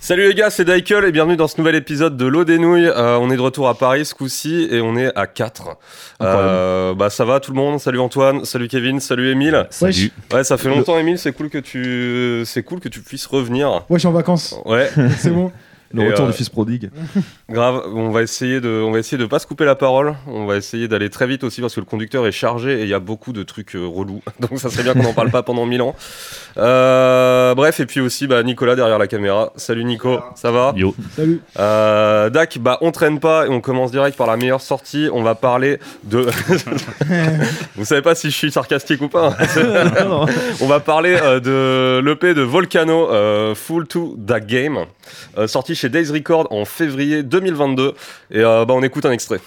Salut les gars, c'est Dykel et bienvenue dans ce nouvel épisode de l'eau des nouilles. Euh, on est de retour à Paris ce coup-ci et on est à 4. Euh, bah ça va tout le monde, salut Antoine, salut Kevin, salut Emile. Salut. Ouais, ça fait longtemps Emile, c'est cool que tu c'est cool que tu puisses revenir. Ouais, je suis en vacances. Ouais, C'est bon. Le Et, retour euh, du fils prodigue. grave, on va essayer de on va essayer de pas se couper la parole, on va essayer d'aller très vite aussi parce que le conducteur est chargé et il y a beaucoup de trucs euh, relous. Donc ça serait bien qu'on n'en parle pas pendant 1000 ans. Euh, bref, et puis aussi bah Nicolas derrière la caméra. Salut Nico, ça va Yo. Salut. Euh, Dak, bah on traîne pas et on commence direct par la meilleure sortie. On va parler de. Vous savez pas si je suis sarcastique ou pas. hein. on va parler euh, de l'EP de Volcano euh, Full to Dak Game, euh, sorti chez Days Record en février 2022. Et euh, bah on écoute un extrait.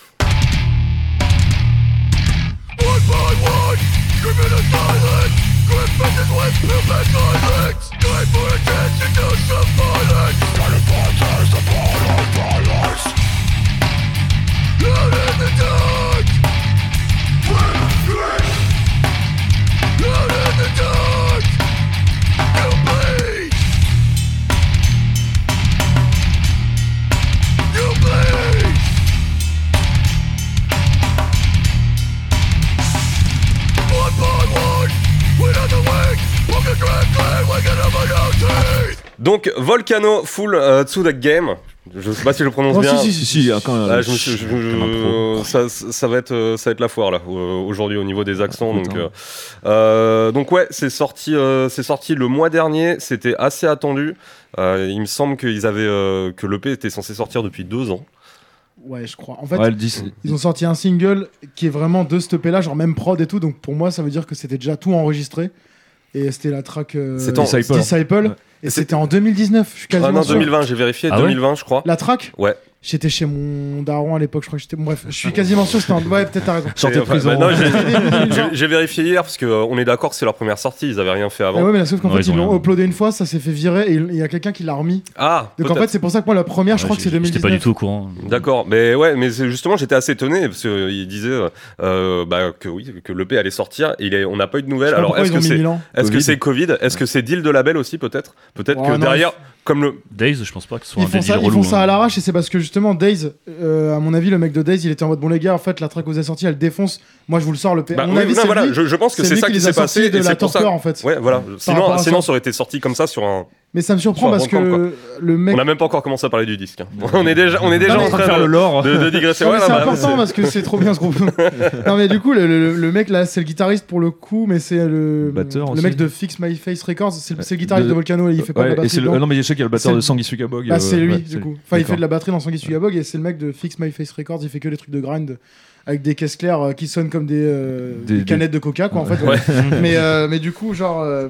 Donc Volcano Full euh, to Dak Game. Je sais pas si je le prononce Oh, bien. si, si, Si, euh, si, quand même. Ah, je me suis- je- je- ça, ça va être, euh, ça va être la foire là au- aujourd'hui au niveau Ah, des accents. donc, putain. euh, euh, donc ouais, c'est sorti, euh, c'est sorti le mois dernier. C'était assez attendu. Euh, il me semble qu'ils avaient euh, que l'EP était censé sortir depuis deux ans. Ouais, je crois. En fait, Ouais, le euh, 10. ils ont sorti un single qui est vraiment de ce EP là, genre même prod et tout. Donc pour moi, ça veut dire que c'était déjà tout enregistré. Et c'était la track euh, C'est en- Disciple. Disciple. Ouais. Et c'était en 2019. Je suis quasiment Ah non, sûr. 2020, j'ai vérifié. Ah ouais 2020, je crois. La track Ouais. J'étais chez mon daron à l'époque, je crois que j'étais. Bref, je suis quasiment sûr que c'était en. Ouais, peut-être t'as raison. euh, Sortez Et, de enfin, prison. bah, non, j'ai- j'ai- 2020. j'ai vérifié hier parce que euh, on est d'accord, que c'est leur première sortie. Ils avaient rien fait Ah avant. ouais, mais là, sauf qu'en Non, fait, ils ont ils l'ont rien. uploadé une fois, ça s'est fait virer et il y a quelqu'un qui l'a remis. Ah, Donc en peut-être. fait, c'est pour ça que moi, la première, Ah, je crois que c'est J'étais pas du 2019. tout au courant. D'accord, mais ouais, mais c'est- justement j'étais assez étonné parce qu'il disait euh, euh, bah, que oui, que l'EP allait sortir, il est, on n'a pas eu de Je sais nouvelles. pas Alors pourquoi est-ce ils ont que mis c'est 1000 ans. Est-ce que Covid. c'est Covid Est-ce que c'est deal de label aussi peut-être Peut-être Oh, que non, derrière, comme le... Days, je pense pas que ce soit Ils un font, délire ça, ils relou. font ça hein. à l'arrache et c'est parce que justement Days, euh, à mon avis, le mec de Days, il était en mode bon les gars, en fait la track vous est sortie, elle défonce. Moi je vous le sors le P. Bah, à mon oui, avis, non, c'est voilà, lui, je, je pense que c'est c'est lui ça qui qui les s'est a passé sortis de et la c'est pour torpeur ça. en fait. Ouais, voilà. rapport Sinon, à ça. sinon, ça aurait été sorti comme ça sur un. Mais ça me surprend Sur un parce que bon temps, le mec. On n'a même pas encore commencé à parler du disque. hein. on est déjà, on est Non, déjà mais- en train de, lore. de- de digresser. Non, mais Ouais, c'est là, bah, important parce que c'est trop bien ce groupe. non mais du coup le, le- le mec là c'est le guitariste pour le coup mais c'est le, Batteur le aussi. mec de Fix My Face Records c'est le, c'est le guitariste de, De- Volcano il fait pas de la Ouais, et batterie c'est le- dedans. non, mais je sais qu'il y a le batteur C'est- de Sangisuka Bog. Bah, euh, c'est lui, ouais, du c'est- coup. Enfin, il fait D'accord. de la batterie dans Sanguisuga Bog et c'est le mec de Fix My Face Records. Il fait que des trucs de grind avec des caisses claires euh, qui sonnent comme des, euh, Des- des canettes de coca, quoi, en fait. Ouais. mais, euh, mais du coup, genre. euh,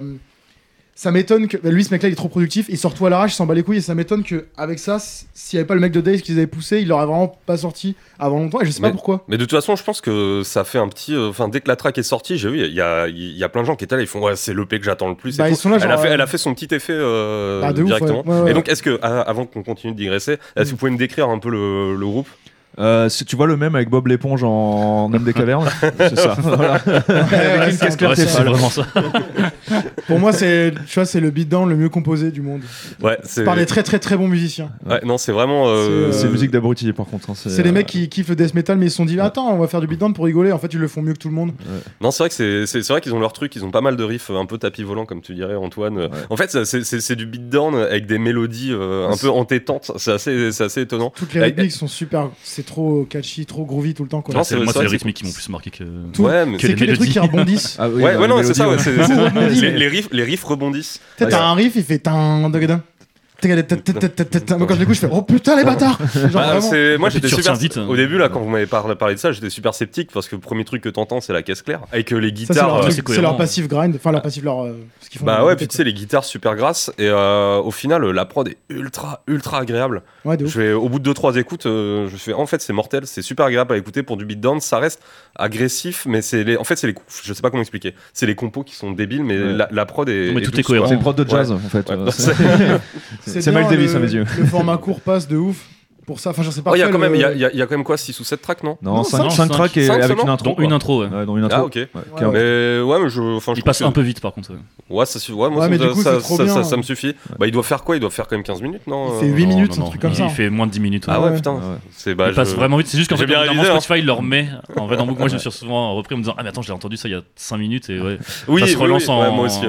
ça m'étonne que. bah, lui, ce mec-là, il est trop productif. Il sort tout à l'arrache, il s'en bat les couilles. Et ça m'étonne que, avec ça, s- s'il n'y avait pas le mec de Days qu'ils avaient poussé, il l'aurait vraiment pas sorti avant longtemps. Et je sais Mais- pas pourquoi. Mais de toute façon, je pense que ça fait un petit. euh, Enfin, dès que la track est sortie, j'ai vu, il y a, il y a plein de gens qui étaient là, ils font Ouais, c'est l'EP que j'attends le plus. et Bah, ils tout. sont là, elle, a genre, fait, euh, elle a fait son petit effet euh, Bah, de ouf, directement. ouais, Mm. ouais, ouais. Et donc, est-ce que, à- avant qu'on continue de digresser, est-ce que vous pouvez me décrire un peu le, le groupe Euh, si tu vois le même avec Bob l'éponge en Homme des cavernes C'est ça. voilà. Ouais, Avec une c'est casquette intéressant. Ouais, c'est Tefal. vraiment ça. Pour moi, c'est tu vois, c'est le beatdown le mieux composé du monde. Ouais, c'est. Par des très très très bons musiciens. Ouais, non, c'est vraiment. euh, C'est, C'est euh, musique d'abruti par contre. hein, C'est les mecs qui kiffent le death metal, mais ils se sont dit Attends, on va faire du beatdown pour rigoler. En fait, ils le font mieux que tout le monde. Non, c'est vrai que c'est- c'est c'est vrai qu'ils ont leur truc, ils ont pas mal de riffs euh, un peu tapis volant comme tu dirais Antoine. Euh, En fait, ça, c'est- c'est c'est du beatdown avec des mélodies euh, un Ouais, peu entêtantes, c'est assez c'est assez étonnant. Toutes les Eh, rythmiques sont super. C'est trop catchy, trop groovy tout le temps. Quoi. Non, C'est- c'est- Moi, c'est c'est les vrai, rythmiques qui m'ont plus marqué que. Tout- Ouais, mais c'est les que des trucs qui mélodies. rebondissent. Ah oui, Ouais, bah, ouais, les non, c'est ça, ouais, mélodies, c'est- ouais. c'est- Tout rebondit. les, les riffs les riffs rebondissent. Peut-être Ouais. t'as un riff, il fait tin, dogadin, tagadin, ta- ta- ta- ta- ta- ta- Moi, quand je l'écoute, je fais oh putain les bâtards. Genre Ah, vraiment. c'est- moi Et puis j'étais tu super retiens vite, hein. au début là quand vous m'avez par- parlé de ça j'étais super sceptique parce que le premier truc que t'entends c'est la caisse claire avec que les Ça, c'est leur, guitares euh, truc, c'est c'est leur cohérent. passif grind, enfin leur passif, leur. euh, ce qu'ils font Ah. bah dans ouais le puis tu côté, sais les guitares super grasses et euh, au final la prod est ultra ultra agréable quoi. Ouais, de ouf. Je vais, au bout de deux trois écoutes, euh, je fais en fait c'est mortel, c'est super agréable à écouter pour du beatdown, ça reste agressif, mais c'est les, en fait c'est les, je sais pas comment expliquer, c'est les compos qui sont débiles, mais Ouais. la, la prod est, Non, mais tout est douce, cohérent. C'est une prod de jazz en fait. Ouais. euh, Ouais. c'est- C'est bien Miles Davis le- à mes yeux. Le format court passe de ouf. pour ça. Enfin, je sais pas. Oh, il y a quel, quand même, il y a- euh, il y, a- il y a quand même quoi, 6 ou 7 tracks, non Non, Non, 5 cinq, tracks et cinq avec seulement une intro. Dont une intro, ouais. quoi. Ouais, dont une intro. Ah, ok. Ouais, Ouais. carrément. Mais ouais, mais je, enfin, je Il trouve passe que- un peu vite par contre. ouais. Ouais, ça, su- ouais, moi, Ouais, ça, mais me- du coup, ça, c'est trop ça- ça- bien. ça me suffit. Bah, il doit faire quoi Il doit faire quand même 15 minutes, non Il fait euh, 8 Non, minutes, non, un truc non, comme il, ça. Il fait moins de 10 minutes. ouais. Ah ouais, Ouais. putain. Ouais. C'est bah, il passe je- vraiment vite. C'est juste qu'en J'ai fait, bien normalement, révisé, hein. Spotify il le remet en fait en boucle. Moi, je me suis souvent repris en me disant Ah, mais attends, j'ai entendu ça il y a 5 minutes et ouais. Ah, Oui, ça se oui, relance oui, en. ouais, moi aussi.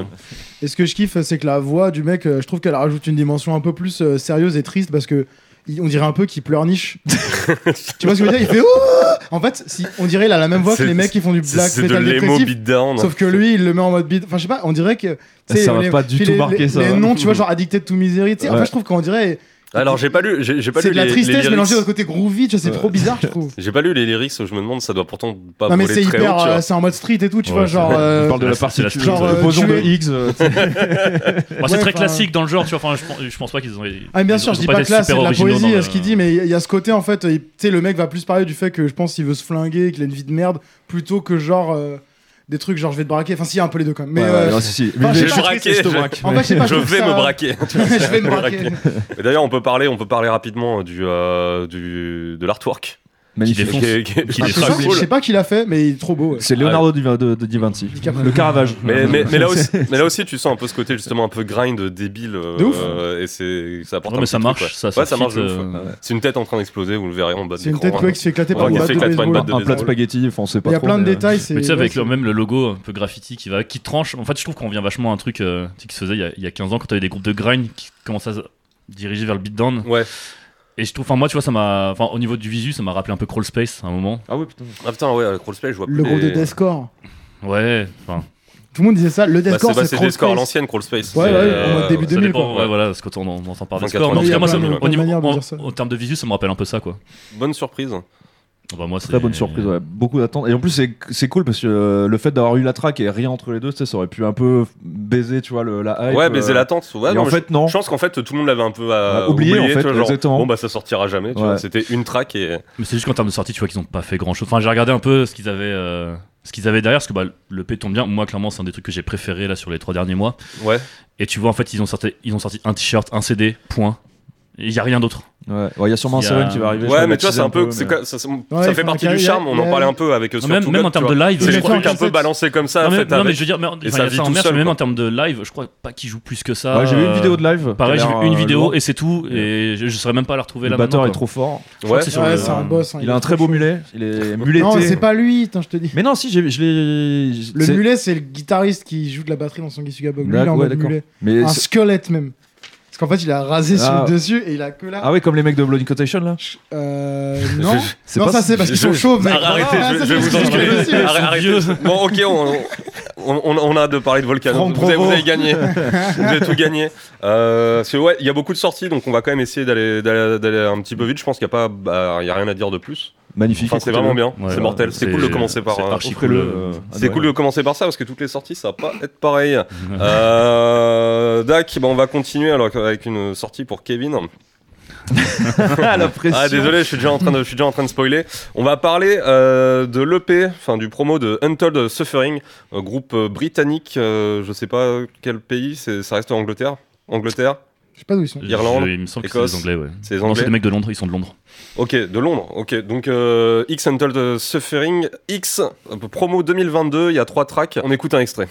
Et ce que je kiffe, c'est que la voix du mec, euh, je trouve qu'elle rajoute une dimension un peu plus euh, sérieuse et triste parce que il- on dirait un peu qu'il pleurniche. tu vois ce que je veux dire Il fait Ouh En fait, si, on dirait il a la même voix que C'est- les mecs qui font du C'est black c'est de metal l'emo dépressif. beatdown. Sauf que lui, il le met en mode beat. Enfin, je sais pas, on dirait que. tu sais, Ça va les- pas du puis tout les- marquer, les- ça, Les ouais. noms, tu vois, genre Addicted to Misery. Tu sais, en Ouais. fait, je trouve qu'on dirait. Alors, j'ai pas lu, j'ai j'ai pas C'est lu de la les, les tristesse lyrics. mélangée d'un côté groovy, tu vois, c'est trop bizarre, je trouve. J'ai pas lu les lyrics, je me demande, ça doit pourtant pas non, mais voler c'est Ah, très haut, hyper. tu vois. euh, C'est en mode street et tout, tu Ouais, vois, c'est- genre. On euh, parle de la c'est la partie street, genre, euh, Opposons de tuer- Higgs. euh, tu sais. Bah, c'est Ouais, très enfin- classique dans le genre, tu vois. Enfin, je, pense- je pense pas qu'ils ont. Ah, bien ils sûr, ont je dis pas pas été que là, c'est super de la originaux dans poésie, euh, le- ce qu'il dit, mais il y a ce côté, en fait, euh, il- tu sais, le mec va plus parler du fait que je pense qu'il veut se flinguer, et qu'il a une vie de merde, plutôt que genre euh, des trucs genre je vais te braquer. Enfin, si, un peu les deux quand même. Mais Ouais, ouais, euh, non, si, si. enfin, Mais j'ai je- pas- je te braque. en fait, je sais pas, Je trouve vais ça- hein. me braquer. je vais me braquer. Et D'ailleurs, on peut parler, on peut parler rapidement euh, du, euh, du de l'artwork. Magnifique. Qui défonce. est- est- Qui est Ah, défonce. je sais ultra pas- cool. Je sais pas qui l'a fait, mais il est trop beau. ouais. C'est Leonardo di, de, de Di Vinci. DiCaprio. Le Caravage. Mais, mais, mais là aussi, mais là aussi, tu sens un peu ce côté justement un peu grind débile. euh, De ouf. et c'est ça apporte Ouais, un mais petit ça truc, marche, ouais. ça, Ouais, ça marche fit, de ouf, euh, C'est une tête en train d'exploser, vous le verrez en bas de C'est une l'écran, hein. tête ouais, qui se fait éclater par Ouais, une qui batte s'est de éclaté par une baseball. batte de Un plat de baseball. spaghetti, enfin on sait pas Il y a trop, plein de mais, euh, détails. c'est- Mais tu sais, avec ouais, le, même le logo un peu graffiti qui va, qui tranche. En fait, je trouve qu'on revient vachement à un truc euh, tu sais, qui se faisait il y, a, il y a 15 ans quand t'avais des groupes de grind qui commençaient à se diriger vers le beatdown. Ouais. Et je trouve, enfin, moi, tu vois, ça m'a. Enfin, au niveau du visu, ça m'a rappelé un peu Crawl Space à un moment. Ah ouais, putain. Ah putain, ouais, Crawl Space, je vois plus. Le groupe les- Bah, de Deathcore. Ouais, enfin. Tout le monde disait ça. Le Bah, Deathcore, c'est- bah, c'est c'est trop des scores à space. l'ancienne, Crawl Space. Ouais, c'est, ouais, euh, au début Ça 2000, dépend, quoi. ouais, voilà, ce qu'on en- on entend par des 80, scores. Mais en tout cas, moi, ça il y a me- plein au de niveau- manières de en- dire ça. en termes de visu, ça me rappelle un peu ça, quoi. Bonne surprise. Ah Bah, moi, Très c'est- bonne surprise, ouais. beaucoup d'attentes. Et en plus, c'est- c'est cool parce que euh, le fait d'avoir eu la track et rien entre les deux, tu sais, ça aurait pu un peu baiser, tu vois, le, la hype. Ouais, euh, baiser l'attente. Ouais, et non, en mais fait, non. je, je pense qu'en fait, tout le monde l'avait un peu à- Ah, oublié, en fait, tu vois, genre, exactement. Bon, bah, ça sortira jamais, tu Ouais. vois. C'était une track et. Mais c'est juste qu'en termes de sortie, tu vois qu'ils ont pas fait grand chose. Enfin, j'ai regardé un peu ce qu'ils avaient, euh, ce qu'ils avaient derrière, parce que bah, le P tombe bien. Moi, clairement, c'est un des trucs que j'ai préféré là sur les trois derniers mois. Ouais. Et tu vois, en fait, ils ont sorti, ils ont sorti un t-shirt, un CD, point. Il y a rien d'autre. Ouais, ouais, il y a sûrement un Il y a- serum qui va arriver. je crois, Ouais, mais tu vois, c'est un peu. mais- c'est quoi- Ça ça- Ouais, ça enfin, fait partie il y a- du charme, on il y en a- parlait un peu avec euh, Non, sur même Too même Good, en termes tu de vois. live, C'est je des crois. trucs un peu balancés comme ça. Non, mais, fait, non, mais avec- je veux dire, mais, enfin, et il y ça a vit ça en tout merch, seul, mais même quoi. en termes de live, je crois pas qu'ils jouent plus que ça. Ouais, j'ai vu une Euh, vidéo de live. Pareil, j'ai qui a vu l'air, une euh, vidéo lourde. et c'est tout. Et je, je saurais même pas la retrouver Le là. batteur maintenant, est quoi. trop fort. Je crois Ouais. que c'est sur Ouais, le- c'est un boss. hein, Il a un est très beau mulet. Il est muleté. Non, c'est pas lui, putain, je te dis. Mais non, si, j'ai- je l'ai. je- Le c'est- mulet, c'est le guitariste qui joue de la batterie dans son Gisuga Bog. Lui, il est en D'accord, ouais, mode d'accord. mulet. Mais Un c'est- squelette, même. Parce qu'en fait, il a rasé sur Ah. le dessus et il a que là. Ah ouais, comme les mecs de Blowing Cotation là. Euh. Non. C'est Non, pas- ça, c'est parce qu'ils sont je- chauves, mec. Arrêtez, Ah, je- ça, je vais c'est vous parce en qu'ils sont parler. chauves, monsieur. Ils sont Arrêtez. vieux. Bon, ok, on, on, on- on a hâte de parler de Volcano. Franck Vous avez, Provo. vous avez gagné. vous avez tout gagné. Euh, parce que, ouais, il y a beaucoup de sorties, donc on va quand même essayer d'aller, d'aller, d'aller un petit peu vite. Je pense qu'il n'y a, pas- bah, il y a rien à dire de plus. Magnifique. Enfin, c'est vraiment bien. Ouais, c'est mortel. C'est, cool de c'est- commencer par. c'est euh, archi Offrez-le. cool, euh, c'est adorez. cool de commencer par ça parce que toutes les sorties ça va pas être pareil. Euh, Dak, bah, on va continuer alors avec une sortie pour Kevin. Ah, la pression. Ah désolé, je suis déjà en train de, je suis déjà en train de spoiler. On va parler euh, de l'EP, enfin du promo de Untold Suffering, euh, groupe euh, britannique, euh, je sais pas quel pays, c'est, ça reste en Angleterre. Angleterre, Je sais pas d'où ils sont. Euh, Irlande, Je- Il me semble que c'est Écosse. les Anglais, ouais. c'est les Non, c'est Anglais. des mecs de Londres, ils sont de Londres. Ok, de Londres. Ok, donc euh, X Untold Suffering, X euh, promo 2022. Il y a trois tracks. On écoute un extrait.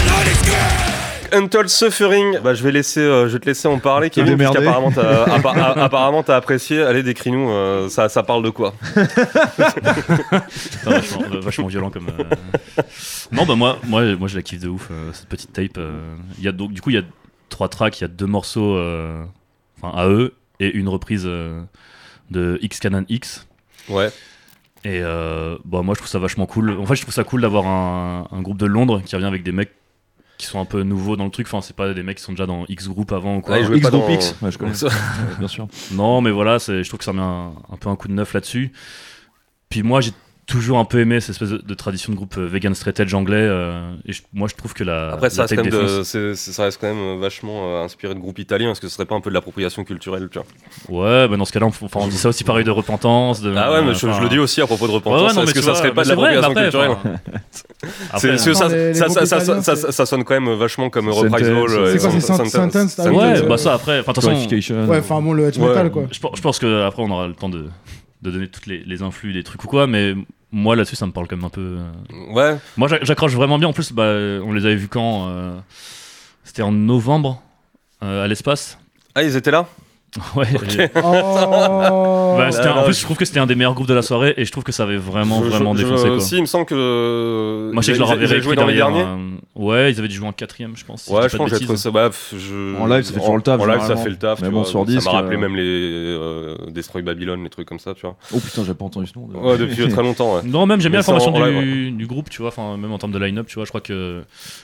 donc Untold Suffering, bah, je, vais laisser, euh, je vais te laisser en parler, Kevin, Démerdé. puisqu'apparemment t'as appa- a- apparemment, t'as apprécié. Allez, décris-nous, euh, ça, ça parle de quoi Putain, vachement, euh, vachement violent comme. euh. Non, bah moi, moi, moi, je la kiffe de ouf, euh, cette petite tape. euh. Il y a donc, du coup, il y a trois tracks, il y a deux morceaux euh, enfin, à eux et une reprise euh, de X Canon X. Ouais. Et euh, bah, moi, je trouve ça vachement cool. En fait, je trouve ça cool d'avoir un, un groupe de Londres qui revient avec des mecs qui sont un peu nouveaux dans le truc. Enfin, c'est pas des mecs qui sont déjà dans X groupe avant ou quoi. Ouais, ils jouaient pas X groupe dans- X, ouais, je connais, ouais, bien sûr. Non, mais voilà, c'est- je trouve que ça met un, un peu un coup de neuf là-dessus. Puis moi, j'ai toujours un peu aimé cette espèce de, de tradition de groupe euh, vegan straight edge anglais. euh, et je- moi, je trouve que la. Après, ça Ah, la reste, tape quand même de- défonce. c'est- c'est- ça reste quand même euh, vachement euh, inspiré de groupes italiens. Est-ce que ce serait pas un peu de l'appropriation culturelle tu vois Ouais, bah dans ce cas-là, on, f- enfin, on dit ça aussi pareil de repentance. de- Ah ouais, mais je, enfin, je le dis aussi à propos de ouais, ouais, repentance. non, Est-ce mais que tu ça vois, serait pas bah, de c'est vrai, mais l'appropriation après, culturelle enfin, C'est- après, parce que Attends, ça, les- les ça, groupes ça, ça, italiens, ça, c'est- ça- ça sonne quand même vachement comme Reprisal. Sentence, euh, c'est et quoi, Sen- c'est Sen- Sentence, ah oui, Ouais, euh, bah ça, après. Enfin, de toute façon, Glorification. Ouais, enfin bon, le heavy Ouais. metal quoi. je, pense- je pense que après on aura le temps de, de donner toutes les, les influx, des trucs ou quoi, mais moi là-dessus, ça me parle quand même un peu. euh, Ouais, Moi, j'a- j'accroche vraiment bien. En plus, bah, on les avait vus quand euh, C'était en novembre euh, à l'espace. ah, ils étaient là Ouais. et- Oh bah, c'était un- là, en plus, je- je trouve que c'était un des meilleurs groupes de la soirée et je trouve que ça avait vraiment, Je- je- vraiment je- défoncé. Quoi. Si, il me semble que. Moi, je sais que je leur ils- avais ils avaient réécrit joué dans les derrière, derniers. euh, ouais, ils avaient dû jouer en quatrième, je pense. si Ouais, dis je pas pense de que j'ai trouvé bêtises. ça. Bah, pff, je- En live, ça fait toujours le taf, En live, ça généralement. fait le taf. Mais tu bon, vois. sur disque, Ça m'a rappelé euh, même les euh, Destroy Babylon, les trucs comme ça, tu vois. Oh putain, j'ai pas entendu ce nom. de- Ouais, depuis très longtemps, ouais. Non, même j'aime bien Mais la ça, en formation du, live, du groupe, tu vois. Enfin, même en termes de line-up, tu vois, je crois que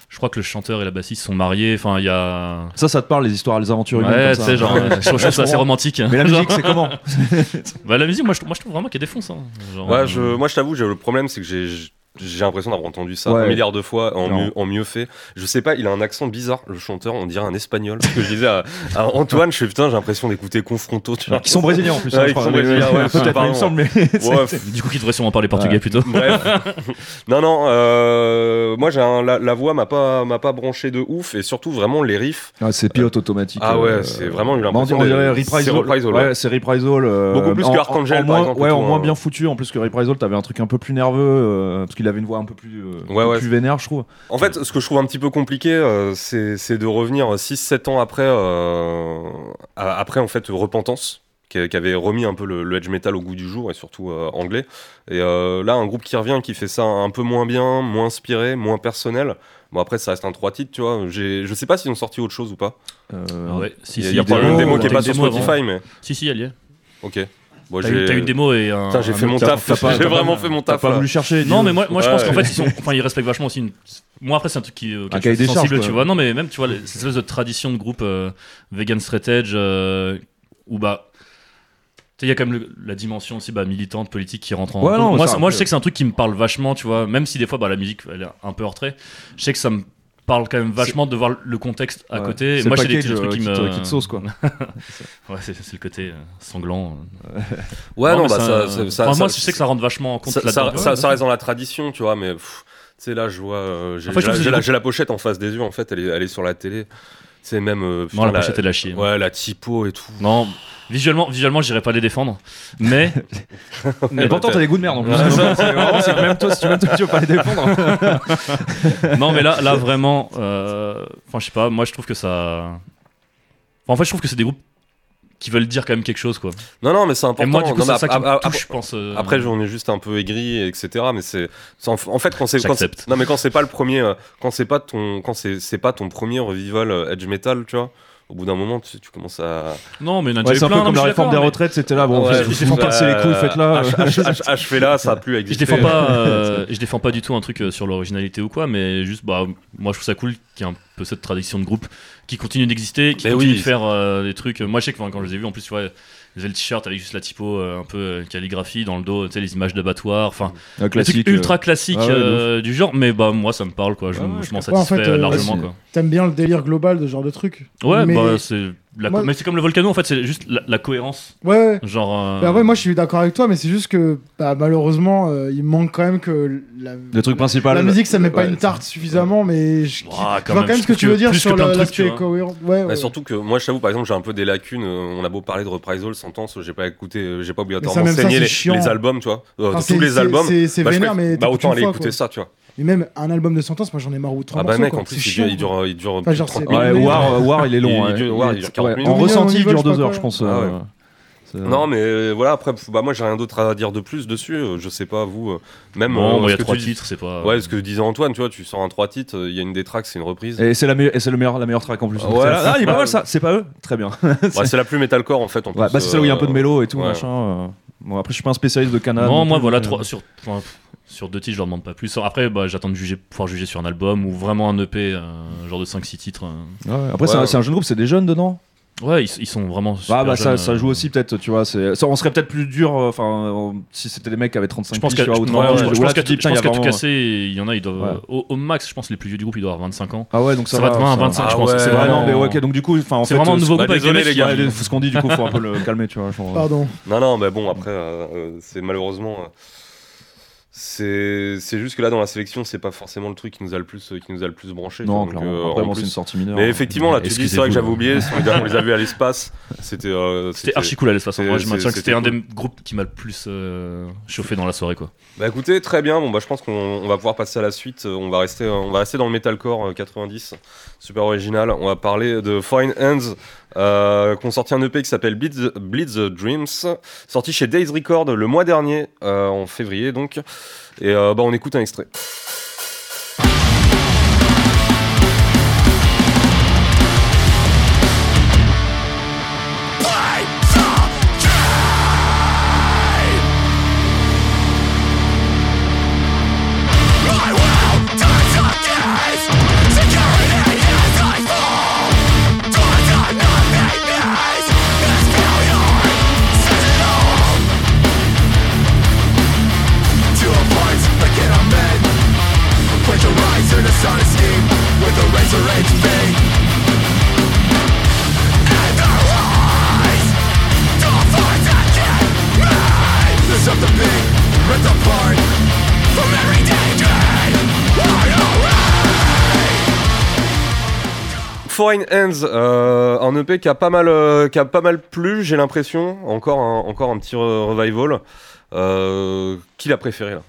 je crois que le chanteur et la bassiste sont mariés. Enfin, il y a. Ça, ça te parle, les histoires, les aventures humaines. Ouais, comme ça. tu hein. sais, genre, euh, je trouve ça assez romantique. Mais la musique, c'est comment Bah, la musique, moi, je, moi, je trouve vraiment qu'elle défonce. hein. Genre, Ouais, euh, je, moi, je t'avoue, j'ai- le problème, c'est que j'ai. J'ai l'impression d'avoir entendu ça Ouais. un milliard de fois en Non. mieux, en mieux fait. Je sais pas, il a un accent bizarre, le chanteur, on dirait un espagnol. Ce que je disais à, à Antoine, je fais putain, j'ai l'impression d'écouter Confronto, tu vois. Qui sont brésiliens en plus. Ouais, hein, je qui crois. sont brésiliens, ouais, Peut-être, il me apparemment. semble, mais. Ouais, pff, Du coup, qui devrait sûrement parler portugais plutôt. Bref. non, non, euh, moi j'ai un- la, la voix m'a pas, m'a pas branché de ouf et surtout vraiment les riffs. Ah, c'est pilote automatique. Ah ouais, euh, c'est vraiment une bah, on dirait- on dirait Reprisal. C'est Reprisal, ouais. Ouais, c'est Reprisal. euh, Beaucoup plus en- que en- Archangel, en par moins- exemple, Ouais, ou en tout, moins hein. bien foutu. En plus que Reprisal, t'avais un truc un peu plus nerveux. euh, parce qu'il avait une voix un peu plus, euh, Ouais, un peu ouais. plus vénère, je trouve. En fait, ce que je trouve un petit peu compliqué, euh, c'est c'est de revenir 6-7 ans après, euh, à- après en fait Repentance, qui, qui avait remis un peu le, le edge metal au goût du jour et surtout euh, anglais. Et euh, là, un groupe qui revient, qui fait ça un peu moins bien, moins inspiré, moins personnel. Bon après, ça reste un trois titres, tu vois. J'ai- Je sais pas s'ils ont sorti autre chose ou pas. Euh, Ah ouais, si, Il y a, si, il y a t'as probablement une eu une démo démo, qui est t'as pas une sur démo avant. Spotify, mais Si, si, elle y est. ok. Bon, T'as j'ai- eu, t'as eu une démo Ah, et un. Putain, j'ai un fait mon autre- taf. t'as pas- J'ai t'as vraiment pas- fait mon T'as taf. pas là. voulu chercher. dis Non, donc. mais moi, moi je pense Ouais. qu'en fait, ils, sont, enfin, ils respectent vachement aussi une. Moi, après, c'est un truc qui. Un auquel je cahier suis des charges, sensible, quoi. tu vois. Non, mais même, tu vois, les- cette espèce de tradition de groupe euh, vegan straight edge euh, où, bah. Tu sais, il y a quand même le- la dimension aussi bah, militante, politique qui rentre en. Ouais, compte. non, moi, ça, c'est- moi, après- je sais que c'est un truc qui me parle vachement, tu vois. Même si des fois, bah, la musique, elle est un peu hors trait. Je sais que ça me parle quand même vachement de voir le contexte à Ouais. côté. C'est Moi, le j'ai des package, petits trucs euh, qui te- me. qui te sauce, quoi. Ouais, c'est c'est le côté euh, sanglant. euh, Ouais, non, mais bah, ça- ça, ça, ça- enfin, moi, ça- je sais que ça rentre vachement en compte ça, ça- là-dedans. ça- ça reste dans la tradition, tu vois, mais pff, tu sais, là, je vois. euh, j'ai Après, j'ai je la- trouve que j'ai c'est la, des- j'ai la pochette en face des yeux, en fait, elle est, elle est sur la télé. C'est même. euh, Non, putain, la pochette est de la chier. hein. Ouais, la typo et tout. Non, visuellement, visuellement, j'irai pas les défendre. Mais euh, Mais pourtant, t'as des goûts de merde en plus. Ouais. C'est vraiment, c'est que même toi, si tu, même toi, tu veux pas les défendre. non, mais là, là vraiment, euh, enfin, je sais pas. Moi, je trouve que ça. Enfin, en fait, je trouve que c'est des groupes qui veulent dire quand même quelque chose, quoi. Non, non, mais c'est important. Et moi, du coup, Non, mais c'est ça qui ap- me ap- touche, je pense. euh, Après, j'en ai juste un peu aigri, etc. Mais c'est c'est en, en fait quand c'est quand J'accepte. c'est- non mais quand c'est pas le premier, euh, quand c'est pas ton quand c'est c'est pas ton premier revival euh, edge metal, tu vois. Au bout d'un moment, tu, tu commences à. non, mais il y en a Ouais, déjà eu c'est un plein, peu non, comme la mais je suis réforme des d'accord, mais retraite, c'était là. Bon, Ouais, vous vous cassez les couilles, faites-la. H- H- H- H- H-fais-la, ça a plus Je existé. défends pas, euh, je défends pas du tout un truc euh, sur l'originalité ou quoi, mais juste, bah, moi, je trouve ça cool qu'il y ait un peu cette tradition de groupe qui continue d'exister, qui Mais continue oui. de faire euh, des trucs. Moi, je sais que enfin, quand je les ai vus, en plus, tu vois, ils avaient le t-shirt avec juste la typo, euh, un peu euh, calligraphie dans le dos, tu sais, les images d'abattoirs, enfin, Un euh. Le truc classique. ultra classique ah ouais, de euh, du genre, mais bah moi ça me parle quoi, je, Ouais, ouais, je m'en je comprends. satisfais En fait, euh, largement ouais, quoi. T'aimes bien le délire global de ce genre de truc Ouais, mais- bah c'est. la co- moi- Mais c'est comme le volcano en fait, c'est juste la, la cohérence. Ouais, ouais. Ah. Genre. euh, Bah ouais, moi je suis d'accord avec toi, mais c'est juste que bah, malheureusement euh, il manque quand même que la, Le truc principal. la musique ça met pas Ouais. une tarte suffisamment, mais je, Ah, je vois quand même je ce que trouve tu veux dire plus sur que plein le- de trucs, tu l'aspect vois. cohérent. Ouais, Bah, ouais. surtout que moi, je t'avoue, par exemple, j'ai un peu des lacunes. euh, on a beau parler de Reprisal, Sentence, j'ai pas écouté, euh, j'ai pas Mais ça, obligatoirement même ça, saigné c'est les, chiant. les albums, tu vois. Euh, Enfin, tous c'est- les c'est- albums. C'est c'est Bah, je vénère, préfère- mais bah, t'écoutes autant une aller fois, écouter quoi. ça, tu vois. Mais même un album de sentence, moi j'en ai marre ou 30 Ah bah morceaux, mec, quoi. en plus, C'est il chiant, dure, il quoi. dure, il dure Enfin, genre, plus de c'est- 30 Ouais, Mais- War, euh, War, il est long. Il- hein. il- War, il dure 40 Ouais, minutes. En Minimum, ressenti, ils il dure veulent, je sais 2 pas heures, je quoi. pense. euh, c'est- Non, mais euh, voilà, après, pff, bah, moi j'ai rien d'autre à dire de plus dessus. euh, Je sais pas, vous. euh, même. euh, Bon, bah, bon, il y ce a que trois tu dis- titres, c'est pas. euh. Ouais, ce que disait Antoine, tu vois, tu sors un trois titres, euh, il y a une des tracks, c'est une reprise. Et c'est la, meilleure- et c'est le meilleur, la meilleure track en plus. Ouais. ah, il est pas mal ça, c'est pas eux Très bien. Ouais, Bah, c'est la plus metalcore en fait. En Ouais, plus, bah, c'est celle où il y a un peu de euh, mélo et tout, ouais. machin. euh. Bon, après, je suis pas un spécialiste de Canada. non, non moi plus, voilà, mais, trois, sur, enfin, pff, sur deux titres, je leur demande pas plus. Après, bah, j'attends de juger, pouvoir juger sur un album ou vraiment un EP, euh, genre de 5-6 titres. euh. Ouais, Après, c'est Ouais. un- c'est un, jeune groupe, c'est des jeunes dedans. Ouais, ils, ils sont vraiment. Ah, super bah, ça, jeunes, ça euh. joue aussi, peut-être, tu vois. c'est- Ça, on serait peut-être plus dur, euh, enfin, on- si c'était des mecs qui avaient 35 Je pense piges, qu'à tu vois, ou ouais, 30, ouais, tu je vois, pense tu qu'à te dis, tout putain, il je pense y a qu'à tout vraiment- casser, il y en a, ils doivent. euh, Ouais. Au, au max, je pense, les plus vieux du groupe, ils doivent avoir 25 ans. Ah ouais, donc ça, Ça va te voir à 25, ah je pense. ouais. C'est C'est vrai, vraiment. non, mais ok, donc du coup, enfin, en C'est fait, vraiment un euh, nouveau bah, groupe avec des désolé, mecs les qui- gars. ouais, les- ce qu'on dit, du coup, faut un peu le calmer, tu vois. genre, euh. Pardon. Non, non, mais bon, après, euh, euh, c'est malheureusement. euh, c'est c'est juste que là, dans la sélection, c'est pas forcément le truc qui nous a le plus, euh, qui nous a le plus branché. Non, Donc, euh, clairement. Après, en bon, plus- c'est une sortie mineure. hein. Mais effectivement, là, tu dis, c'est vrai que j'avais Excusez-vous. oublié, on les a- on les a vus à l'espace. C'était euh, C'était archi cool à l'espace. En c'est- vrai, je c'est- maintiens que c'était c'était un des groupes qui m'a le plus euh, chauffé dans la soirée, quoi. Bah écoutez, très bien. Bon bah je pense qu'on on va pouvoir passer à la suite. Euh, On va rester, euh, on va rester dans le metalcore euh, 90, super original. On va parler de Fine Hands, euh, qui ont sorti un EP qui s'appelle Bleed the, Bleed the Dreams, sorti chez Days Record le mois dernier, euh, en février donc. Et euh, bah on écoute un extrait. Foreign Hands, euh, un EP qui a pas mal, euh, qui a pas mal plu, j'ai l'impression. Encore un, encore un petit re- revival. Euh, qui l'a préféré là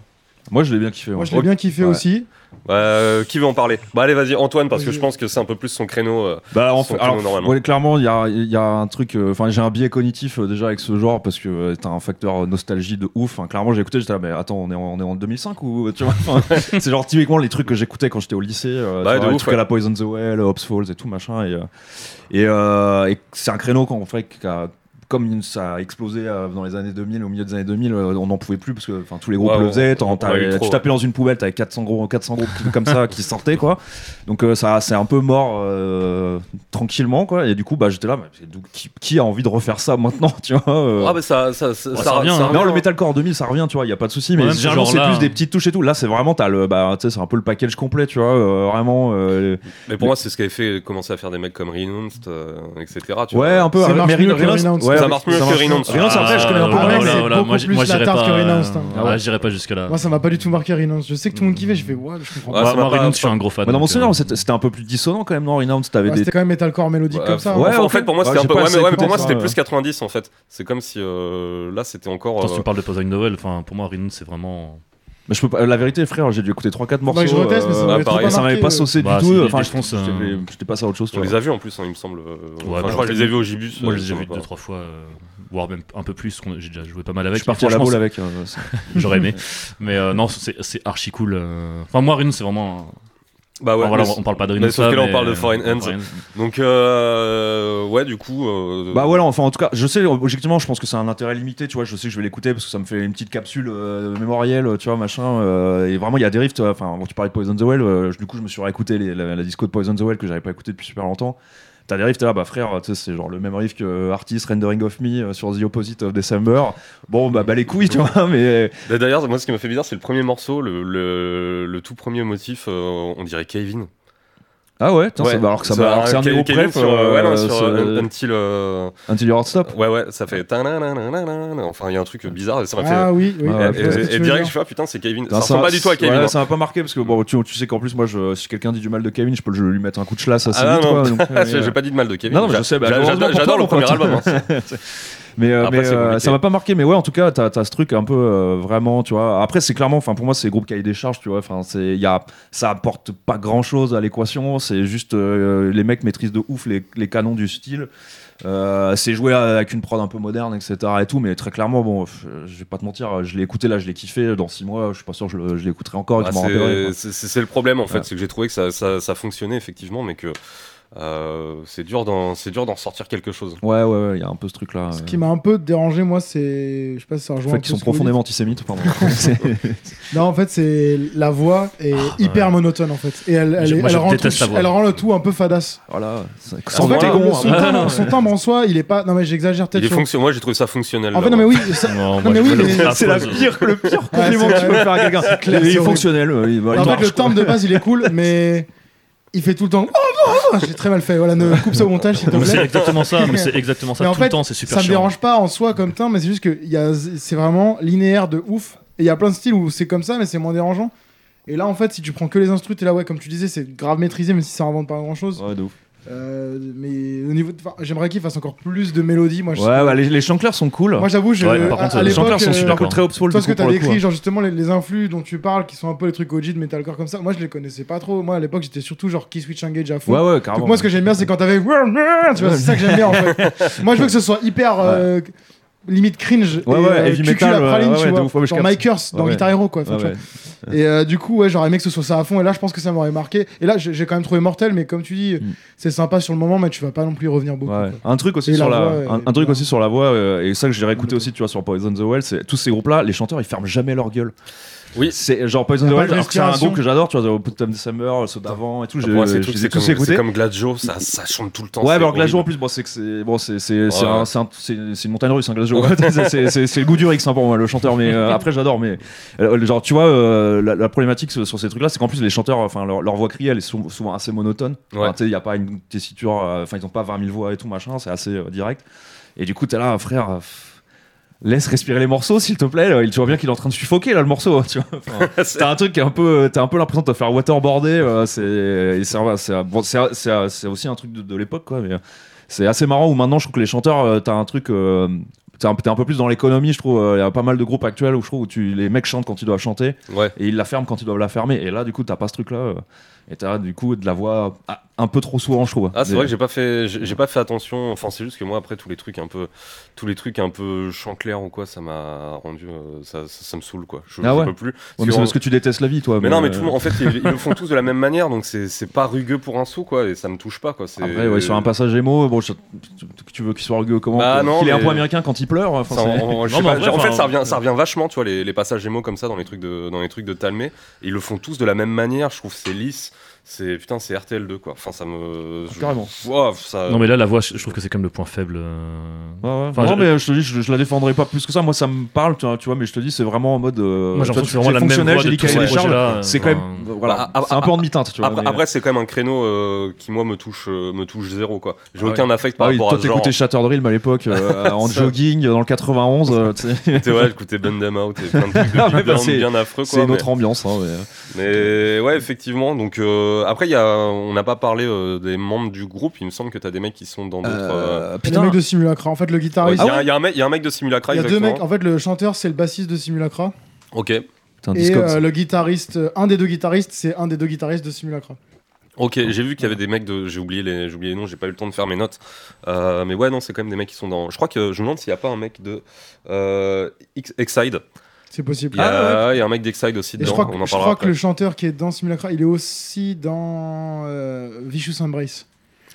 Moi, je l'ai bien kiffé. Moi ouais. je l'ai bien kiffé Ouais. aussi. Euh, Qui veut en parler Bah allez vas-y Antoine parce que Vas-y. je pense que c'est un peu plus son créneau. euh, Bah, en sont fait, tous alors, normalement. ouais, clairement, il y a, il y a un truc. euh, Enfin, j'ai un biais cognitif euh, déjà avec ce genre parce que euh, t'as un facteur euh, nostalgie de ouf. Enfin, clairement, j'ai écouté, j'étais là, mais attends, on est en, on est en 2005 ou euh, tu vois Enfin, C'est genre typiquement les trucs que j'écoutais quand j'étais au lycée. euh, Bah, tu de vois, les ouf, trucs à la Poison the Well, euh, Hobbs Falls et tout machin. Et, euh, et, euh, et c'est un créneau qu'on fait qui a- comme une- ça a explosé euh, dans les années 2000, au milieu des années 2000, euh, on n'en pouvait plus parce que enfin, tous les groupes Ouais, le on- faisaient. t'en- on t'avais- a eu trop, tu tapais dans une poubelle, t'avais 400 gros, 400 groupes comme ça qui sortaient quoi. Donc euh, ça, c'est un peu mort euh, tranquillement quoi. Et du coup, bah j'étais là, mais c'est d'où- qui, qui a envie de refaire ça maintenant, tu vois euh. Ah bah ça, ça, ça, Ouais, ça revient, hein. Non, le metalcore 2000, ça revient, tu vois, il y a pas de souci, mais Ouais, même ce généralement c'est genre-là, plus des hein. petites touches et tout. Là, c'est vraiment t'as le, bah, tu sais, c'est un peu le package complet, tu vois, euh, vraiment. euh, Mais pour moi, c'est ce qui avait fait commencer à faire des mecs comme Renounced, euh, etc. Tu ouais, vois. un peu. Ça euh, marche mais mieux Reno- que Reno- Renounced. ouais, Ça marche mieux ça que marche- Renounced. Renounced, après, je connais un peu. Ah, moins, oh ouais, mais- c'est beaucoup moi, j- plus moi, la j'irai tarte pas, que euh, Renounced, hein. ouais, Ah ouais. J'irai pas jusque là. Moi ça m'a pas du tout marqué Renounce. Je sais que tout le monde kiffait, je fais ouais, je comprends Ouais, pas. ça Moi, m'a moi, pas- Renounced, je suis un gros fan. Bah, dans mon donc, souvenir, euh, c'était c'était un peu plus dissonant quand même, non Renounced, t'avais Ouais, des. C'était quand même metalcore mélodique Ouais, comme ça. enfin, hein. ouais, en ok. fait, pour moi, Ouais, c'était un j'ai peu. pas Ouais, mais, assez ouais, mais écouté pour moi, ça, c'était ouais. plus 90 en fait. C'est comme si euh, là, c'était encore. Quand euh, tu parles de Poison Novel, enfin pour moi Renown c'est vraiment. Mais je peux pas- la vérité, frère, j'ai dû écauter 3-4 morceaux. je reteste, mais ça m'avait euh, trop pareil, pas ça m'avait marqué, pas euh. saucé Bah, du c'est tout. des Enfin, je défonces, pense. euh. J'étais passé à autre chose. tu on vois. les a vus en plus, hein, il me semble. euh, enfin, mais je crois que je les ai vus au Gibus. Moi euh, j'ai déjà je sais vu pas. deux trois fois, euh, voire même un peu plus. qu'on- J'ai déjà joué pas mal Je avec. suis parti à la Franchement, boule avec. euh, c'est- J'aurais aimé. Mais euh, non, c'est c'est archi cool. euh. Enfin, moi, Rune, c'est vraiment. Bah ouais. Enfin, voilà, mais- on parle pas de Rune. mais sauf ça, que là, on mais- parle de Foreign Hands. Foreign Donc, euh, ouais, du coup. euh, Bah voilà, enfin en tout cas, je sais, objectivement, je pense que c'est un intérêt limité, tu vois, je sais que je vais l'écouter parce que ça me fait une petite capsule euh, mémorielle, euh, tu vois, machin, euh, et vraiment il y a des riffs, tu vois, enfin, bon, tu parlais de Poison the Well, euh, je- du coup je me suis réécouté les- la, la disco de Poison the Well que j'avais pas écouté depuis super longtemps. T'as des riffs, t'es là, bah frère, tu sais, c'est genre le même riff que euh, Artist Rendering of Me euh, sur The Opposite of December. Bon, bah, bah les couilles, tu vois, mais. bah, D'ailleurs, moi, ce qui m'a fait bizarre, c'est le premier morceau, le, le, le tout premier motif, euh, on dirait Kevin. Ah ouais, putain, Ouais. ça- bah, alors que ça m'a. Alors que c'est un Kevin des gros sur, euh, ouais, non, sur euh, préf. Until. euh, Until Your Heart Stop. Ouais, ouais, ça fait. tanananananana. Enfin, il y a un truc bizarre. et Ça m'a fait. Ah oui, oui. Et, Ah, ouais, je vois ce que et- tu et veux direct, dire. je fais ah, putain, c'est Kevin. Ça Putain, ressemble pas du tout à Kevin. ouais, hein. ça m'a pas marqué parce que bon, tu, tu sais qu'en plus, moi, je, si quelqu'un dit du mal de Kevin, je peux le- lui mettre un coup de chlasse assez Ah, vite. non, quoi, non. donc, euh, Ah, J'ai j'ai pas dit de mal de Kevin. Non, non, mais je J'a- sais, bah, j'a- heureusement j'adore pour j'adore toi, le mon premier pote. album. hein. Mais, euh, Après, mais, c'est euh, compliqué. ça m'a pas marqué, mais ouais, en tout cas, t'as as ce truc un peu euh, vraiment, tu vois. Après, c'est clairement, enfin, pour moi, c'est groupe cahier des charges, tu vois. Enfin, c'est, il y a, ça apporte pas grand chose à l'équation. C'est juste, euh, les mecs maîtrisent de ouf les, les canons du style. Euh, c'est joué avec une prod un peu moderne, etc. et tout, mais très clairement, bon, pff, je vais pas te mentir, je l'ai écouté là, je l'ai kiffé. Dans 6 mois, je suis pas sûr que je le- je l'écouterai encore. et que Ah, je m'en rappellerai, quoi. c'est- c'est c'est le problème en fait, Ouais. c'est que j'ai trouvé que ça, ça, ça fonctionnait effectivement, mais que euh, c'est dur d'en c'est dur d'en sortir quelque chose. Ouais, ouais, ouais, il y a un peu ce truc là. Ce qui m'a un peu dérangé, moi, c'est. Je sais pas si ça rejoint. un peu qui sont ce que vous dites. profondément antisémites, pardon. C'est- Non, en fait, c'est la voix est hyper monotone en fait, et elle, elle, Je- est- moi, elle je rend déteste tout- la voix. elle rend le tout un peu fadasse. voilà, c'est- En sans Ah, fait, tes le gonds, son, hein. timbre, son timbre en soi, il est pas. Non mais j'exagère Il peut-être. est sur- fonction- Moi j'ai trouvé ça fonctionnel. En là, fait, non mais oui. ça- Non, mais moi, je oui, me mais le Ah, C'est la propose. pire, le pire Ouais, compliment c'est que tu peux vrai. faire à quelqu'un. C'est clair, Il c'est est horrible. fonctionnel. euh, Il, va- il En fait, marche, le quoi. timbre de base, il est cool, mais il fait tout le temps. Oh, oh, oh. J'ai très mal fait. Voilà, ne coupe ça au montage, s'il te Non, mais c'est plaît. exactement ça, mais c'est exactement ça Mais en tout fait, le temps, c'est super Ça me chiant. dérange pas en soi comme timbre, mais c'est juste que il y a- c'est vraiment linéaire de ouf. Et il y a plein de styles où c'est comme ça, mais c'est moins dérangeant. Et là, en fait, si tu prends que les instrus, t'es là, ouais, comme tu disais, c'est grave maîtrisé, même si ça invente pas grand chose. Ouais, de ouf. Euh, mais au niveau de- enfin, j'aimerais qu'il fasse encore plus de mélodies moi je- Ouais, ouais, les, les chancleurs sont cool. moi j'avoue je Ouais, par à- contre, à les l'époque chanteurs sont euh, super d'accord. très obscure toi ce que t'as hein. décrit genre justement les, les influx dont tu parles qui sont un peu les trucs OG de metalcore comme ça moi je les connaissais pas trop moi à l'époque j'étais surtout genre qui switch engage à fond Ouais, ouais, Donc carrément. moi ce que j'aime bien c'est quand t'avais tu vois c'est ça que j'aime bien en fait moi je veux que ce soit hyper euh, limite cringe Ouais, et, ouais, euh, heavy cucul metal, à ouais, praline, ouais, tu de vois ouf, ouais, mais je genre capte. Mikers dans Ouais, ouais. Guitar Hero quoi enfin, Ouais, tu ouais. et euh, du coup, ouais, j'aurais aimé que ce soit ça à fond. Et là, je pense que ça m'aurait marqué. Et là, j'ai j'ai quand même trouvé mortel, mais comme tu dis, Mm. c'est sympa sur le moment, mais tu vas pas non plus y revenir beaucoup. Ouais. quoi. Un truc aussi Et sur la la, voix, un, et- un truc ouais. aussi sur la voix euh, et ça que j'ai réécouté aussi tu vois sur Poison the Well, c'est tous ces groupes là, les chanteurs ils ferment jamais leur gueule. Oui. C'est genre Poison Y a the pas Well, de alors que c'est un respiration. groupe que j'adore, tu vois, Put Time December, ceux d'avant et tout, Ah, j'ai Pour moi, ces j'ai trucs, tous c'est comme, c'est écoutés. comme Gladjo, ça, ça chante tout le temps. Ouais, c'est mais alors horrible. Gladio en plus, bon, c'est que c'est bon, c'est c'est c'est Ouais. un- c'est un- c'est- c'est une montagne russe, hein, Gladio. C'est- c'est c'est- c'est le goût du Rix hein, pour moi, le chanteur. Mais euh, après, j'adore. Mais euh, genre, tu vois, euh, la, la problématique sur sur ces trucs-là, c'est qu'en plus les chanteurs, enfin leur, leur voix criée, elle est sou- souvent assez monotone. Ouais. Enfin, tu sais, il y a pas une tessiture, euh, enfin ils ont pas 20 000 voix et tout machin, c'est assez euh, direct. Et du coup, t'es là, frère. euh, pff, Laisse respirer les morceaux, s'il te plaît. là. Il- Tu vois bien qu'il est en train de suffoquer là le morceau. hein, Tu vois. Enfin, C'est- T'as un truc qui est un peu, euh, t'as un peu l'impression de te faire waterboarder. euh, c'est, et c'est, c'est- euh, bon, c'est- c'est- c'est aussi un truc de, de l'époque, quoi. Mais euh, c'est assez marrant où maintenant, je trouve que les chanteurs, euh, t'as un truc. euh, T'es un, t'es un peu plus dans l'économie, je trouve. Il y a pas mal de groupes actuels où je trouve où tu, les mecs chantent quand ils doivent chanter Ouais. et ils la ferment quand ils doivent la fermer. Et là, du coup, t'as pas ce truc-là. euh, et t'as du coup de la voix ah, un peu trop souvent, je trouve. Ah, c'est Mais- vrai que j'ai pas fait, j'ai j'ai pas fait attention. Enfin, c'est juste que moi, après tous les trucs un peu, tous les trucs un peu chant clair ou quoi, ça m'a rendu, euh, ça, ça, ça me saoule quoi. Je, Ah je ouais. peux plus. Ouais, mais c'est parce que tu détestes la vie, toi. Mais non, mais tout le euh, monde, en fait, ils, ils le font tous de la même manière, donc c'est c'est pas rugueux pour un sou, quoi, et ça me touche pas, quoi. c'est- Après, ouais, sur un passage émo, bon, je- tu- tu veux qu'il soit rugueux comment Bah, non, Qu'il ait un mais- point américain quand il pleure. enfin, Ça, c'est- en, en- je Non, sais mais en pas, vrai, en fait, enfin, ça revient, ça revient vachement, tu vois, les, les passages émo comme ça dans les trucs de, dans les trucs de Talmé. Ils le font tous de la même manière. Je trouve que c'est lisse. C'est putain, c'est RTL2 quoi. Enfin, ça me. je- Carrément. Ouah, ça. Non, mais là, la voix, je je trouve que c'est comme le point faible. euh, Ouais, ouais. Enfin, non, je- mais je te dis, je, je la défendrai pas plus que ça. Moi, ça me parle, tu vois, tu vois, mais je te dis, c'est vraiment en mode. euh, Moi, j'ai tu vois, l'impression que tu- c'est vraiment c'est la même fonctionnel, voix de j'ai dit tous cahier ces des charges. projets-là, C'est quand enfin, même. Voilà, Bah, c'est un peu en demi-teinte, tu vois. Après, mais- après, c'est quand même un créneau euh, qui moi me touche, euh, me touche zéro quoi. J'ai Ah aucun affect par Ah oui, rapport toi, à ce genre. t'écoutais Shatter Dream à l'époque, euh, en Ça. jogging, dans le 91, euh, tu sais. T'écoutais, ouais, j'écoutais Bundam Out et plein de trucs de Ah, mais beatdown bah, c'est- bien affreux quoi. C'est une mais- autre ambiance. hein, mais- Mais ouais, effectivement. Donc euh, après, il y a, on n'a pas parlé euh, des membres du groupe. Il me semble que t'as des mecs qui sont dans d'autres. euh, Euh, Et Le mec de Simulacra, en fait, le ouais, Ah guitariste. il y a un- il y, a un mec- il y a un mec de Simulacra. Il y a deux exactement. mecs. En fait, le chanteur, c'est le bassiste de Simulacra. Ok, Putain, Et Discogs. euh, le guitariste, euh, un des deux guitaristes, c'est un des deux guitaristes de Simulacra. ok. J'ai vu qu'il y avait des mecs de. J'ai oublié les, j'ai oublié les noms. J'ai pas eu le temps de faire mes notes. Euh, mais ouais, non, c'est quand même des mecs qui sont dans. Je crois que je me demande s'il n'y a pas un mec de euh, X- Exide. C'est Il possible. y, Ah, a, il y a un mec d'Exide aussi Et je dedans. crois, que, on en je crois parlera. que après. le chanteur qui est dans Simulacra, il est aussi dans euh, Vicious Embrace.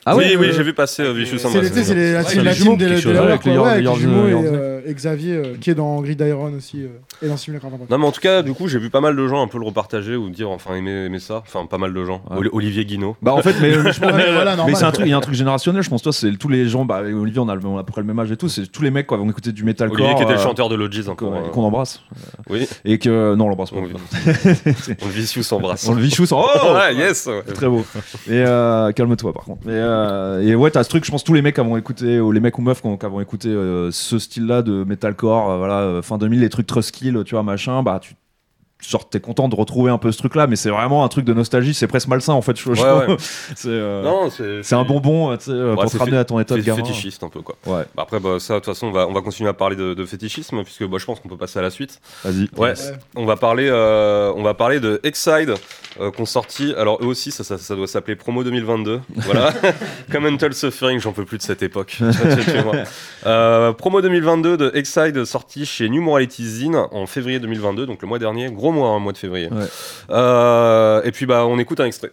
Ah oui, ouais, oui, euh, j'ai vu passer euh, Vicious C'est Embrace. les- tu sais, c'est les- la Ouais, team la les team jumeaux, des quelque des chose, Lawers, avec les quoi, ouais, York- avec les York- jumeaux et York- euh, et Xavier euh, qui est dans Grid Iron aussi euh, et dans Simulacra. Non mais en tout cas du coup j'ai vu pas mal de gens un peu le repartager ou dire enfin aimer, aimer ça, enfin pas mal de gens. Ouais. Oli- Olivier Guinaud. Bah, en fait, mais je pense- Ouais, voilà, normal. Mais c'est un truc, il y a un truc générationnel, je pense. Toi, c'est tous les gens, bah, avec Olivier, on a, le- on a à peu près le même âge et tout. C'est tous les mecs, quoi, vont écouter du metalcore. Olivier qui était le euh, chanteur de Lodges encore. qu'on euh, qu'on embrasse. Oui, Et que. Non, on l'embrasse pas. on, on le Vicious embrasse. On le vit chousse en. Oh ouais, yes ouais. Très beau. Et euh, calme-toi par contre. Et, euh, et ouais, t'as ce truc, je pense tous les mecs qui avons écouté, ou les mecs ou meufs qui ont- qui avons écouté euh, ce style-là de metalcore, euh, voilà, euh, fin 2000, les trucs Truskill, tu vois, machin, bah tu genre t'es content de retrouver un peu ce truc là mais c'est vraiment un truc de nostalgie c'est presque malsain en fait je- je- Ouais, ouais. c'est euh, Non, c'est. c'est un bonbon euh, tu sais, euh, Ouais, pour c'est te ramener à ton état de C'est gamin hein. fétichiste un peu quoi. ouais Bah, après bah, ça de toute façon on va, on va continuer à parler de, de fétichisme puisque bah, je pense qu'on peut passer à la suite. vas-y Ouais, on va parler, euh, on va parler de Exide euh, qu'on sortit. Alors eux aussi, ça, ça, ça doit s'appeler Promo 2022. Voilà, Commental Suffering, j'en peux plus de cette époque. Tu vois, tu vois, moi. Euh, promo 2022 de Exide sorti chez New Morality Zine en février 2022, donc le mois dernier, gros mois, hein, mois de février. Ouais. Euh, et puis bah on écoute un extrait.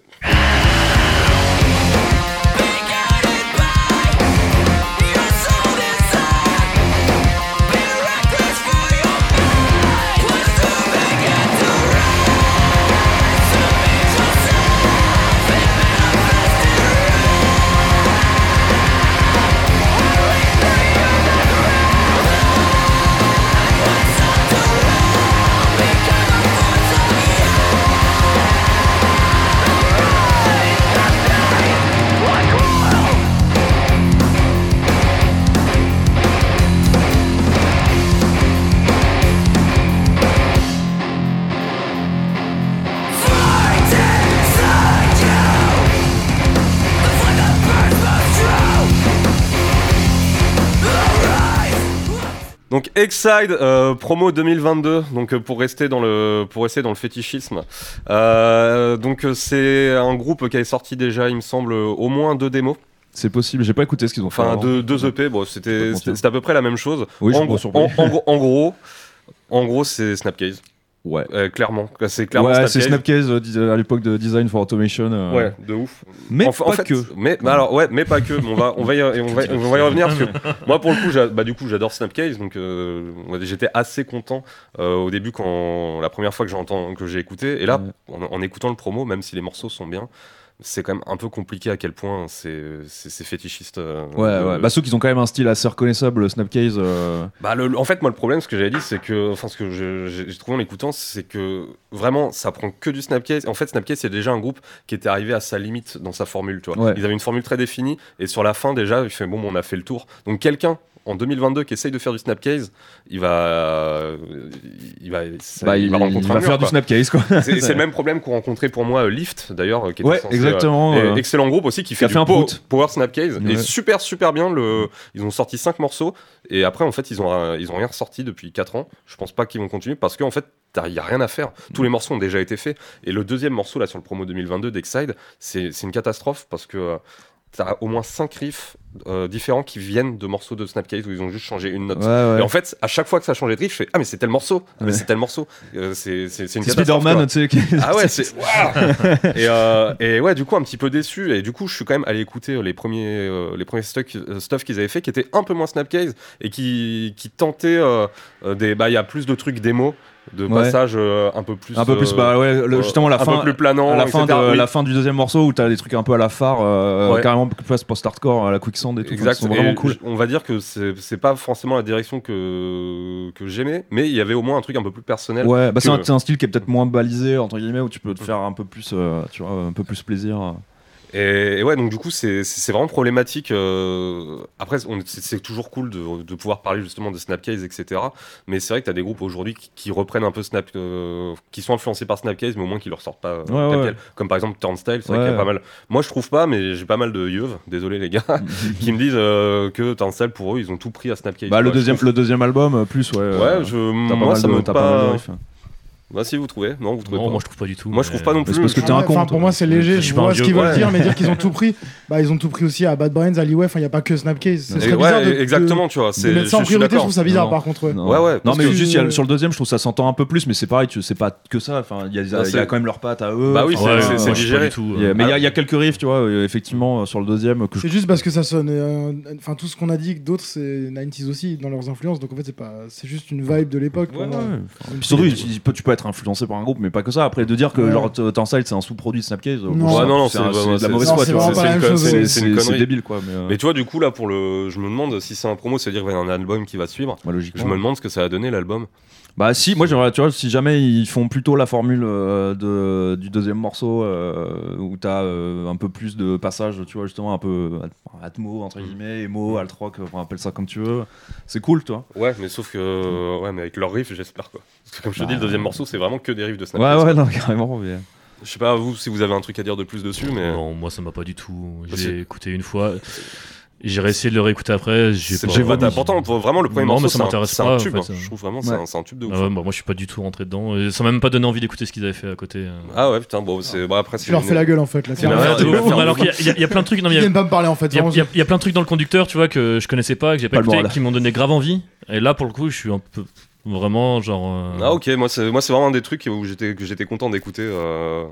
Donc Exide euh, promo 2022 donc euh, pour rester dans le pour rester dans le fétichisme. Euh, donc euh, c'est un groupe qui avait sorti déjà il me semble euh, au moins deux démos, c'est possible j'ai pas écouté ce qu'ils ont fait enfin avant. deux, deux EP, bon Je peux c'était te mentir. c'était c'était à peu près la même chose. Oui, en, je suis pas gros- surpris. en- en gros- en gros en gros c'est Snapcase ouais Euh, clairement c'est clairement ouais, c'est Snapcase. Snapcase euh, dis- à l'époque de Design for Automation. euh, Ouais, de ouf. Mais Enfin, pas en fait, que. Mais bah alors ouais, mais pas que. Mais on va on va y, et on va, on va y revenir parce que moi pour le coup, j'a- bah du coup j'adore Snapcase donc euh, ouais, j'étais assez content euh, au début quand la première fois que j'entends que j'ai écouté et là en, en écoutant le promo, même si les morceaux sont bien. C'est quand même un peu compliqué à quel point c'est c'est- c'est fétichiste. euh, Ouais, de- ouais. Bah, ceux qui ont quand même un style assez reconnaissable, le Snapcase. euh, Bah, le- le- en fait, moi, le problème, ce que j'avais dit, c'est que, enfin, ce que je- j'ai j'ai trouvé en l'écoutant, c'est que vraiment, ça prend que du Snapcase. En fait, Snapcase, c'est déjà un groupe qui était arrivé à sa limite dans sa formule, tu vois. Ouais. Ils avaient une formule très définie, et sur la fin, déjà, il fait bon, bon, on a fait le tour. Donc, quelqu'un en 2022 qui essaye de faire du Snapcase, il va, euh, il va, ça- bah, il va rencontrer il un va mur, faire du quoi. Snapcase, quoi. C'est c'est le même problème qu'on rencontrait pour moi euh, Lift d'ailleurs, euh, qui était Ouais, censé, euh, exactement. et euh, excellent groupe aussi qui fait, a du fait un po- prout. Power Snapcase Ouais. et super super bien le ils ont sorti 5 morceaux et après en fait ils ont euh, ils ont rien sorti depuis 4 ans je pense pas qu'ils vont continuer parce qu'en fait t'as- il y a rien à faire tous les morceaux ont déjà été faits et le deuxième morceau là sur le promo 2022 d'Exide c'est c'est une catastrophe parce que euh, t'as au moins 5 riffs euh, différents qui viennent de morceaux de Snapcase où ils ont juste changé une note ouais, ouais. Et en fait, à chaque fois que ça changeait de riff, je fais Ah, mais c'est tel morceau, Ah, mais Ouais. c'est tel morceau. Euh, c'est c'est- c'est une C'est catastrophe, quoi. Spider-Man, tu sais. qui- Ah ouais, c'est. Waouh et, euh, et ouais, du coup, un petit peu déçu. Et du coup, je suis quand même allé écouter euh, les premiers, euh, les premiers stuff, euh, stuff qu'ils avaient fait qui étaient un peu moins Snapcase et qui, qui tentaient euh, euh, des. Bah, il y a plus de trucs démo, de Ouais. passages euh, un peu plus. Un peu plus, euh, bah ouais, le- euh, justement, la un fin. peu plus planant. à la fin, etc. de, Oui. la fin du deuxième morceau où t'as des trucs un peu à la phare, euh, Ouais. carrément plus post-hardcore, à euh, la quicksand et tout. Exact, Ils sont vraiment et cool. j- On va dire que c'est c'est pas forcément la direction que, que j'aimais, mais il y avait au moins un truc un peu plus personnel. Ouais, bah c'est un, que- c'est un style qui est peut-être moins balisé, entre guillemets, où tu peux te faire un peu plus, euh, tu vois, un peu plus plaisir. Et, et ouais, donc du coup, c'est c'est- c'est vraiment problématique. euh, Après, on- c'est c'est toujours cool de, de pouvoir parler justement de Snapcase, etc. Mais c'est vrai que t'as des groupes aujourd'hui qui, qui reprennent un peu Snap, euh, qui sont influencés par Snapcase, mais au moins qui leur sortent pas euh, Ouais, tel ouais. quel. Comme par exemple Turnstile, c'est vrai Ouais. qu'il y a pas mal. Moi, je trouve pas, mais j'ai pas mal de yeux, désolé les gars, Bah, qui me disent euh, que Turnstile pour eux, ils ont tout pris à Snapcase. Bah, le Ouais, je deuxième, trouve- le deuxième album, euh, plus, ouais. euh, Ouais, je, T'as pas moi mal ça de- me t'as pas mal de pas. riffs, hein. Bah si vous trouvez, non vous trouvez Non, pas. moi je trouve pas du tout. Moi, je mais- trouve pas non Mais c'est plus. parce que je- t'es un Enfin, con, Pour toi. moi, c'est Je léger. suis Je pas un vois ce vieux, qu'ils ouais. veulent dire, mais dire qu'ils ont tout pris. Bah, ils ont tout pris aussi à Bad Brains, à Lee Wef. Il n'y a pas que Snapcase. Ce Et serait ouais, bizarre de- de- exactement, tu vois. de c'est- mettre ça en je suis priorité. Je d'accord. trouve ça bizarre, Non. par contre. ouais. Non. Ouais, ouais, Non, parce mais que- juste, il y a- sur le deuxième, je trouve ça s'entend un peu plus, mais c'est pareil, tu sais pas que ça. Enfin, il y, a- il y a- Ah, il y c'est- a quand même leur patte à eux. Bah oui, Ouais, Enfin, c'est- ouais, c'est- moi, c'est Ah. je suis pas digéré. du tout. il y euh, a- mais il y, a- il y a quelques riffs, tu vois, euh, effectivement, euh, sur le deuxième, que je C'est juste parce que ça sonne. euh, Enfin, tout ce qu'on a dit, que d'autres, c'est 90s aussi, dans leurs influences. Donc, en fait, c'est pas. C'est juste une vibe de l'époque. pour Ouais, moi. ouais. Même Puis si- surtout, il- il peut- tu peux être influencé par un groupe, mais pas que ça. Après, de dire que Ouais. genre T- Tensile c'est un sous-produit de Snapcase, euh, Non. bon, Ouais, ça, non, non, c'est c'est- un- ouais, c'est de la c'est- mauvaise c'est- foi, c'est- tu vois. c'est une conne- C'est vraiment pas la même c'est- chose. C'est une C'est connerie. débile, quoi. Mais, euh, Mais tu vois, du coup, là, pour le. Je me demande si c'est un promo, c'est-à-dire qu'il y a un album qui va suivre. ouais, Je logiquement. me demande ce que ça va donner l'album. Bah si, moi j'aimerais, tu vois, si jamais ils font plutôt la formule euh, de, du deuxième morceau euh, où t'as euh, un peu plus de passages, tu vois, justement un peu at- Mm. atmo entre guillemets, emo, alt rock, enfin, appelle ça comme tu veux. C'est cool, toi. Ouais, mais sauf que. Ouais, mais avec leur riff, j'espère quoi. Parce que comme je te Bah, dis, le deuxième morceau, c'est vraiment que des riffs de Ouais, Snapchat. ouais, non, carrément. euh. mais- Je sais pas, vous, si vous avez un truc à dire de plus dessus, mais. bah, Non, moi ça m'a pas du tout. Parce que- J'ai écouté une fois. J'ai réessayé de le réécouter après. J'ai C'est pas- pas grave. Pourtant, pour- vraiment, le premier Non, mais morceau, ça c'est un- m'intéresse c'est un, pas, en tube. fait, hein. ça. Je trouve vraiment, c'est Ouais. un- c'est un, tube de Ah ouf. ouais, bah, moi je suis pas du tout rentré dedans. Et ça m'a même pas donné envie d'écouter ce qu'ils avaient fait à côté. euh. Ah ouais, putain, bon, c'est. Bah, après, c'est. Tu leur une- fais la gueule en fait là. Il Mais a ouais, l'air de de le ouf. faire Mais alors qu'il y a- il y, a- il y a plein de trucs. Non, mais Ils il y a- viennent pas me parler en fait. il y, a- vraiment, il y a- il y a plein de trucs dans le conducteur, tu vois, que je connaissais pas, que j'ai Pas pas, le écouté, moral. qui m'ont donné grave envie. Et là, pour le coup, je suis un peu vraiment genre. euh, Ah ok, moi c'est moi c'est vraiment un des trucs où j'étais que j'étais content d'écouter. euh,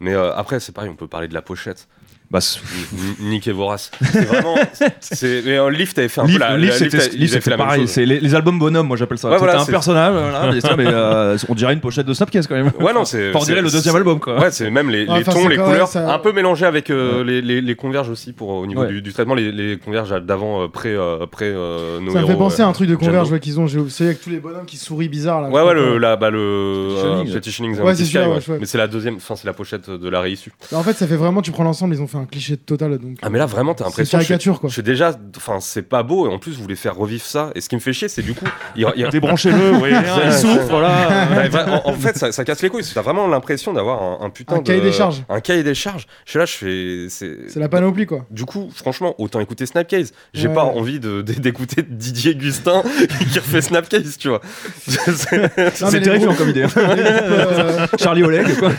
Mais euh, après c'est pareil, on peut parler de la pochette. Bah, c'est- N- Nick et Vorace. C'est vraiment. c'est- Mais euh, Lift avait fait un Leaf, peu la. Leaf, la- c'était- Lift, Leaf, ils avaient fait c'était la même pareil. chose. C'est les, les albums bonhommes, moi j'appelle ça. Ouais, C'était voilà, un c'est- personnage, voilà, et ça, mais euh, on dirait une pochette de Snapcase quand même. Ouais non c'est. Enfin, on dirait Euh, c'est- le deuxième c'est- album quoi. Ouais, c'est même les, Ouais, les enfin, tons, c'est les quand couleurs, même, ça- un peu mélangé avec euh, les, les, les converges aussi pour euh, au niveau Ouais. du, du traitement, les, les converges d'avant euh, pré euh, pré euh, No Ça me fait Hero, penser ouais. à un truc de converge J'adore. ouais, qu'ils ont. j'ai- C'est avec tous les bonhommes qui sourient bizarre là. Ouais, ouais, le, la, bah, le euh, Shining. Petitioning the Ouais, Empty c'est Sky, celui-là, ouais. ouais, ouais. Mais c'est la deuxième, enfin c'est la pochette de la réissue. En fait, ça fait vraiment. Tu prends l'ensemble, ils ont fait un cliché total donc. Ah mais là vraiment t'as C'est une l'impression que je- caricature quoi. Je suis déjà, enfin, c'est pas beau, et en plus, vous voulez faire revivre ça. Et ce qui me fait chier, c'est du coup, il, il- Débranchez-le, oui, il souffre là. Ouais, vra- en, en fait, ça, ça casse les couilles. parce que T'as vraiment l'impression d'avoir un, un putain Un de- cahier des charges. Un cahier des charges. Je suis là, je fais. c'est- C'est la panoplie quoi. Du coup, franchement, autant écouter Snapcase. J'ai Ouais. pas envie de- de- d'écouter Didier Gustin qui refait Snapcase, tu vois. C'est- Non, mais C'est les terrifiant groupes- comme idée. les groupes, euh, Charlie Oleg quoi.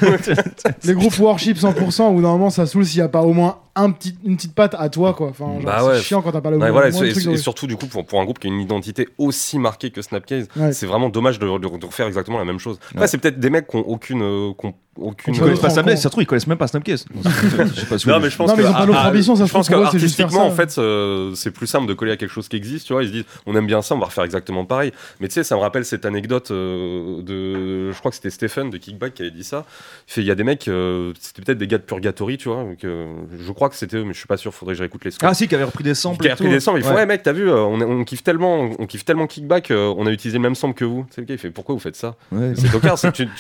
les groupes Worship 100% où normalement ça saoule s'il n'y a pas au moins un petit, une petite patte à toi quoi. Enfin, genre, Bah c'est ouais. chiant quand t'as pas le Ouais, moins, voilà, et, moins de et- trucs et dans- surtout, du coup, pour, pour un groupe qui a une identité aussi marquée que Snapcase, Ouais. c'est vraiment dommage de, de- de refaire exactement la même chose. Après, Ouais. c'est peut-être des mecs qui ont aucune. euh, qui ont aucune Ils Ouais, connaissent pas ouais. Snapcase, ça se trouve, ils connaissent même pas Snapcase. Je sais pas ce que- Non, mais je pense Non, mais que, ils ont pas d'autre ah, ah, ambition, ça se je pense que trouve, pour eux, c'est juste artistiquement, en faire fait, euh, c'est plus simple de coller à quelque chose qui existe. Tu vois, ils se disent, on aime bien ça, on va refaire exactement pareil. Mais tu sais, ça me rappelle cette anecdote euh, de, je crois que c'était Stephen de Kickback qui avait dit ça. Il fait, il y a des mecs, euh, c'était peut-être des gars de Purgatory, tu vois. Que, je crois que c'était eux, mais je suis pas sûr. Faudrait que je réécoute les scores. Ah si, qui avait repris des samples. Qui a et repris tout. des samples, il fait Ouais. ouais mec t'as vu euh, on, est- on kiffe tellement on, on kiffe tellement kickback euh, on a utilisé le même sample que vous c'est le gars il fait pourquoi vous faites ça Ouais. c'est tocard c'est- tu- tu-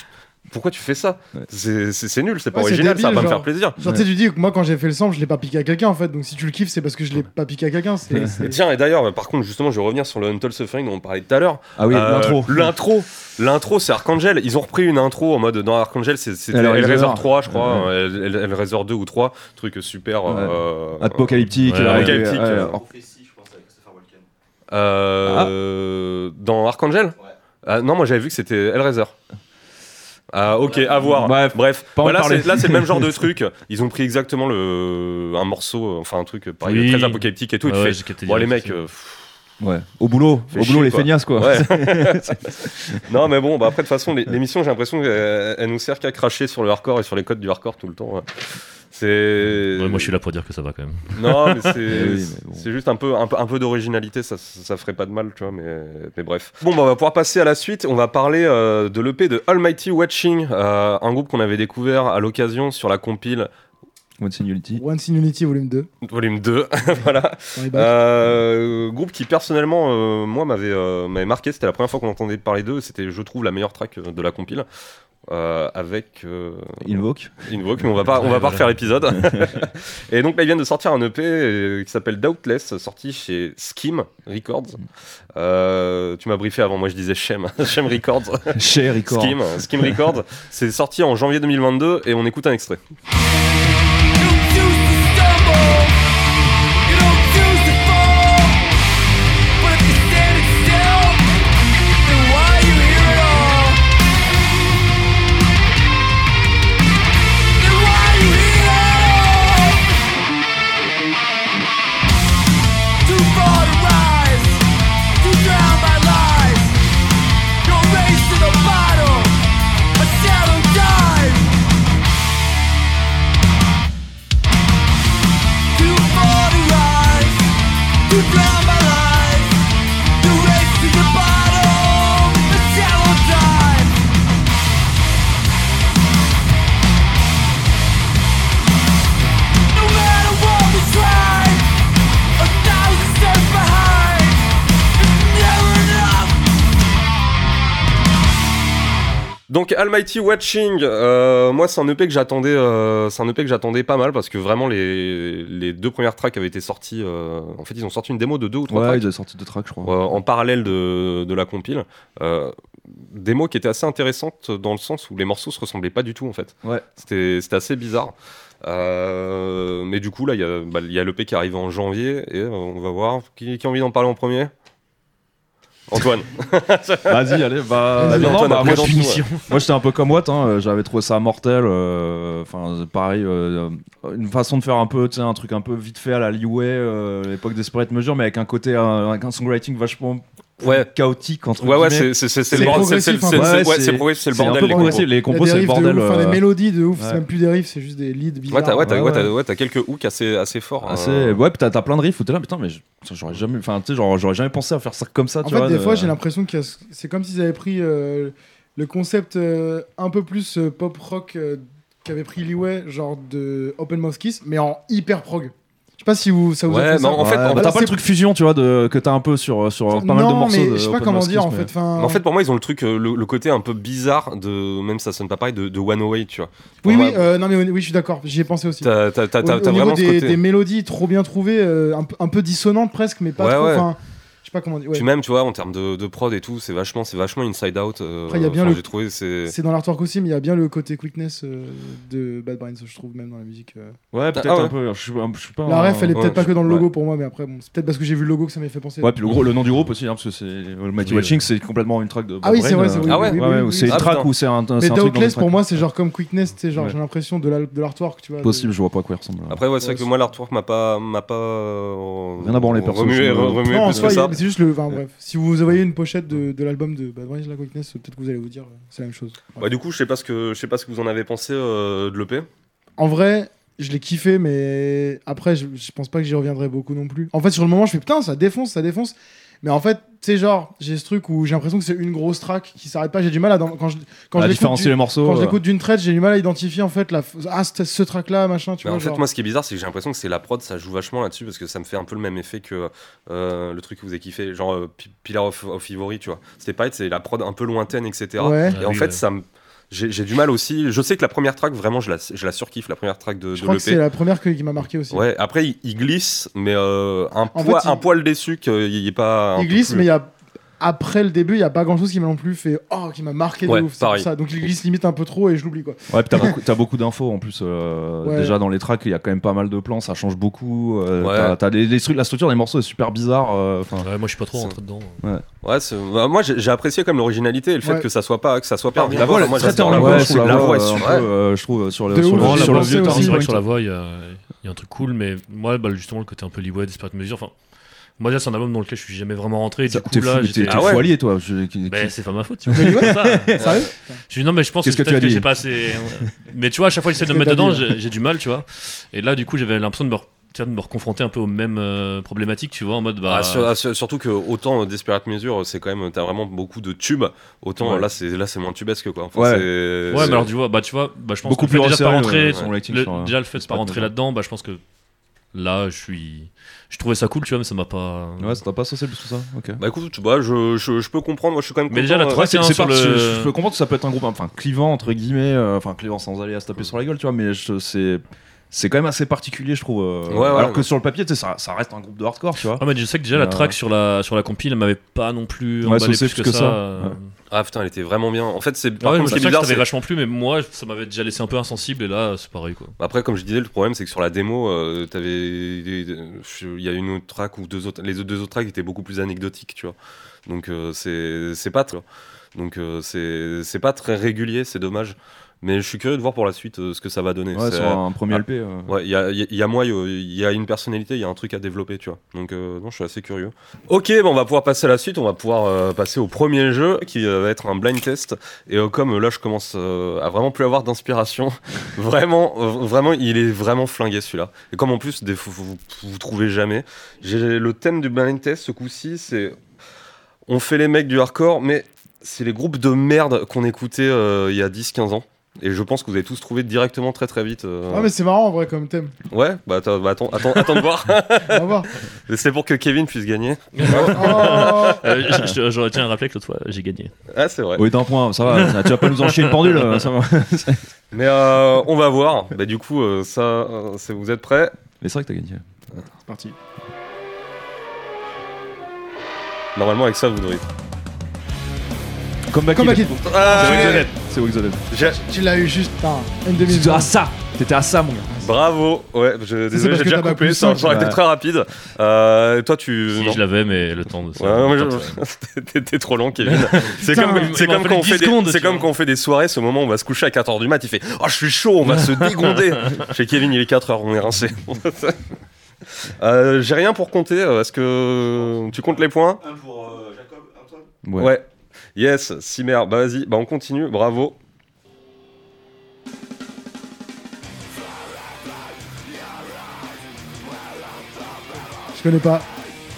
pourquoi tu fais ça Ouais. C'est- c'est c'est nul c'est pas Ouais, c'est original ça va pas débile, me faire genre. plaisir Genre, tu sais, tu dis que moi quand j'ai fait le sample, je l'ai pas piqué à quelqu'un en fait. Donc si tu le kiffes, c'est parce que je l'ai pas piqué à quelqu'un. c'est- c'est- Et Tiens, et d'ailleurs, euh, par contre, justement, je vais revenir sur le Untold Suffering dont on parlait tout à l'heure. Ah oui, Euh, l'intro. L'intro, l'intro, c'est Archangel. Ils ont repris une intro en mode dans Archangel, c'est- c'était Hellraiser. Hellraiser 3, je crois, euh, Hell- Hell- Hellraiser 2 ou 3, truc super. euh, Apocalyptique. Ouais, euh, apocalyptique, ouais, euh, ouais. euh, Dans Archangel Ah, Non, moi j'avais vu que c'était Hellraiser. Ah, ok, à voir. Bref, Bref, Bah, pas en Voilà, parler. c'est- là c'est le même genre de truc. Ils ont pris exactement le un morceau, euh, enfin un truc euh, pareil, Oui. très apocalyptique et tout. et ouais, tu ouais, fais, j'ai capté bon les direct. mecs, euh, Ouais. Au boulot, Fait au chier, boulot les quoi. feignasses quoi. Ouais. non, mais bon, bah, après, de toute façon, l'é- l'émission, j'ai l'impression qu'elle elle nous sert qu'à cracher sur le hardcore et sur les codes du hardcore tout le temps. ouais. C'est. Ouais, moi je suis là pour dire que ça va quand même. Non, mais c'est Oui, mais bon. c'est juste un peu, un peu, un peu d'originalité, ça, ça, ça ferait pas de mal, tu vois, mais, mais bref. Bon, bah, on va pouvoir passer à la suite. On va parler euh, de l'EP de Almighty Watching, euh, un groupe qu'on avait découvert à l'occasion sur la compile One Singularity. Once in Unity volume 2. volume 2. voilà. dans les bacs. Euh, groupe qui personnellement euh, moi m'avait euh, m'avait marqué c'était la première fois qu'on entendait parler d'eux c'était je trouve la meilleure track euh, de la compile euh, avec euh, Invoke. Invoke mais on va pas on va pas Voilà. refaire l'épisode et donc là ils viennent de sortir un EP euh, qui s'appelle Doubtless sorti chez Skim Records Euh, tu m'as briefé avant moi je disais Shem Shem Records Cher Record. Skim Skim Records c'est sorti en janvier 2022 et on écoute un extrait You choose to stumble, you don't choose to fall. But if you're standing still, then why are you here at all? Then why are you here at all? Too far to rise, too drowned by lies. Your race to the bottom, a shallow dive. Donc Almighty Watching, euh, moi c'est un EP que j'attendais, euh, c'est un EP que j'attendais pas mal parce que vraiment les, les deux premières tracks avaient été sorties. euh, en fait, ils ont sorti une démo de deux ou trois Ouais, tracks il a sorti deux tracks, je crois. euh, en parallèle de, de la compile. Euh, démo qui était assez intéressante dans le sens où les morceaux se ressemblaient pas du tout en fait. Ouais. C'était c'était assez bizarre. Euh, mais du coup là, il y a, bah, il y a l'EP qui arrive en janvier et euh, on va voir qui, qui a envie d'en parler en premier. Antoine. Vas-y, allez, bah. Vas-y, non, non, Antoine, bah, après moi, dans je- tout, ouais. Moi j'étais un peu comme Watt, hein, euh, j'avais trouvé ça mortel. euh, Enfin, euh, pareil, euh, une façon de faire un peu, tu sais, un truc un peu vite fait à la Leeway, euh, l'époque Desperate Measure, mais avec un côté, euh, avec un songwriting vachement Ouais. chaotique entre Ouais, ouais, guillemets. c'est- c'est c'est- c'est C'est le bordel. c'est- c'est- progressif, hein. c'est- c'est- Ouais, ouais, c'est c'est- progressif, c'est le C'est un bordel. peu les progressif, compos. les compos, La c'est le dérive de bordel. ouf, hein, enfin, euh, des mélodies de ouf, ouais. c'est même plus des riffs, c'est juste des leads Ouais, t'as bizarres. ouais, t'as- Ouais, ouais, t'as- ouais. ouais, t'as quelques hooks assez, assez forts. assez- euh. ouais, puis t'as t'as plein de riffs où t'es là, putain, mais je- putain, j'aurais jamais, enfin, tu sais, genre, j'aurais jamais pensé à faire ça comme ça. En tu fait, vois, des de- fois, j'ai l'impression que c'est comme s'ils avaient pris euh, le concept euh, un peu plus euh, pop rock euh, qu'avait pris Leeway, genre de Open Mouth Kiss, mais en hyper prog. Je sais pas si vous, ça vous a Ouais, fait mais ça. en fait, Ouais, en bah, fait, t'as c'est- pas le truc fusion, tu vois, de, que t'as un peu sur, sur pas mal de non, morceaux. mais de je sais pas Open comment Mouth dire Kiss, en mais- fait. Enfin, Mais en fait, pour moi, ils ont le truc, euh, le, le côté un peu bizarre de, même ça sonne pas pareil, de, de One Away, tu vois. Pour oui, moi, oui, euh, non, mais oui, oui, je suis d'accord, j'y ai pensé aussi. T'as t'as- t'as- Au- t'as- au t'as niveau vraiment ce des, côté. des mélodies trop bien trouvées, euh, un, peu- un peu dissonantes presque, mais pas Ouais, trop. ouais. enfin, Je sais pas comment dire. ouais. Puis même, tu vois, en termes de, de prod et tout, c'est vachement, c'est vachement inside out. euh, Après, il y a bien enfin, le- J'ai trouvé, c'est. C'est dans l'artwork aussi, mais il y a bien le côté quickness euh, de Bad Brains, je trouve, même dans la musique. euh. Ouais, peut-être Ah ouais. un peu. Je suis pas- je suis pas. La un- ref, elle est ouais, peut-être pas que dans le ouais. logo pour moi, mais après, bon, c'est peut-être parce que j'ai vu le logo que ça m'est fait penser. Ouais, puis le, gros, le nom du groupe aussi, hein, parce que c'est euh, Mighty Oui, Watching, c'est complètement une track de. Ah oui, c'est Brain, vrai, euh, c'est vrai. Ah ouais, oui, ouais, oui, oui, ouais, oui. c'est une Ah, track putain. où c'est un. c'est un Mais truc dans une Doubtless, track. pour moi, c'est genre comme quickness, c'est genre, Ouais. j'ai l'impression de la- de l'artwork, tu vois. de- Possible, je vois pas à quoi il ressemble. Après, ouais, c'est Ouais, vrai que c'est- moi, l'artwork m'a pas. m'a pas. euh, Rien à branler, perso, Remué, je- re- remué non, en plus soi, que il y a- ça. mais c'est juste le. Enfin, bref. Si vous voyez une pochette de, de l'album de Bad Brains, la quickness, peut-être que vous allez vous dire, euh, c'est la même chose. Ouais. Bah, du coup, je sais pas ce que, je sais pas ce que vous en avez pensé euh, de l'EP. En vrai, je l'ai kiffé, mais après, je, je pense pas que j'y reviendrai beaucoup non plus. En fait, sur le moment, je fais putain, ça défonce, ça défonce. Mais en fait, tu sais, genre, j'ai ce truc où j'ai l'impression que c'est une grosse track qui s'arrête pas. J'ai du mal à. dans- Quand je, quand Quand je à l'écoute différencier du- les morceaux. quand je euh, l'écoute d'une traite, j'ai du mal à identifier en fait la. f- Ah, c'était ce track là, machin, tu Mais vois. Bah, en fait, genre. moi, ce qui est bizarre, c'est que j'ai l'impression que c'est la prod, ça joue vachement là-dessus parce que ça me fait un peu le même effet que euh, le truc que vous avez kiffé, genre euh, P- Pillar of, of Ivory, tu vois. C'était pareil, c'est la prod un peu lointaine, etc. ouais. Et Ah en oui, fait, ouais. ça me. J'ai j'ai du mal aussi. Je sais que la première track, vraiment, je la, je la surkiffe, la première track de, Je de crois que c'est l'EP. la première que- qui m'a marqué aussi. Ouais, après, il, il glisse, mais euh, un, En poil- fait, il- un poil déçu qu'il n'y ait pas. un il peu glisse, plus. mais il y a après le début, il y a pas grand chose qui m'a non plus fait oh qui m'a marqué de Ouais, ouf. c'est pour pareil. Ça. Donc il glisse limite un peu trop et je l'oublie quoi. Ouais, puis t'as beaucoup, t'as beaucoup d'infos en plus. euh, Ouais. Déjà dans les tracks, il y a quand même pas mal de plans, ça change beaucoup. euh, Ouais. t'as- T'as les, les trucs, la structure des morceaux est super bizarre. euh, enfin, Ouais, moi, je suis pas trop Ça- rentré dedans. Ouais, c'est- bah, moi, j'ai j'ai apprécié comme l'originalité et le fait Ouais. que ça soit pas, que ça soit pas. la voix, moi, elle est très j'adore en la voix, voix, je sur trouve la voix, c'est euh, un vrai. peu, euh, je trouve, euh, sur le De sur ouf, le- j'ai sur le pensé vieux aussi, Turning c'est vrai Point. que sur la voix, il y a, il y a un truc cool, mais moi, bah, justement, le côté un peu Leeway, Desperate Measure, enfin, moi, déjà, c'est un album dans lequel je suis jamais vraiment rentré. Du Ça, coup, T'es là, fou, t'es- j'étais. t'es Ah ouais. fou allié, toi. je- qui- Ben, qui- c'est pas ma faute. tu vois. C'est ça. Sérieux Je dis non, mais je pense Qu'est-ce que, que peut-être tu as dit j'ai pas assez. Mais tu vois, à chaque fois que j'essaie de me Qu'est-ce mettre que t'as dedans, dit j'ai j'ai du mal, tu vois. Et là, du coup, j'avais l'impression de me, re- tu vois, de me reconfronter un peu aux mêmes euh, problématiques, tu vois, en mode bah. Ah, sur- ah, sur- surtout que autant euh, Desperate Measure, c'est quand même, t'as vraiment beaucoup de tubes, autant Ouais. euh, là c'est là c'est moins tubesque quoi. Enfin, Ouais. c'est- Ouais, c'est- mais alors, tu vois, bah, tu vois, bah, je pense Beaucoup que le plus fait déjà de pas resserré, rentrer, ouais, son lighting le- sur euh. un- déjà le fait de pas pas rentrer plaisant. là-dedans, bah, je pense que là, je suis. Je trouvais ça cool, tu vois, mais ça m'a pas. Ouais, ça t'a pas saucé plus tout ça. Ok. Bah écoute, bah, je, je, je peux comprendre, moi je suis quand même. Mais content, déjà, la euh, troisième- c'est tiens, c'est sur pas- le- je, je peux comprendre que ça peut être un groupe enfin clivant entre guillemets euh, enfin clivant sans aller à se taper sur la gueule tu vois mais je- c'est c'est quand même assez particulier je trouve euh, Ouais, ouais, alors que ouais. sur le papier tu sais, ça, ça reste un groupe de hardcore tu vois Ah, mais je sais que déjà, Euh, la track sur la, sur la compile, elle m'avait pas non plus Ouais, emballé saucé plus que, ça. euh, Ouais. Ah putain, elle était vraiment bien. En fait, c'est par Ouais, contre, je ce qui est sais que ça bizarre, t'avait c'est- vachement plu, mais moi, ça m'avait déjà laissé un peu insensible, et là, c'est pareil, quoi. Après, comme je disais, le problème c'est que sur la démo, euh, t'avais, il y a une autre track ou deux autres, les deux autres tracks étaient beaucoup plus anecdotiques, tu vois. Donc euh, c'est c'est pas, tu vois. donc euh, c'est c'est pas très régulier, c'est dommage. Mais je suis curieux de voir pour la suite euh, ce que ça va donner. ouais C'est- sur un premier ah. LP euh. Ouais, il y a, y a- y a moi, il y a une personnalité, il y a un truc à développer, tu vois. Donc, euh, non, je suis assez curieux. Ok, bon, on va pouvoir passer à la suite. On va pouvoir euh, passer au premier jeu qui euh, va être un blind test. Et euh, comme euh, là, je commence euh, à vraiment plus avoir d'inspiration, vraiment, euh, vraiment, il est vraiment flingué celui-là. Et comme en plus, des, vous, vous, vous trouvez jamais. J'ai le thème du blind test ce coup-ci, c'est on fait les mecs du hardcore, mais c'est les groupes de merde qu'on écoutait euh, il y a 10-15 ans. Et je pense que vous avez tous trouvé directement très très vite. euh, Ah, mais c'est marrant en vrai comme thème. Ouais, bah, attends, bah, attends, attends, attends de voir. On va voir. C'est pour que Kevin puisse gagner. Oh, Euh, je- je- J'aurais tiens à rappeler que l'autre fois, j'ai gagné. Ah, c'est vrai. Oui, d'un point, ça va. tu vas pas nous enchaîner une pendule, euh, ça va. Mais euh, on va voir. Bah, du coup, euh, ça, euh, c'est- vous êtes prêts Mais c'est vrai que t'as gagné. c'est parti. Normalement, avec ça, vous devriez. Comme back Comme à in. Kid. Ah, C'est ouais. Wixonet. C'est Wixonet. J'ai- Tu l'as eu juste putain, une demi C'était à seconde. ça. T'étais à ça, mon gars. Bravo. Ouais, je, désolé, parce j'ai que déjà t'as pas coupé. plus Ça, cinq, j'aurais été ouais. très rapide. Euh, toi, tu. Si, non. je l'avais, mais le temps de ça. Ouais, non, mais le temps je- de ça. T'es- T'es trop lent, Kevin. C'est Putain, comme, il c'est m'en comme fallait quand on 10 fait des, secondes, c'est tu comme vois. quand on fait des soirées, ce moment où on va se coucher à 4h du mat, il fait Oh, je suis chaud, on va se dégonder. Chez Kevin, il est 4h, on est rincé. Euh, J'ai rien pour compter. euh, Est-ce que tu comptes les points Un pour euh, Jacob, Antoine ouais. Yes, Simer, bah vas-y, bah on continue, bravo. Je connais pas.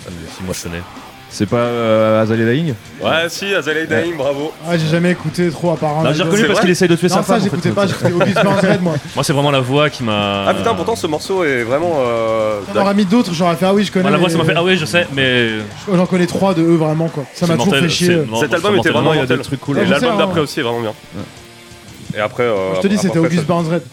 Si moi je connais. C'est pas euh, Azalea Dying Ouais, si, Azalea Daim, bravo. Ah, j'ai jamais écouté trop à part un. Non, album. j'ai reconnu c'est parce vrai qu'il essaye de tuer sa Non, ça, femme. en j'écoutais fait. pas, j'écoutais Obis en Red, moi. Moi, c'est vraiment la voix qui m'a. Ah putain, pourtant ce morceau est vraiment. euh, T'en aurais mis d'autres, j'aurais fait ah oui, je connais. Moi, la voix, mais- ça m'a fait. Ah oui, je sais, mais. Oh, J'en connais trois de eux vraiment, quoi. Ça c'est m'a toujours mortel, fait c'est- chier. euh. non, Cet c'est album était mortel. vraiment Non, il y a mortel. des trucs cool. Et je sais, l'album hein. d'après aussi est vraiment bien. Et après. euh, Je te dis, après, c'était ça- Auguste Burns Red.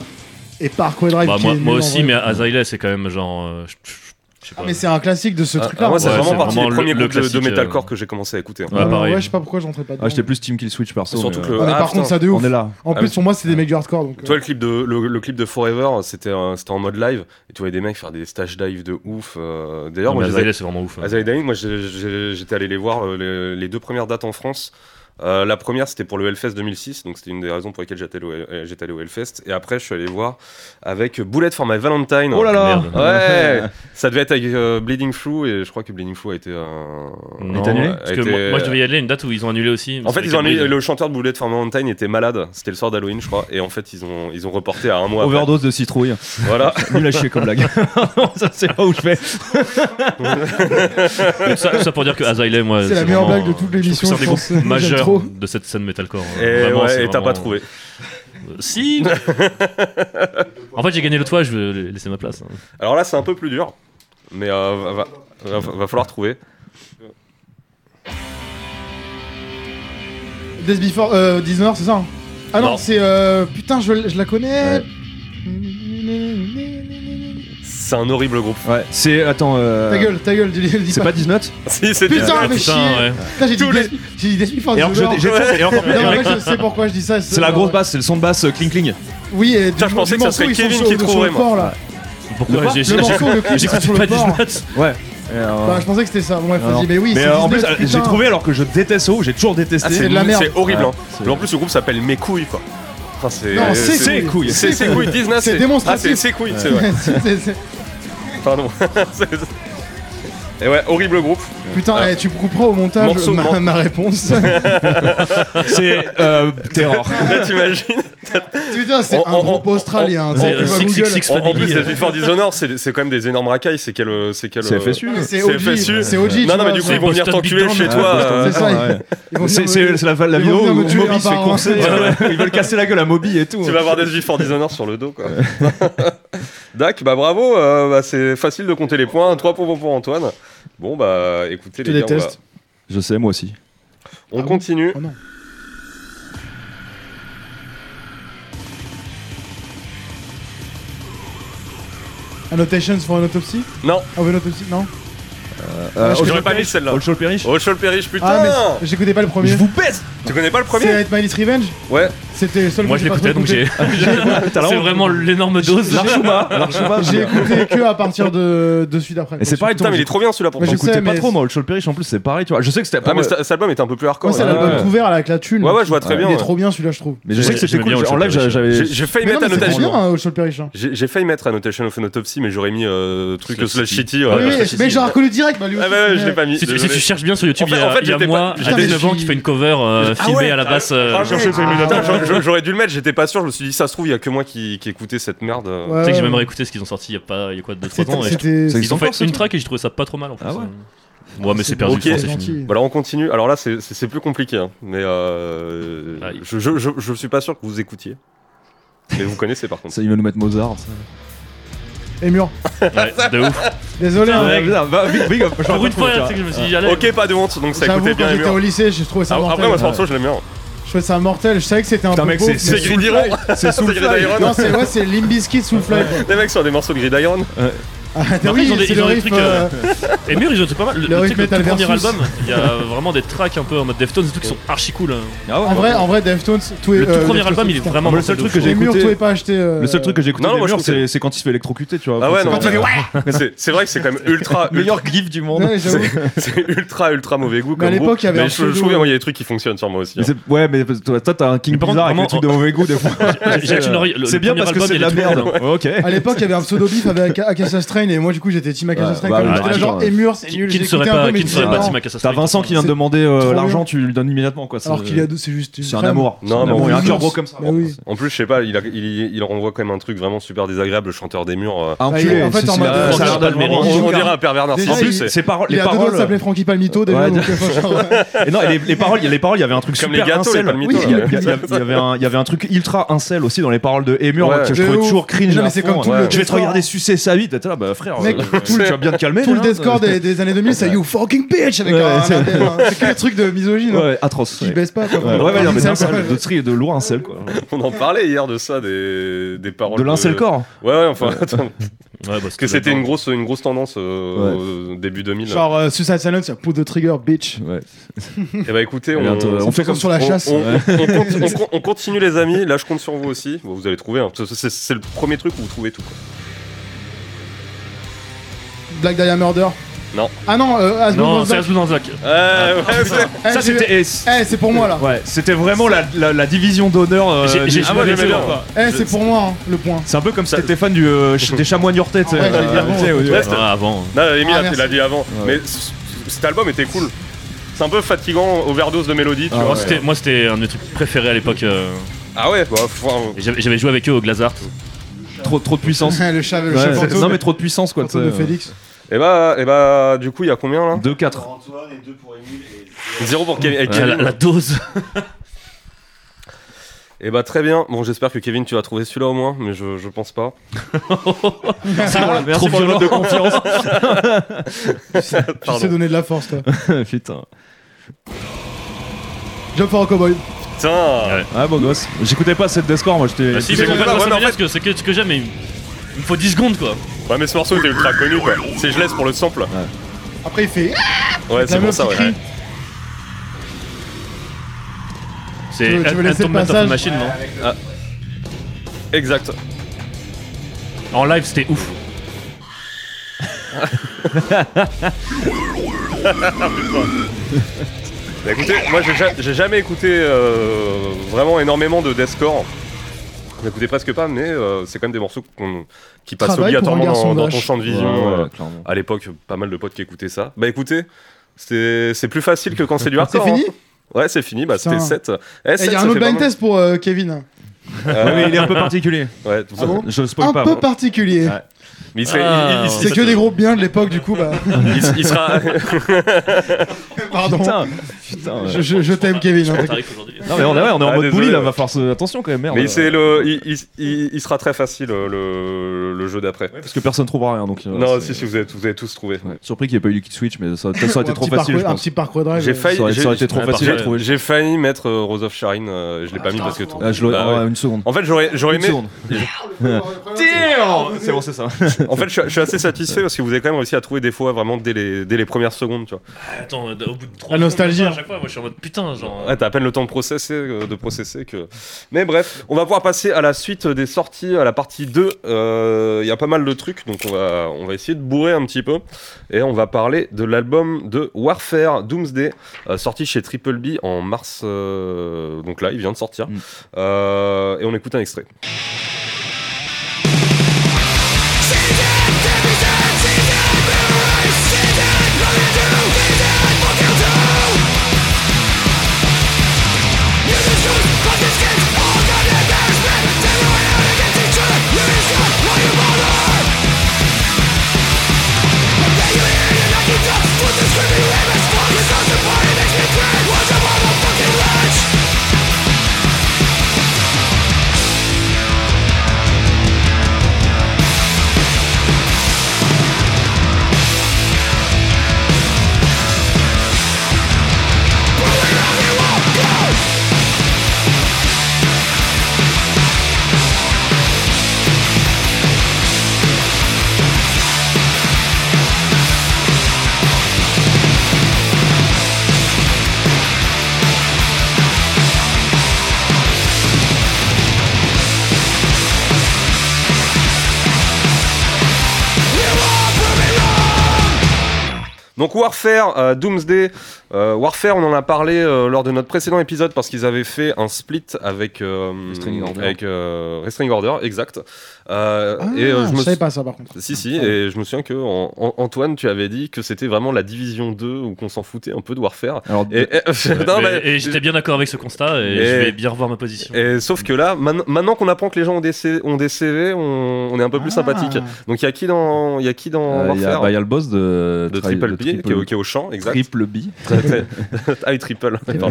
Et Parkway Drive. Bah, qui moi, est nul, moi en aussi, vrai. mais Azalea, c'est quand même genre. euh, je- je- je sais pas. Ah, mais c'est un classique de ce Ah, truc-là. hein. moi, ouais. c'est Ouais, vraiment c'est partie vraiment des le- premiers le groupes de, de classique, metalcore euh. que j'ai commencé à écouter. hein. en fait. Ouais, pareil. Ah, je sais pas pourquoi j'entrais pas dedans. Ah, j'étais plus Team Kill Switch perso. Surtout mais, que euh, le- Ah, mais Ah, par putain. contre, ça de On ouf. est là. En Ah, plus, mais- pour moi, c'est des mecs du hardcore. Donc, euh, Toi, le clip de, le, le clip de Forever, c'était un- c'était en mode live. Et tu voyais des mecs faire des stages dive de ouf. euh, D'ailleurs, Non, moi, mais je les ai- Azalea, c'est vraiment ouf. hein. Azalea Dying, moi, j'ai- j'ai- j'étais allé les voir euh, les, les deux premières dates en France. Euh, la première, c'était pour le Hellfest 2006, donc c'était une des raisons pour lesquelles j'étais allé au- euh, j'étais allé au Hellfest. Et après, je suis allé voir avec Bullet for My Valentine. Oh là là Merde. Ouais, ça devait être avec euh, Bleeding Through et je crois que Bleeding Through a été un. Non, t'as annulé a Parce que été- moi, moi, je devais y aller à une date où ils ont annulé aussi. En fait, C'est ils ont avec annulé- Gabriel. le chanteur de Bullet for Mountain était malade. C'était le soir d'Halloween, je crois. Et en fait, ils ont, ils ont reporté à un mois. après. Overdose de citrouille. Voilà. Nul à chier comme blague. ça, c'est pas où je fais. Donc Ça, ça pour dire que Azalea, moi. C'est la meilleure vraiment- blague de toute je trouve que l'émission, C'est un des je pense. groupes J'aime majeurs trop. de cette scène metalcore. hein. Et Vraiment, ouais, c'est et t'as vraiment- pas trouvé. Euh, Si En fait, j'ai gagné l'autre fois, je vais laisser ma place. hein. Alors là, c'est un peu plus dur. Mais euh, va, va- va- va falloir trouver. Death Before euh, Dishonor, c'est ça hein Ah non, Non. c'est. euh, Putain, je, je la connais. Ouais. C'est un horrible groupe. Ouais, c'est. Attends. euh, Ta gueule, ta gueule, dis, dis C'est pas 10 notes si, c'est Ah, Putain, Disney. mais chier. Putain, ouais. Putain, j'ai dit, Tous Death- j'ai dit Death Before Et alors, je- Dishonor. j'ai- j'ai- et encore- Non, mais moi, je sais pourquoi je dis ça. C'est la grosse basse, c'est le son de basse euh, cling cling. Oui, et Putain, du- je pensais du que ça morceau, serait ils sont Kevin sur- qui sur le trouverait, moi. port, là. Pourquoi j'ai- j'ai- Le morceau, le clip, j'ai- ils sont sur J'écoute le pas 10 port. notes Ouais. Et, euh, Bah, je pensais que c'était ça. Bon, bref, non. vas-y, mais oui, mais c'est euh, en plus, 19, j'ai putain. trouvé alors que je déteste ça, j'ai toujours Ah, détesté. c'est de la merde. C'est horrible. Ouais, hein. c'est- Mais en plus, le groupe s'appelle Mes couilles, quoi. Enfin, c'est. Non, c'est C'est couilles. couille. C'est c'est couilles, Disney. C'est Ah, démonstratif. c'est c'est couilles, c'est vrai. C'est- c'est- c'est- Pardon. C'est- Et ouais, horrible groupe. Putain, Ah. eh, tu couperas au montage Morceau, ma, mor- ma réponse. C'est euh, terror. Là, t'imagines Putain, c'est On- un on- groupe on- australien. on- tant C'est que euh, je vois Six Six Google. Six En, en plus, Family. Death Before Dishonor, c'est c'est quand même des énormes racailles. C'est quel. euh, C'est quel. C'est FSU. Ouais, C'est C'est OG. FSU. C'est OG. Non, tu non, mais vois, du coup, c'est- ils vont venir Boston Big t'enculer Bang, chez euh, toi. Boston euh, C'est ça, Ouais. ils vont C'est venir c'est- me- c'est la, la Ils vont vidéo venir où me tuer un Moby par s'est un. coincé. Ouais. euh, Ils veulent casser la gueule à Moby et tout. Tu vas avoir Death Before Dishonor sur le dos, quoi. Dak, bah bravo, euh, bah, c'est facile de compter les points. 3 points pour, pour Antoine. Bon, bah écoutez, Je les gars, on, va- déteste. Je sais, moi aussi. on Ah bon continue. Oh non. Annotations for an autopsy Non, Ah oui, l'autopsie, non Euh, je- j'aurais pas mis celle-là. Old Show Perich Oh, Shoal Perich, putain Ah, mais j'écoutais pas le Je premier. vous pèse Tu connais pas le premier C'est Hate My List Revenge Ouais. C'était le seul Moi, que je Ah, j'ai pas l'écoutais, trop donc j'ai. T'as la C'est honte. vraiment l'énorme dose. Larchuma, Larchuma. J'ai écouté que à partir de, de celui d'après. Et c'est pareil, Putain, mais il est trop bien celui-là Mais pourtant. je sais, J'écoutais pas mais- trop, moi, Old Show Perich en plus, c'est pareil, tu vois. Je sais que c'était. Ah, mais moi- cet cet album était un peu plus hardcore. hein. Moi, c'est ouais. l'album ouais. tout vert avec la thune. Ouais, ouais, je vois très Il bien. est ouais. trop bien celui-là, je trouve. Mais je sais que c'était J'aimais bien cool. Old En Show live, Perich. j'avais. J'ai j'ai failli Mais non, mettre mais c'était annotation. bien, hein, Old Soul Perich. hein. J'ai j'ai failli mettre annotation of an autopsy, mais j'aurais mis euh, truc Slash slash city. shitty. Oui, ouais. oui, mais j'ai reconnu direct. Bah, lui Ah, aussi, bah ouais, c'est- je l'ai pas mis. Si tu, si désolé. tu cherches bien sur YouTube, En fait- il y a, en fait, il y a j'étais pas- moi j'étais- à mais 19 ans je- qui fait une cover euh, Ah filmée ouais, à la basse. euh, Ah, genre- merde. Tu Putain, j'aurais- j'aurais- J'aurais dû le mettre, j'étais pas sûr, je me suis dit, ça se trouve, il y a que moi qui, qui écoutais cette merde. euh. Ouais, sais que ouais. j'ai même réécouté ce qu'ils ont sorti il y a pas il y a quoi 2-3 ans. C'était- et je- C'était. c'est- Ils ont encore, fait ce une truc track et j'ai trouvé ça pas trop mal en plus. Ah ouais. hein. Ouais, mais c'est perdu, Ok. je pense, c'est C'est fini. gentil. Voilà, on continue. Alors là, c'est- c'est c'est plus compliqué, hein. mais euh, Aïe. je, je, je, je suis pas sûr que vous écoutiez. Et vous connaissez par contre. Ça, il va nous mettre Mozart. Et mur. Ouais, de ouf. Désolé, Putain, hein, mec. Pour une fois, tu sais Putain, que je me suis dit, j'allais. Ok, pas de honte, donc ça J'avoue, écoutait bien quand les j'étais murs. au lycée, j'ai trouvé ça Ah, mortel. Après, moi, ce morceau, je l'aime bien. Je trouvais ça mortel. Je savais que c'était un peu. mec, pauvre, c'est- C'est mais- Grid Iron C'est C'est Grid Iron Non, c'est ouais, c'est Limbiskit Soulfly. quoi. Les mecs sont des morceaux de Grid Iron. Ah, Mais en fait, oui, ils ont des- c'est ils le ont des riff. trucs, euh, Et Mur, ils ont été pas mal. Le, Le tu sais Rick que le Metal tout premier Versus. album, il y a vraiment des tracks un peu en mode Deftones et tout qui sont archi cool. hein. En vrai, en vrai, Deftones, tout est. Le tout euh, premier Deftones, album, il est putain. vraiment. Moi, le seul mortel de truc fou. que j'ai Les murs, écouté- tout est pas acheté. euh, Le seul truc que j'ai écouté Non, des moi, je murs, trouve c'est c'est quand il se fait électrocuter, tu vois. Ah ouais, non, Quand il mais- fait ouais, Mais c'est- C'est vrai que c'est quand même ultra, ultra, meilleur gif du monde. Ouais, j'avoue. c'est ultra, ultra mauvais goût. Mais à comme l'époque, groupe. il y avait Mais un je, je pseudo. euh, trouve qu'il y a des trucs qui fonctionnent sur moi aussi. Mais hein. c'est- Ouais, mais parce que toi, toi, t'as un King Mais par contre, bizarre avec des vraiment, trucs de mauvais goût des fois. J'ai une oreille. le- C'est le bien premier parce que album, c'est de il la est tout merde. cool. Ok. À l'époque, il y avait un pseudo bif avec Akasha Strain et moi, du coup, j'étais Team Akasha Ouais, Strain. bah quand oui, même. bah, J'étais là, ouais. genre, et mur, c'est Qui- nul. Qui ne j'ai serait écouté un pas peu, mais qui ne serait j'étais pas marrant. Tim Akasa T'as Strike. Vincent qui vient de C'est demander euh, trop l'argent, tu lui donnes immédiatement quoi. euh, Alors qu'il y a deux, c'est juste une C'est un crème. amour. Non, mais mais il a un immense. cœur gros comme ça. Bah oui. En plus, je sais pas, il, a- il, il renvoie quand même un truc vraiment super désagréable, le chanteur des murs. euh. Ah, Bah, enculé, il- en fait, c'est- en c'est mode- la- ça Ah, ça a a l'air pas le d'aller- on, mérite. on- on on dirait dira- un pervers Déjà, En narcissique. il- plus, c'est par- Il y les a deux doigts de paroles. s'appeler Frankie Palmito déjà. Ouais, donc, enfin, genre, Et non, et les, les paroles, il y a les paroles, il y avait un truc Comme super les gâteaux, les incel. palmitos, Oui, il y a- là, il y a- il y avait un, il y avait un truc ultra incel aussi dans les paroles de Emur Ouais. que je De trouvais ouf. toujours cringe. Non, mais à c'est fond. comme tout le- Je vais te tout le- regarder sucer sa vie, t'es là, bah frère, Mec, euh, tout le- tu vas bien te calmer. Tout le hein, Discord des, des années 2000, c'est You fucking bitch avec Ouais, un- un. c'est- un- C'est que des trucs de misogyne. hein, Ouais, atroce. Qui ouais. baisse pas. quoi. Ouais, ouais, ouais, non, mais C'est d'un seul, incroyable. de tri- de loin un seul quoi. On en parlait hier de ça, des, des paroles. De l'incel corps. Ouais, ouais, enfin, attends, parce Ouais, bah, que c'était là-dedans. une grosse, une grosse tendance euh, au début 2000. Genre euh, Suicide Silence, il y a Put the Trigger, bitch. Ouais. Et bah écoutez, on, Regarde, euh, on- On fait comme sur la on- chasse. on- on compte- on con- on continue, les amis. Là, je compte sur vous aussi. Bon, vous allez trouver. hein. C'est- C'est c'est le premier truc où vous trouvez tout. quoi. Black Dahlia Murder. Non. Ah non, euh, As Blue Non, as c'est Black. Asbun Danzac. Euh, ouais, c'est- Eh, Ça j'ai- c'était. eh, Eh, c'est pour moi là. Ouais, c'était vraiment la, la, la division d'honneur. euh, J'ai- du- j'ai- Ah ouais, j'aimais j'aimais bien. bien. Eh, c'est pour moi hein, le point. C'est un peu comme si t'étais fan du, euh, ch- des chamois Niortais. tu sais, Ouais, euh, évidemment. tu sais, au- Ouais, Ouais, avant. hein. Non, Amy, Ah, là, tu merci. l'as dit avant. Mais c- cet album était cool. C'est un peu fatigant, overdose de mélodie, tu Ah vois. Moi, c'était- Moi, c'était un de mes trucs préférés à l'époque. euh, Ah ouais, bah, enfin, et J'avais j'avais joué avec eux au Glazart. Trop, trop de puissance. Eh, le chat, le Ouais, c'est- chat fantôme. non mais trop de puissance quoi. euh. Fantôme de Félix. Et bah, et bah, du coup, il y a combien là 2-4. Antoine et 2 pour Emile et Zéro pour Kevin. Ah, La la dose. Et bah, très bien. Bon, j'espère que Kevin, tu vas trouver celui-là au moins, mais je, je pense pas. Merci Trop pour le vote de confiance. Tu sais donner de la force toi. Putain. Job for a Cowboy. Putain Ouais. Ah bon gosse. J'écoutais pas cette Descore, moi j'étais. Bah, si, c'est mais comme ça, moi, ouais, ça mais en me parce que c'est que ce que j'aime, mais il il me faut 10 secondes quoi. Ouais, mais ce morceau était ultra connu quoi. C'est je laisse pour le sample. Après il fait. Ouais, Ah, c'est La pour meuf ça, qui ouais. crie. ouais. C'est veux- tu veux un laisser le Tournament of passage Machine, non Exact. En live, c'était ouf. Bah, écoutez, moi, j'ai ja- j'ai jamais écouté euh, vraiment énormément de deathcore. J'en écoutais presque pas, mais euh, c'est quand même des morceaux qu'on- qui passent Travail pour un obligatoirement garçon dans, dans ton vache. champ de vision. euh, clairement. à l'époque, pas mal de potes qui écoutaient ça. Bah écoutez, c'est c'est plus facile que quand c'est du C'est hardcore. fini hein. Ouais, c'est fini, bah c'était Putain. 7. Eh, Il y a un autre blind test pour euh, Kevin. Ouais, mais il est un peu particulier. Ah Ouais, tout ça. Ah bon Je spoil Un pas. hein. peu moi. particulier. Ouais. Mais il serait- Ah, il- il- C'est que des groupes bien de l'époque du coup bah. il- il- il sera. Pardon. Putain. Putain. ouais. Je, je- je t'aime Kevin. hein. Tariq, aujourd'hui. Non mais on est, ouais, on est en Ah, mode désolé. bully là, va falloir se- attention quand même merde. Mais c'est le, il, il- il- il sera très facile euh, le, le jeu d'après. Parce que personne trouvera rien donc. euh, non, c'est- si, si, vous avez, vous avez tous trouvé. Ouais. Surpris qu'il n'y ait pas eu Liquid Switch, mais ça, ça aurait été Un trop petit facile. je parcours- Un pense. petit parcours drive. J'ai euh, failli. Ça aurait- j'ai- Bah, ça aurait été trop Ouais, facile à parfait. trouver. J'ai failli mettre euh, Rose of Sharin, euh, je l'ai pas mis parce que. Ah, je l'aurais- Bah ouais. ah, une seconde. En fait, j'aurais j'aurais Une aimé. seconde. Ah, Damn C'est bon, c'est ça. En fait, je suis- je suis assez satisfait parce que vous avez quand même réussi à trouver des fois vraiment dès les, dès les premières secondes, tu vois. Attends, au bout de 3 La nostalgie. hein. à chaque fois, moi je suis en mode putain, genre. Ouais, t'as à peine le temps de processer, euh, de processer que. Mais bref, on va pouvoir passer à la suite des sorties, à la partie 2. Euh, Il y a pas mal de trucs, donc on va, on va essayer de bourrer un petit peu. Et on va parler de l'album de Warfare, Doomsday, euh, sorti chez Triple B en mars. euh, donc là, il vient de sortir. Mm. Euh, et on écoute un extrait. Thank Donc Warfare, euh, Doomsday, euh, Warfare, on en a parlé euh, lors de notre précédent épisode parce qu'ils avaient fait un split avec euh, Restraining Order. avec euh, Restraining Order, exact. Euh, Ah, et euh, je je me savais sou- pas ça par contre. Si si, et je me souviens que en- en- Antoine, tu avais dit que c'était vraiment la division 2 ou qu'on s'en foutait un peu de Warfare. Alors, euh, Et, et- Ouais, non, euh, mais- mais- Et j'étais bien d'accord avec ce constat et, Et- je vais bien revoir ma position. et sauf que là, man- maintenant qu'on apprend que les gens ont des, C- ont des CV, on, on est un peu plus sympathique. Donc il y a qui dans, il y a qui dans Ah. euh, il y a Warfare bah, il y a le boss de, de Tri- Triple de P, qui est au- qui est au champ, exact. Triple B. ah, oui, triple, pardon.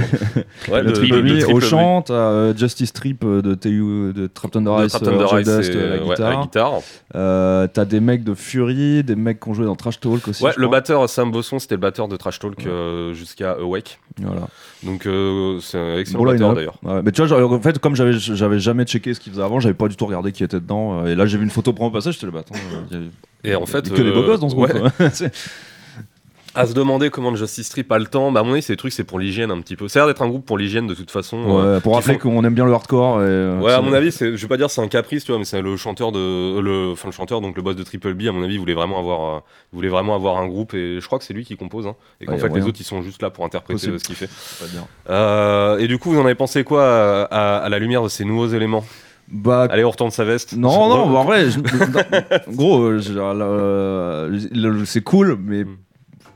Ouais, le de- Triple de- de B triple, au oui. chant, t'as, euh, Justice Trip euh, de TU, de Trap Thunder De Ice, Trap Thunder euh, Angel Eyes Dust, et- euh, la ouais, guitare. Euh, t'as des mecs de Fury, des mecs qui ont joué dans Trash Talk aussi. Ouais, je le crois. batteur Sam Bosson, c'était le batteur de Trash Talk euh, jusqu'à Awake. Voilà. Donc euh, c'est un excellent Bon, là, il en batteur a- d'ailleurs. Ouais, mais tu vois, genre, en fait, comme j'avais, j'avais jamais checké ce qu'il faisait avant, j'avais pas du tout regardé qui était dedans. euh, et là, j'ai vu une photo prendre au passage, je te le euh, battant. Et en fait, que des beaux euh, gosses dans ce groupe. ouais, quoi. C'est- à se demander comment Justice Strip a le temps. Bah, à mon avis, ces trucs, c'est pour l'hygiène un petit peu. Ça a l'air d'être un groupe pour l'hygiène de toute façon. Ouais, euh, pour qui rappeler font- qu'on aime bien le hardcore. Et, euh, Ouais, à c'est- mon avis, c'est- je vais pas dire c'est un caprice, tu vois, mais c'est le chanteur de, euh, le, enfin le chanteur, donc le boss de Triple B, à mon avis, il voulait vraiment avoir, euh, il voulait vraiment avoir un groupe, et je crois que c'est lui qui compose, hein, et qu'en Ouais, y a fait les moyen. autres ils sont juste là pour interpréter Possible. euh, ce qu'il fait. c'est pas bien. Euh, et du coup, vous en avez pensé quoi euh, à, à la lumière de ces nouveaux éléments Bah, Allez, on retourne sa veste. Non, non, bah, en vrai, je- non, gros, euh, je- euh, le- le- c'est cool, mais Mm.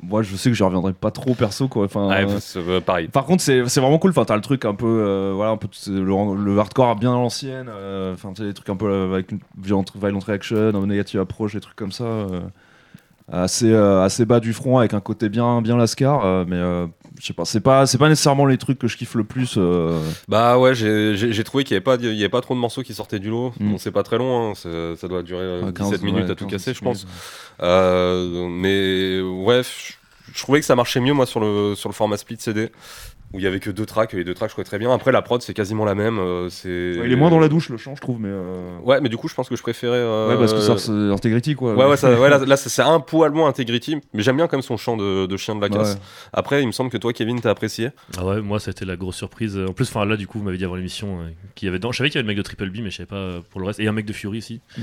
moi je sais que je reviendrai pas trop perso quoi. Enfin, Ouais, euh, parce- euh, pareil. par contre, c'est c'est vraiment cool. Enfin, t'as le truc un peu, euh, voilà, un peu tout- le, le hardcore bien à l'ancienne. euh, Enfin, tu sais, des trucs un peu euh, avec une violent, violent reaction, un negative approach, des trucs comme ça, euh, assez euh, assez bas du front avec un côté bien bien lascar. euh, mais euh, je sais pas, c'est pas c'est pas nécessairement les trucs que je kiffe le plus. euh, Bah ouais, j'ai- j'ai j'ai trouvé qu'il n'y avait, pas- il y avait pas trop de morceaux qui sortaient du lot. Mm. Bon, c'est pas très long, hein, c'est- ça doit durer euh, 15, 17 minutes ouais, à tout 15, casser, je 17 pense. Euh, mais ouais, je je trouvais que ça marchait mieux, moi, sur le, sur le format split CD, où il y avait que deux tracks, et les deux tracks, je trouvais très bien. Après, la prod, c'est quasiment la même. euh, c'est il est moins dans la douche le chant, je trouve, mais euh, Ouais, mais du coup, je pense que je préférais. euh, ouais, parce que ça, c'est Integrity quoi. Ouais, ouais, ça- ouais, là, là, ça- c'est un poil moins integrity, mais j'aime bien quand même son chant de, de chien de la Ouais. casse. Après, il me semble que toi, Kevin, t'as apprécié. Ah ouais, moi c'était la grosse surprise. En plus, enfin là du coup, vous m'avez dit avant l'émission euh, qu'il y avait dedans. Je savais qu'il y avait le mec de Triple B, mais je savais pas euh, pour le reste. Et un mec de Fury aussi. Mm.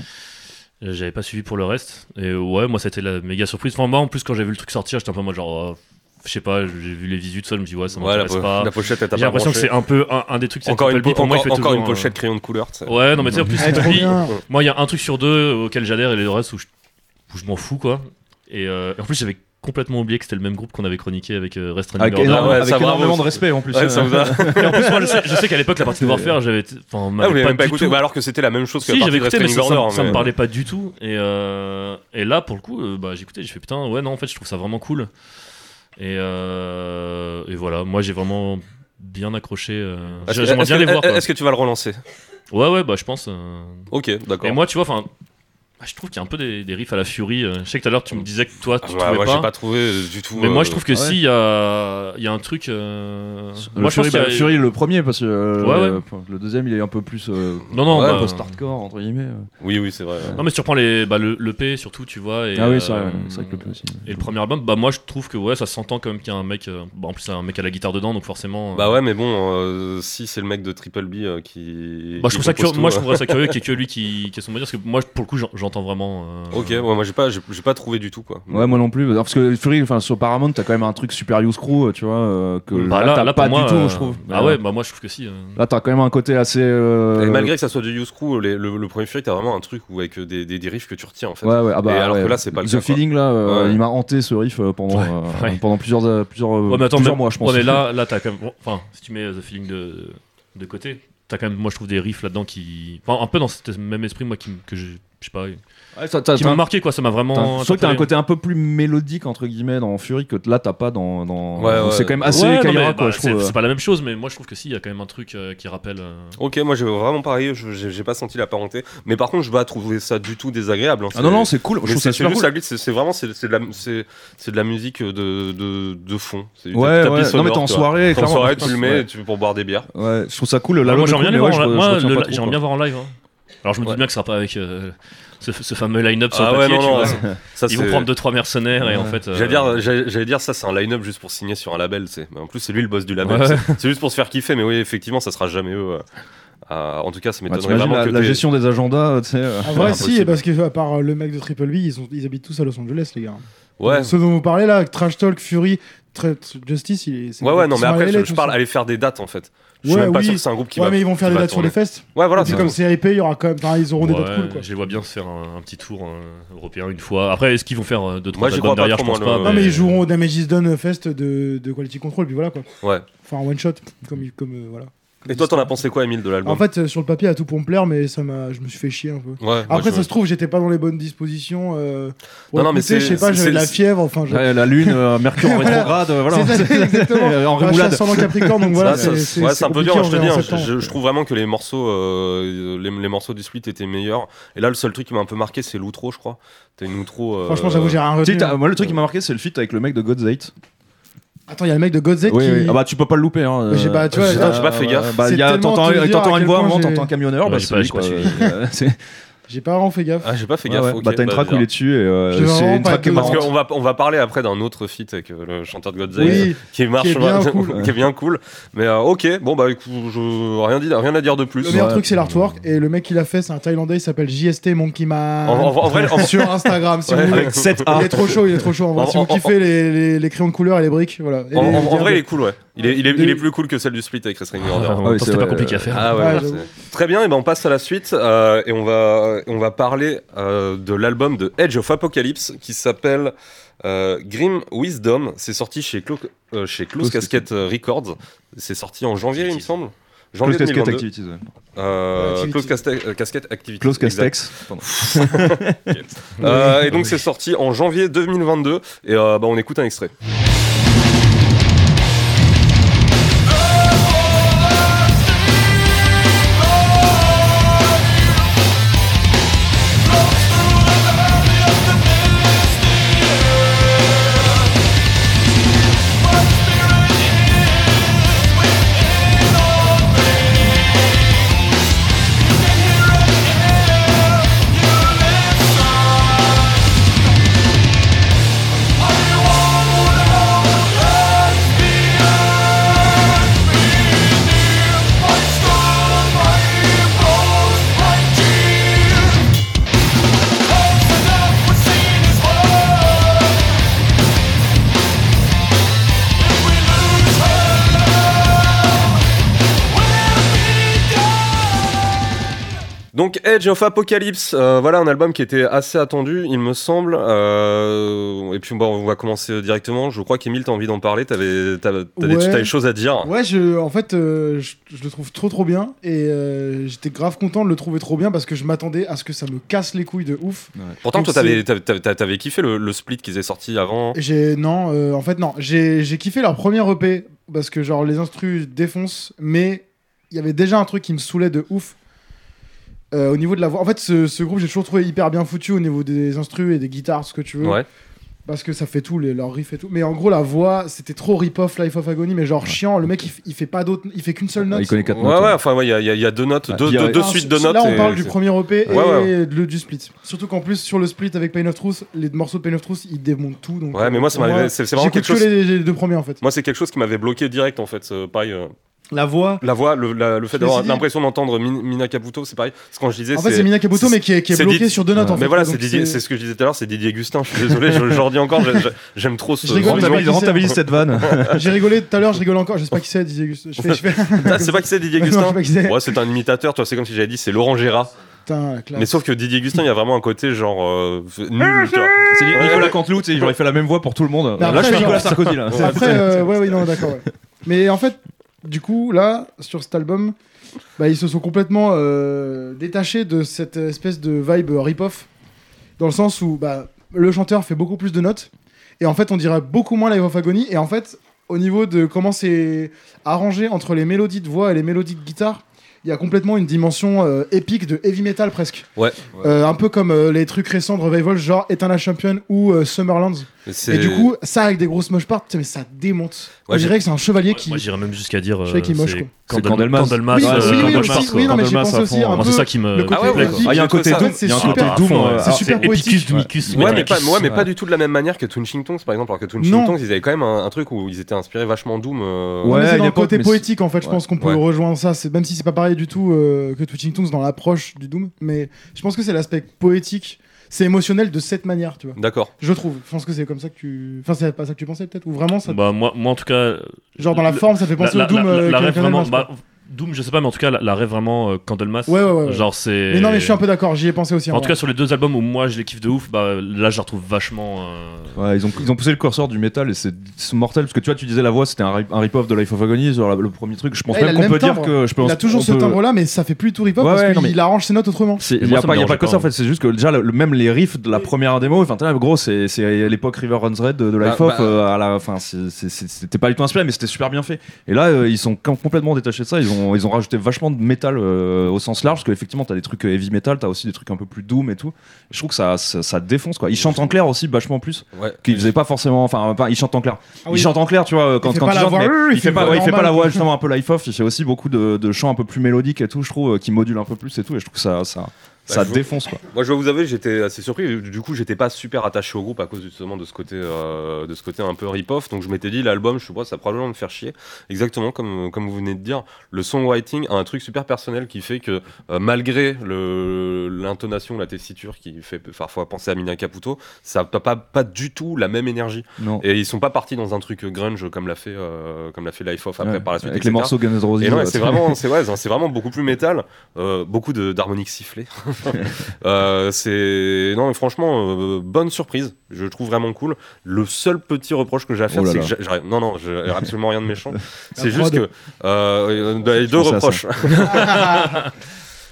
Euh, J'avais pas suivi pour le reste. Et euh, ouais, moi c'était la méga surprise. Enfin, moi en plus, quand j'ai vu le truc sortir, j'étais un peu en mode genre, oh, je sais pas, j'ai vu les visus de sol, je me dis ouais, ça Ouais, la, m'intéresse po- pas. la pochette, elle t'a J'ai pas l'impression que branché. c'est un peu un, un des trucs. c'est encore une, Triple B, po- pour moi, il encore, fait encore toujours une un- pochette crayon de couleur. tu sais. Ouais, non, mais tu sais, en plus, Eh, trop Triple B, bien. moi, il y a un truc sur deux auquel j'adhère et le reste où je, où je m'en fous, quoi. Et euh, en plus, j'avais complètement oublié que c'était le même groupe qu'on avait chroniqué avec euh, Restraining Avec, Order. énorme- Ah, énormément, ouais, avec ça, bravo. énormément de respect en plus. Ouais, ça vous a- Et en plus, moi, je sais, je sais qu'à l'époque, la partie de Warfare, j'avais. t- Enfin, on Ah, vous m'avait l'avez pas, même pas du écouté, tout. bah, alors que c'était la même chose que si, la j'avais partie de écouté, mais ça, Restraining ça- Order. ça me mais- parlait pas du tout. Et, euh, et là, pour le coup, euh, bah, j'écoutais, j'ai fait putain, ouais, non, en fait, je trouve ça vraiment cool. Et, euh, et voilà, moi, j'ai vraiment bien accroché. euh, Est-ce que- J'aimerais est-ce bien que- les voir. quoi. Est-ce que tu vas le relancer Ouais, ouais, bah, je pense. euh, Ok, d'accord. Et moi, tu vois, enfin, bah, je trouve qu'il y a un peu des, des riffs à la Fury. euh, Je sais que tout à l'heure, tu me disais que toi, Ah, tu bah, trouvais moi, pas. j'ai pas trouvé euh, du tout. Mais moi, je euh, trouve que Ah ouais. si, il y a, il y a un truc. euh, Le Moi, je Fury, pense qu'il y a- bah, Fury, le premier, parce que euh, Ouais, ouais. euh, le deuxième, il est un peu plus euh, Non, non, Ouais, bah, post-hardcore, entre guillemets. Oui, oui, c'est vrai. ouais. Non, mais si tu reprends les, bah, le, le P, surtout, tu vois. Et, ah euh, oui, c'est vrai, c'est vrai que le plus aussi. Et le premier album, bah, moi, je trouve que ouais, ça s'entend quand même qu'il y a un mec. euh, bah, en plus, c'est un mec à la guitare dedans, donc forcément. euh, Bah ouais, mais bon, euh, si c'est le mec de Triple B euh, qui. bah, je trouve qui ça compose curieux, moi, je tout, trouverais ça curieux qu'il y ait que lui qui, qui ait son mot à dire, parce que moi, pour le coup, j'en- j'entends vraiment. euh, euh, Ok, ouais, moi, j'ai pas, j'ai j'ai pas trouvé du tout, quoi. Ouais, moi non plus. alors, Parce que Fury, enfin, sur Paramount, t'as quand même un truc super Use Crew, euh, tu vois, euh, que bah, là, là, t'as là, pour pas moi, du tout, euh, je trouve. Ah Euh, ouais, bah, moi, je trouve que si. euh. Là, t'as quand même un côté assez. euh, Et malgré que ça soit du Use Crew, les- le, le premier Fury, t'as vraiment un truc où avec euh, des, des, des riffs que tu retiens en fait. Ouais, ouais, ah bah, Et alors ouais. que là, c'est pas le The cas, quoi. Feeling, là, euh, Ouais. il m'a hanté ce riff euh, pendant, Ouais, euh, ouais. pendant plusieurs, euh, plusieurs, euh, Ouais, mais attends, plusieurs mais- mois, je pense. Ouais, mais là, là t'as quand même. bon, Enfin, si tu mets euh, The Feeling de, de côté, t'as quand même, moi, je trouve des riffs là-dedans qui. Enfin, un peu dans cet même esprit, moi, qui, m- que je. Je sais pas. Ouais, t'as- t'as- Qui t'as- m'a marqué, quoi. Ça m'a vraiment. Je trouve que t'as un interpellé. côté un peu plus mélodique entre guillemets dans Fury que là t'as pas dans. dans... Ouais, ouais. C'est quand même assez Ouais, non, Kaira, mais, quoi, bah, je c'est- trouve. euh. C'est pas la même chose, mais moi je trouve que si, il y a quand même un truc euh, qui rappelle. euh, Ok, moi j'ai vraiment pareil, je- j'ai j'ai pas senti la parenté. Mais par contre, je vais pas trouver ça du tout désagréable. hein, Ah non non c'est cool, je Mais trouve c'est ça c'est super juste cool. la glitch, c'est c'est vraiment c'est c'est de la c'est c'est de la musique euh, de de, de fond. C'est du tapis Ouais ouais. Non mais sonore, t'es en tu vois. soirée. T'es en clairement. soirée, tu le mets Ouais. tu, pour boire des bières. Ouais, je trouve ça cool. Moi la j'aimerais bien les ouais, voir en je- live. je Moi, retiens le- pas trop, j'aimerais quoi. bien voir en live. hein. Alors je me Ouais. dis bien que ce sera pas avec euh, ce, ce fameux line-up sur Ah le ouais, papier. non, tu non, vois. ça- Ça, Ils vont c'est- prendre deux trois mercenaires et en Ouais. fait. euh, J'allais dire, j'allais j'allais dire ça, c'est un line-up juste pour signer sur un label, tu sais. Mais en plus, c'est lui le boss du label. Ouais. C'est c'est juste pour se faire kiffer, mais oui, effectivement, ça sera jamais eux. euh, à- en tout cas, ça Ouais, m'étonnerait T'imagines vraiment la, que la t'aies- gestion des agendas, euh, tu sais. euh. En Ah, vrai, Impossible. si, parce que à part euh, le mec de Triple B, ils, sont, ils habitent tous à Los Angeles, les gars. Ouais. Donc, Ceux dont vous parlez là, Trash Talk, Fury, Tra- Justice, il est. c'est- Ouais, ouais, non, ils mais sont après, à je, je LA, tout parle, ça. aller faire des dates en fait. Je suis Ouais, même pas oui. sûr que c'est un groupe qui hein. ouais, va. mais ils vont faire qui des va dates sur tourner. les festes. Ouais, voilà, Et puis c'est comme ça. CIP, il y aura quand même. Enfin, ils auront des dates Ouais, cool quoi. Je les vois bien se faire un, un petit tour euh, européen une fois. Après, est-ce qu'ils vont faire euh, deux trois j'y albums crois pas derrière Je trop, pense moi, pas. le- Non, mais ils joueront au Damage is Done Fest de, de Quality Control, puis voilà quoi. Ouais. Enfin, un one shot, comme. il- comme euh, voilà. Et toi, t'en as pensé quoi, Emile, de l'album En fait, euh, sur le papier, à tout pour me plaire, mais ça m'a, je me suis fait chier un peu. Ouais, moi, Après, je- ça se trouve, j'étais pas dans les bonnes dispositions. Euh, pour Non, non, mais c'est- écouter, je sais pas, c'est- j'avais c'est- la fièvre, enfin. Je... Ouais, la lune, euh, Mercure en Voilà. rétrograde, euh, voilà. C'est ça, exactement. en Enfin, remoulade. ascendant Capricorne, donc voilà. Ouais, ça- c'est- c'est- ouais, c'est c'est un peu compliqué, dur, je on te verra dis. en hein, septembre. je, je trouve vraiment que les morceaux, euh, les, les morceaux du split étaient meilleurs. Et là, le seul truc qui m'a un peu marqué, c'est l'outro, je crois. T'as une outro. euh, Franchement, j'avoue, j'ai rien Tu sais, retenu. t'as- moi, le truc qui m'a marqué, c'est le feat avec le mec de God's Eight. Attends, il y a le mec de Godzilla Oui, qui. oui. Ah bah, tu peux pas le louper. Hein. J'ai pas- tu vois, j'ai- j'ai pas fait gaffe. Bah, il y a- C'est tellement T'entends te dire à t'entends quel une voix, à un point moment, j'ai- t'entends un camionneur. Ouais, bah, j'ai c'est pas- lui, j'ai pas quoi. suivi. Euh, c'est- J'ai pas vraiment fait gaffe. Ah, j'ai pas fait Ouais, gaffe. ouais. ok, Bah, t'as une track où bizarre. il est dessus et J'ai euh, vraiment c'est une pas track qui est de- Parce marrante. qu'on va, on va parler après d'un autre feat avec euh, le chanteur de Godzilla Oui. qui marche, Qui est bien ouais, cool. qui est bien cool. Mais euh, ok, bon bah écoute, je, rien, dit- rien à dire de plus. Le meilleur Ouais. truc, c'est l'artwork. Et le mec qui l'a fait, c'est un Thaïlandais, il s'appelle JST Monkey Man. En- en- en vrai- en- sur Instagram, si Ouais. vous voulez. Avec sept Il A. est trop chaud, il est trop chaud. En vrai, Ah. En- si vous en- kiffez les, les, les crayons de couleur et les briques, voilà. Et En, les- en- en les- vrai, il est cool, ouais. Il est, il est, De- il est plus cool que celle du split avec Restraining Order. Ah, ouais, c'est c'est pas vrai. compliqué à faire. Ah ouais, Ouais, ouais, j'avoue. c'est- Très bien, et ben on passe à la suite euh, et on va, on va parler euh, de l'album de Edge of Apocalypse qui s'appelle euh, Grim Wisdom. C'est sorti chez, Clo euh, chez Close Close Casket euh, Records. C'est sorti en janvier, il me semble. Janvier Close Casket 2022. Activities. ouais. Euh, Activity. Close Castet- euh, Casket Activity. Close exact. Castex. Euh, et donc c'est sorti en janvier 2022 et euh, bah, on écoute un extrait. Donc Edge of Apocalypse, euh, voilà un album qui était assez attendu, il me semble. Euh, et puis bon, on va commencer directement. Je crois qu'Emile, t'as envie d'en parler, t'avais, t'avais, t'as des, Ouais. t'as des choses à dire. Ouais, je, en fait, euh, je, je le trouve trop trop bien et euh, j'étais grave content de le trouver trop bien parce que je m'attendais à ce que ça me casse les couilles de ouf. Pourtant, Donc, toi, t'avais, t'avais, t'avais- t'avais kiffé le, le split qu'ils avaient sorti avant. J'ai non, euh, en fait non, j'ai j'ai kiffé leur premier EP parce que genre les instrus défoncent, mais il y avait déjà un truc qui me saoulait de ouf. euh, au niveau de la voix, en fait, ce, ce groupe j'ai toujours trouvé hyper bien foutu au niveau des instrus et des guitares, ce que tu veux. Ouais. parce que ça fait tout les, leurs riffs et tout mais en gros la voix c'était trop rip off Life of Agony mais genre chiant le mec il, f- il fait pas d'autre il fait qu'une seule note Il connaît 4 Ouais, ouais, enfin, ouais, il y, a- il y a deux notes, Ah, deux, puis, deux, euh, deux Enfin, suites sur- de sur- notes. Là, et on parle du c'est- premier EP et Ouais, ouais. de- du split. Surtout qu'en plus, sur le split avec Pain of Truth, les morceaux de Pain of Truth, ils démontent tout. Donc, Ouais, mais moi, ça pour m'avait- c'est- c'est vraiment j'écoute quelque que les, les deux premiers, en fait. Moi, c'est quelque chose qui m'avait bloqué direct, en fait. ce- pareil, euh, La voix. la voix, le, la- le fait Je me d'avoir suis dit- l'impression d'entendre Min- Mina Caputo, c'est pareil. Ce quand je disais, En fait, c'est Mina Kabuto, c'est- mais qui est, qui est c'est bloquée dit- sur deux notes, en fait. mais voilà, donc c'est Didier- c'est ce que je disais tout à l'heure, c'est Didier Gustin. Je suis désolé, je, je redis encore, je- je- j'aime trop ce. Je rigole, ce nom. mais- Rentabilise rentabilise cette vanne. J'ai rigolé tout à l'heure, je rigole encore. Je sais pas qui c'est, Didier Gustin. Je fais. Je fais... Ah, c'est pas qui c'est Didier Non, je sais Gustin pas qui c'est. Ouais, c'est un imitateur, toi, c'est comme si j'avais dit c'est Laurent Gérard. Putain, la classe. Mais sauf que Didier Gustin, il y a vraiment un côté genre euh, nul, tu vois. C'est Ouais. Nicolas Canteloup, tu sais, j'aurais fait la même voix pour tout le monde. là, je Mais après, suis Nicolas genre- Sarkozy, là. C'est- Après, euh, ouais, oui, non, d'accord. ouais. Mais en fait, du coup, là, sur cet album, bah, ils se sont complètement euh, détachés de cette espèce de vibe rip-off, dans le sens où bah, le chanteur fait beaucoup plus de notes, et en fait, on dirait beaucoup moins Live of Agony, et en fait, au niveau de comment c'est arrangé entre les mélodies de voix et les mélodies de guitare, il y a complètement une dimension euh, épique de heavy metal presque. Ouais. Euh, un peu comme euh, les trucs récents de Revival, genre Eternal Champion ou euh, Summerlands. C'est- Et du coup, ça avec des grosses moches parts, putain, mais ça démonte. Ouais, On dirait que c'est un chevalier Moi, qui. moi, j'irais même jusqu'à dire. Je sais qu'il est euh, moche, c'est quoi. C'est Candel- Candlemas. Candlemas, Oui, euh, oui, oui, Candlemas, aussi, quoi. oui, non, mais j'y Candlemas pense à aussi fond. un Moi, peu. c'est ça qui me. le côté Ah ouais, plaît, ouais. quoi. Ah, il y a un J'ai trouvé côté ça- doom. c'est Il y a un super côté doom. profond, euh, c'est ah, super c'est poétique. Epicus Ouais, Dumicus. mais Metricus. pas, ouais, mais pas ouais. du tout de la même manière que Twinching Tongs, par exemple. Alors que Non. Twinching Tongs, ils avaient quand même un, un truc où ils étaient inspirés vachement Doom. euh, Non, mais Ouais, c'est il dans y le a pas- côté mais c'est- poétique, en fait, je ouais. pense qu'on peut Ouais. rejoindre ça. C'est- Même si c'est pas pareil du tout euh, que Twitching Toons dans l'approche du Doom, mais je pense que c'est l'aspect poétique c'est émotionnel de cette manière, tu vois. D'accord. Je trouve. Je pense que c'est comme ça que tu. Enfin, c'est pas ça que tu pensais peut-être Ou vraiment, ça... Bah, moi, moi, en tout cas, genre dans la le- forme, ça fait penser la, au Doom. la- euh, la- la Kevin rêve Connell, vraiment. je sais pas. bah, Doom, je sais pas, mais en tout cas, la, la rêve vraiment euh, Candlemas. bah, Ouais, ouais, ouais, ouais. Genre, c'est. Mais non, mais je suis un peu d'accord, j'y ai pensé aussi. En avant. tout cas, sur les deux albums où moi je les kiffe de ouf, bah, là je la retrouve vachement. euh, Ouais, ils, ont, ils ont poussé le curseur du métal et c'est c'est mortel parce que tu vois, tu disais la voix, c'était un, rip- un rip-off de Life of Agony, genre la- le premier truc. Je pense Ouais, il a même le qu'on peut même dire timbre. que je peux. il a toujours on ce peut- timbre-là, mais ça fait plus tout rip-hop Ouais, parce ouais, non, qu'il arrange ses notes autrement. C'est- Il Mais n'y moi, a, ça pas- me il y a dérange pas que pas, ça en hein. fait, c'est juste que déjà le- le- même les riffs de la première démo, enfin t'es là, gros, c'est c'est l'époque River Runs Red de, de Life Bah, of, bah. euh, à la, enfin c'est- c'est- c'est- c'était pas du tout inspiré, mais c'était super bien fait. Et là, euh, ils sont com- complètement détachés de ça, ils ont, ils ont rajouté vachement de métal euh, au sens large, parce qu'effectivement t'as des trucs euh, heavy metal, t'as aussi des trucs un peu plus doom et tout. Je trouve que ça, ça, ça défonce quoi. Ils chantent en clair aussi vachement plus, Ouais. qu'ils faisaient pas forcément, enfin pas, ils chantent en clair. Ah oui. Il chante en clair, tu vois, euh, quand fait quand pas il la chante, voix, mais oui, oui, il fait pas, voix ouais, il fait pas la normale. voix justement un peu life off. Il fait aussi beaucoup de, de chants un peu plus mélodiques et tout, je trouve, euh, qui modulent un peu plus et tout. Et je trouve que ça, ça, ça Bah, je- défonce quoi. Moi, je dois vous avouer, j'étais assez surpris. Du coup, j'étais pas super attaché au groupe à cause justement de ce côté, euh, de ce côté un peu rip-off. Donc, je m'étais dit, l'album, je sais pas, ça va probablement me faire chier. Exactement comme, comme vous venez de dire, le songwriting a un truc super personnel qui fait que euh, malgré le- l'intonation, la tessiture qui fait parfois penser à Mina Caputo, ça n'a pas, pas, pas du tout la même énergie. Non. Et ils sont pas partis dans un truc grunge comme l'a fait, euh, comme l'a fait Life Off après Ouais, par la suite. avec les etc. morceaux Guns N' Roses. Et non, euh, et c'est vraiment, c'est ouais, c'est vraiment beaucoup plus métal, euh, beaucoup de d'harmoniques sifflées. Euh, c'est non, mais franchement, euh, bonne surprise. Je le trouve vraiment cool. Le seul petit reproche que j'ai à faire, Oh là c'est que là. j'ai- j'ai- non, non, j'ai absolument rien de méchant. La c'est juste prod. que euh, euh, les deux pensais à reproches.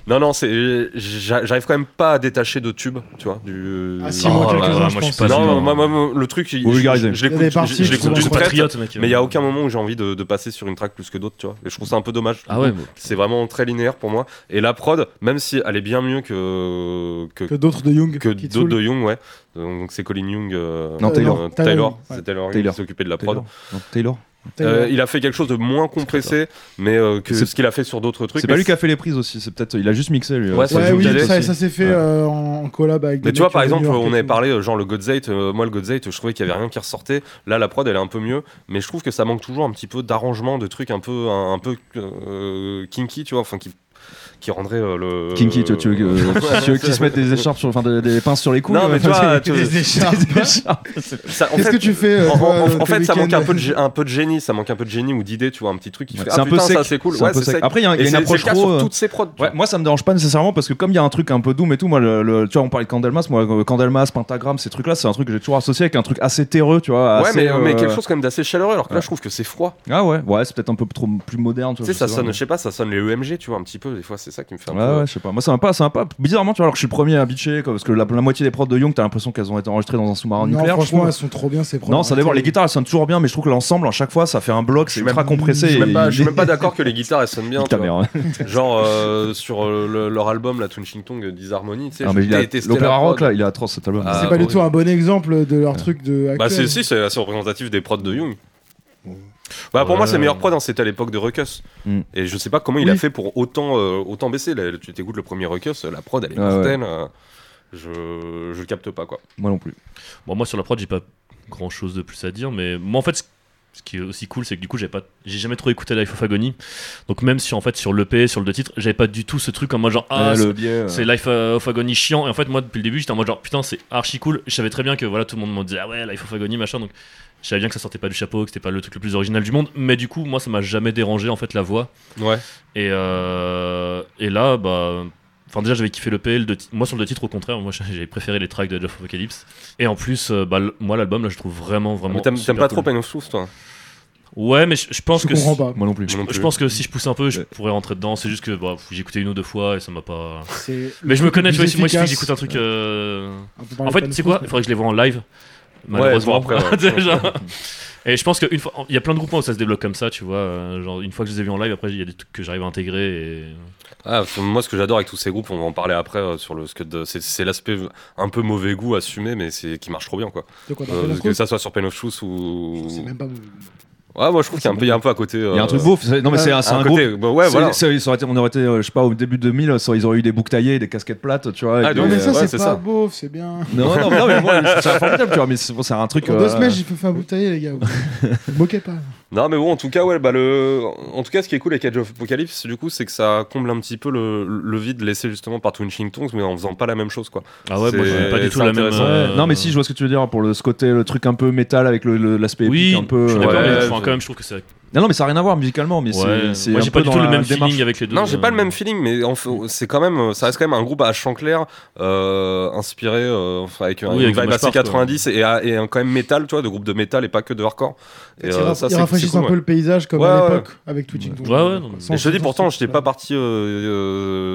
Non, non, c'est j'a- j'arrive quand même pas à détacher de tube, tu vois. Du... Ah, si, moi, Oh là quelques-uns, là, je moi, je suis pense. pas non, sûr. moi, moi, moi, le truc, il- Vous je- je vulgarisez. je Il y a des l'écoute, je- parties je qui l'écoute sont d'une suis traite, patriote, mec. mais il y a aucun moment où j'ai envie de, de passer sur une track plus que d'autres, tu vois. Et je trouve ça un peu dommage. Ah ouais, bon. C'est vraiment très linéaire pour moi. Et la prod, même si elle est bien mieux que que, Que d'autres de Young. que qui te d'autres saoulent. de Young, ouais. Donc c'est Colin Young. euh, Non, euh, Taylor. Taylor. Taylor, c'est ouais. Taylla Young Taylor. qui s'occupait de la prod. Taylor. Non, Taylor. Euh, Taylor. il a fait quelque chose de moins compressé, mais euh, que C'est- ce qu'il a fait sur d'autres trucs. C'est pas mais lui qui a fait les prises aussi. C'est peut-être, il a juste mixé lui. Ouais, euh, c'est Ouais, Young oui, Taylor ça, aussi. ça s'est fait Ouais. euh, en en collab avec. Mais des tu vois, mecs par qui sont exemple, venus en on avait quelque- parlé, euh, genre le Godzate, euh, moi le Godzate, je trouvais qu'il y avait rien qui ressortait. Là, la prod, elle est un peu mieux, mais je trouve que ça manque toujours un petit peu d'arrangement, de trucs un peu, un, un peu euh, kinky, tu vois, enfin qui, qui rendrait euh, le. Kinky, tu, tu, euh, Ouais, tu veux qu'ils se mettent des écharpes sur, enfin des, des pinces sur les couilles. Non, mais euh, tu vois, tu- Des écharpes. ça- en Qu'est-ce que fait, tu fais euh, en, toi, en- en tes fait, ça manque week-ends un peu, de, gé- un peu de génie, ça manque un peu de génie ou d'idée, tu vois, un petit truc qui fait. C'est ah, un peu putain, sec. ça c'est cool. c'est un Ouais, peu c'est sec. sec. Après, il y a il y Et a une c'est- c'est le approche cas sur trop. toutes ces prods. tu Ouais, vois. moi ça me dérange pas nécessairement parce que comme il y a un truc un peu doom et tout, moi le, le- tu vois on parlait de Candelmas, moi euh, Candelmas, Pentagram, ces trucs là, c'est un truc que j'ai toujours associé avec un truc assez terreux, tu vois. Ouais, assez, mais, mais euh, quelque chose quand même d'assez chaleureux, alors que là, ouais. je trouve que c'est froid. Ah ouais, ouais, c'est peut-être un peu trop plus moderne. Tu Tu vois, sais, je ça sais sonne, pas. je sais pas, ça sonne les UMG, tu vois, un petit peu, des fois, c'est ça qui me fait un Ouais, peu. ouais, je sais pas. Moi, ça m'a pas, ça m'a pas. Bizarrement, tu vois, alors que je suis le premier à bitcher, quoi, parce que la, la moitié des prods de Young, t'as l'impression qu'elles ont été enregistrées dans un sous-marin Non, nucléaire. je franchement, trouve. elles sont trop bien, ces non, ça dépend. Les guitares, elles sonnent toujours bien, mais je trouve que l'ensemble, à chaque fois, ça fait un bloc, c'est suis même- ultra compressé. Je suis et même pas, il- je suis même pas d'accord que les guitares elles sonnent bien. Ta tu vois. mère, hein. Genre euh, sur euh, le- leur album la Twin Ching Tong euh, Disharmony, tu sais. Ah, je mais il a- t'ai testé la L'opéra prod. rock, là, il est atroce cet album. Ah, C'est pas du horrible. tout un bon exemple de leur truc de. Bah c'est actuel. si, c'est assez représentatif des prods de Young. Bah pour moi Ouais. ses meilleurs prods hein, c'était à l'époque de Ruckus. Mm. Et je sais pas comment il Oui. a fait pour autant euh, autant baisser. Là, tu t'écoutes le premier Ruckus, la prod elle est Ah, ouais. mortelle. euh, Je, je capte pas quoi. Moi non plus. Bon, moi sur la prod, j'ai pas grand chose de plus à dire, mais moi en fait, ce- ce qui est aussi cool, c'est que du coup, j'ai pas, j'ai jamais trop écouté Life of Agony. Donc même si en fait sur l'EP, sur le deux titres, j'avais pas du tout ce truc en mode genre ah, Ouais, c'est- le biais. euh, c'est Life of Agony chiant. Et en fait, moi depuis le début, j'étais en mode genre putain, c'est archi cool. Je savais très bien que voilà, tout le monde me disait ah ouais, Life of Agony machin. Donc je savais bien que ça sortait pas du chapeau, que c'était pas le truc le plus original du monde. Mais du coup, moi, ça m'a jamais dérangé en fait la voix. Ouais. Et, euh, et là, bah. Enfin, déjà, j'avais kiffé le PL. De moi, sur le titre, au contraire, moi j'ai préféré les tracks de Age of Apocalypse. Et en plus, euh, bah, l- moi, l'album, là, je trouve vraiment, vraiment. Mais t'aimes super t'aimes pas trop cool. Pain of Souls toi Ouais, mais je je pense Je que. comprends si- pas. Moi non plus. Moi non Je plus. pense que si je pousse un peu, je Ouais. pourrais rentrer dedans. C'est juste que bah, pff, j'ai écouté une ou deux fois et ça m'a pas. C'est Mais je me connais, tu vois, plus si moi, il suffit que efficace. j'écoute un truc. euh, On peut En parler de fait, Pan c'est quoi Foods, Il faudrait que je les vois en live. Malheureusement, bon, après, ouais. déjà. Et je pense qu'une fois, il y a plein de groupes où ça se débloque comme ça, tu vois. euh, Genre, une fois que je les ai vus en live, après, il y a des trucs que j'arrive à intégrer. Et... Ah, f- moi, ce que j'adore avec tous ces groupes, on va en parler après euh, sur le Scud. C'est, c'est l'aspect un peu mauvais goût assumé, mais c'est qui marche trop bien, quoi. De quoi Euh, t'as que fait ça soit sur Pain of Shoes ou. C'est même pas. Ouais, moi, je trouve qu'il y a un peu, il y a un peu à côté. Il y a un truc beau beau. c'est- Non, mais c'est un, c'est un groupe. côté. bah, ouais, C'est- voilà. c'est- ça aurait été- on aurait été, euh, je sais pas, au début 2000, ça- ils auraient eu des boucles taillées, des casquettes plates, tu vois. et Ah, des- euh, Non, mais ça, ouais, c'est c'est pas ça. beauf, c'est bien. Non, non, non, mais moi, je trouve ça formidable, tu vois, mais c'est bon, c'est un truc. En deux euh, semaines, j'ai fait un bouteiller, les gars. vous- Vous moquez pas. Non, mais bon, en tout cas, ouais, bah, le... en tout cas, ce qui est cool avec Age of Apocalypse, du coup, c'est que ça comble un petit peu le, le vide laissé justement par Twin Tongs, mais en faisant pas la même chose, quoi. Ah ouais, C'est- moi j'ai pas du tout c'est la même. intéressant. euh, Non, mais si, je vois ce que tu veux dire pour le, ce côté, le truc un peu métal avec le- le- l'aspect Oui, épique un peu. je suis d'accord, ouais, euh, mais je- enfin, quand même, je trouve que c'est. Non, non, mais ça n'a rien à voir musicalement, mais c'est- Ouais. c'est. Moi, un j'ai peu pas du dans tout le la même démarche. feeling avec les deux. Non, j'ai pas euh, le même feeling, mais en fait, c'est quand même, ça reste quand même un groupe à chant clair, euh, inspiré euh, enfin, avec Ah un Oui, avec vibe Dommage euh. assez Park, 90 et, à- et un quand même métal, tu vois, de groupe de métal et pas que de hardcore. Et, Ils euh, ra- ça, ils c'est- rafraîchissent c'est cool, un peu ouais. le paysage comme Ouais, à ouais. l'époque avec Twitching Ouais, ouais, non, mais- Et je te dis pourtant, j'étais pas parti euh,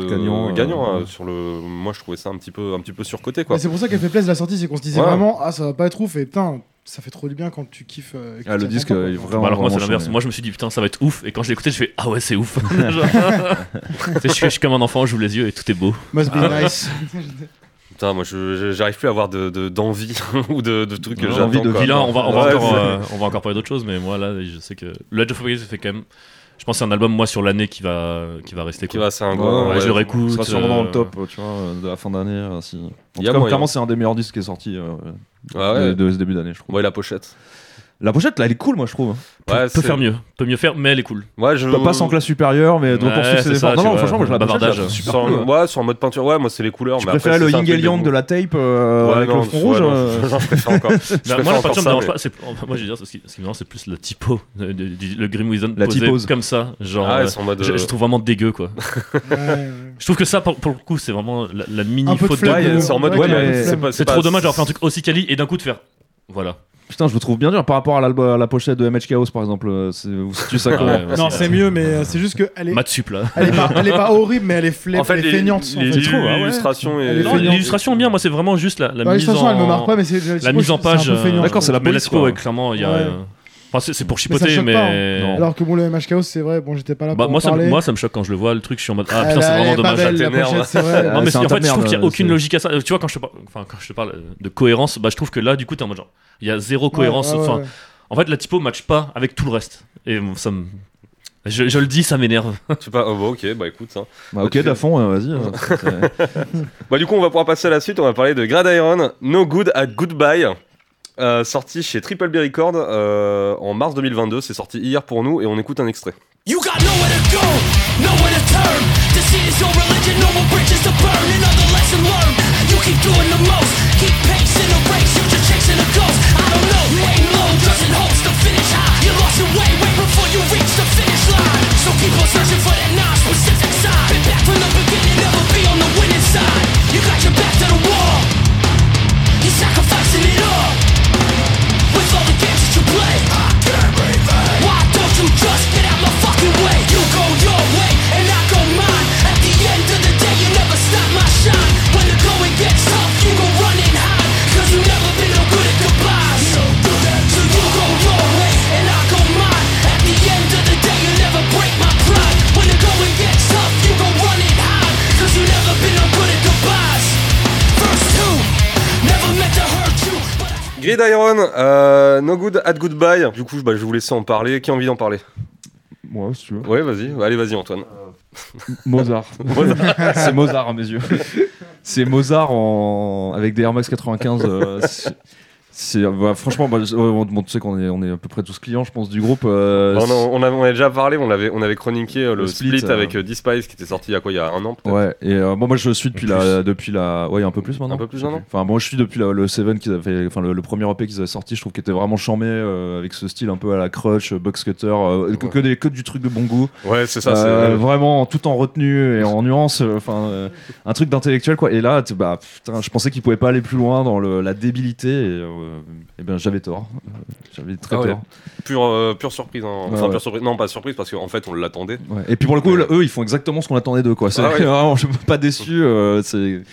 euh, Gagnant, euh, gagnant, ouais. euh, sur le. Moi, je trouvais ça un petit peu, un petit peu surcoté, quoi. Mais c'est pour ça qu'elle fait plaisir la sortie, c'est qu'on se disait Ouais. vraiment, ah ça va pas être ouf, et putain, ça fait trop du bien quand tu kiffes. euh, et que Ah, tu le as disque, longtemps, il est quoi. vraiment. Bah alors moi c'est vraiment l'inverse, chouette. moi je me suis dit putain ça va être ouf et quand je l'ai écouté je fais ah ouais c'est ouf. Genre, tu sais, je, suis, je suis comme un enfant, j'ouvre les yeux et tout est beau. Must be nice. Putain, moi, je- je- j'arrive plus à avoir de- de- d'envie ou de, de trucs que Non, j'attends. envie de quoi. Puis là on va, on va, Bah, Ouais, encore, c'est- euh, on va encore parler d'autre chose mais moi là je sais que le Age of Apocalypse fait quand même je pense que c'est un album moi sur l'année qui va qui va rester Qui quoi. va, c'est un Ouais, gros. Ouais, je le réécoute. Il sera sûrement dans le euh, top, tu vois, euh, de la fin d'année. euh, Si... En tout Y a cas, moyen. clairement, c'est un des meilleurs disques qui est sorti euh, Ouais, de, ouais. de ce début d'année, je trouve. Ouais, la pochette. La pochette, là, elle est cool, moi, je trouve. peut- Ouais, peut c'est- faire mieux, peut mieux faire mais elle est cool. Ouais, je. Pas sans classe supérieure, mais de Ouais, poursuivre c'est ses ça, efforts. Non, tu non, vois, franchement, moi, je la bavardage. pochette, elle est super sans- cool. ouais, sur un mode peinture. Ouais, moi, c'est les couleurs. Je mais après, préférais c'est- le c'est un Ying truc et Yang des de la tape euh, Ouais, avec non, le fond ouais, rouge. non, euh, je- j'en préfère encore. Je Bah, préfère moi la encore peinture me ça, dérange mais- pas, c'est- enfin, moi je veux dire ce qui, ce qui me dérange c'est plus la typo, euh, du- du- le Grim Wizard La posé typose. comme ça, genre Ah, euh, ils sont en mode. je, euh, je trouve vraiment dégueu quoi. Ouais, ouais. Je trouve que ça pour, pour le coup c'est vraiment la, la mini Un peu de faute flemme. Ouais, de euh, c'est en mode. Ouais, ouais, mais- c'est pas- C'est pas- trop dommage d'avoir fait un truc aussi quali et d'un coup de faire. Voilà. Putain, je vous trouve bien dur par rapport à, l'album- à la pochette de MH Chaos, par exemple. euh, c'est- Vous situez ça comment ouais, ouais, Non, c'est mieux, mais euh, c'est juste que elle est, Maths sup là. elle est pas, elle est pas horrible, mais elle est, fla- En fait, elle est les- feignante. en les- fait. les- trouve, ah ouais. l'illustration Elle est. est Non, feignante. l'illustration est bien, moi c'est vraiment juste la, la Ouais, mise Bah, l'illustration, en elle me marque pas, mais c'est c'est- la mise en c'est un peu page. euh, feignant. D'accord, c'est la mais la police, typo, quoi. ouais, clairement, il y a. Ouais. euh, Enfin, c'est c'est pour Mais ça chipoter, choque mais. pas, hein. Non. Alors que bon, le MH Chaos, c'est vrai, bon, j'étais pas là Bah, pour moi, en ça, parler. me- moi, ça me choque quand je le vois, le truc, je suis en mode ah Elle- putain, c'est elle vraiment est pas dommage. belle, la t'énerve. pochette, c'est vrai. Euh, Non, mais c'est en un fait, tas de je trouve merde, qu'il n'y a ouais, aucune c'est- logique à ça. Euh, Tu vois, quand je te parle, enfin, quand je te parle euh, de cohérence, bah, je trouve que là, du coup, t'es en mode genre, il y a zéro cohérence. Ouais, ouais, Enfin, ouais. En fait, la typo match pas avec tout le reste. Et bon, ça me. Je, je le dis, ça m'énerve. Tu sais pas. oh, bah, ok, bah écoute. hein. Bah, ok, Dafon, euh, vas-y. euh, c'est- Bah, du coup, on va pouvoir passer à la suite. On va parler de Grad Iron, No Good at Goodbye. euh, sorti chez Triple B Records euh, en mars 2022, c'est sorti hier pour nous et on écoute un extrait. You got nowhere to go, nowhere to turn. Deceit is your religion, no more bridges to burn. Another lesson learned. You keep doing the most, keep pacing the race. You're just chasing a ghost. I don't know, aim low, doesn't hold the finish high. You lost your way, wait before you reach the finish line. So keep on searching for that non-specific sign. Been back from the beginning, never be on the winning side. You got your back to the wall. You're sacrificing it all. With all the games that you play Why don't you just get out my fucking way You go your way and I go mine At the end of the day you never stop my shine When the going gets tough you go run and hide Cause you never been no good at goodbyes So you go your way and I go mine At the end of the day you never break my pride When the going gets tough you go run and hide Cause you never been no good at goodbyes First two, never meant to hurt you but I- Grid Iron, euh, No Good at Goodbye. Du coup, bah, je vais vous laisser en parler. Qui a envie d'en parler Moi, si tu veux. Ouais, vas-y. Allez, vas-y, Antoine. Mozart. c'est Mozart à mes yeux. C'est Mozart en... avec des Air Max 95. euh, c'est- c'est- bah, franchement, bah, je- on, bon, tu sais qu'on est, on est à peu près tous clients, je pense, du groupe. euh, on, en- on avait, on avait déjà parlé, on avait, on avait chroniqué euh, le, Le split, split, avec euh, Despice qui était sorti il y a quoi, il y a un an peut-être Ouais, et euh, bon, moi je suis depuis Plus. la, depuis la. Ouais, un peu plus maintenant. Un peu plus je sais d'un an. Enfin, moi je suis depuis la- le Seven qu'ils avaient fait. Enfin, le, le premier EP qu'ils avaient sorti, je trouve qu'il était vraiment charmé euh, avec ce style un peu à la Crutch, euh, Box Cutter, euh, que, Ouais. que des, que du truc de bon goût. Ouais, c'est ça. Euh, c'est- Vraiment tout en retenue et en nuance. euh, Enfin, euh, un truc d'intellectuel quoi. Et là, tu- bah, putain, je pensais qu'ils pouvaient pas aller plus loin dans le- la débilité. Et, euh, eh ben j'avais tort. Euh, J'avais très Ah ouais. tort. Pure, euh, pure surprise. hein. Enfin, Ouais, ouais. pure surprise. Non, pas surprise parce qu'en fait, on l'attendait. Ouais. Et puis pour le coup, Ouais. eux, ils font exactement ce qu'on attendait d'eux. Quoi. C'est Ah ouais. vraiment, je suis pas déçu. euh, c'est...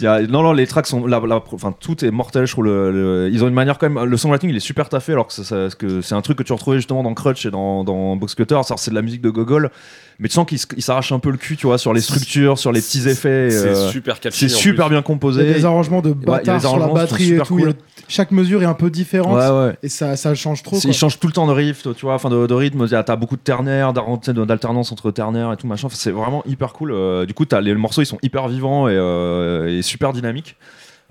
il y a- Non, non, les tracks sont. la- la- enfin, tout est mortel, je trouve. le- le- Ils ont une manière quand même. Le songwriting, il est super taffé, alors que, ça- ça- que c'est un truc que tu retrouvais justement dans Crutch et dans, dans Box Cutter. Alors, C'est de la musique de gogol, mais tu sens qu'ils se- ils s'arrachent un peu le cul, tu vois, sur les structures, sur les petits effets. C'est euh, super catchy. c'est en super plus. bien Il y a composé. des arrangements de il y a bâtard des sur la arrangements qui sont batterie et super tout. il y a- cool. Chaque mesure est un peu Ouais, différente. ouais. Et ça, ça change trop. C'est- quoi. Il change tout le temps de riff, tu vois, enfin de, de rythme. Il y a- T'as beaucoup de ternaires, d'ar- tu sais, d'alternance entre ternaires et tout machin. Enfin, c'est vraiment hyper cool. Euh, du coup, t'as les morceaux, ils sont hyper vivants et, euh, et super dynamiques.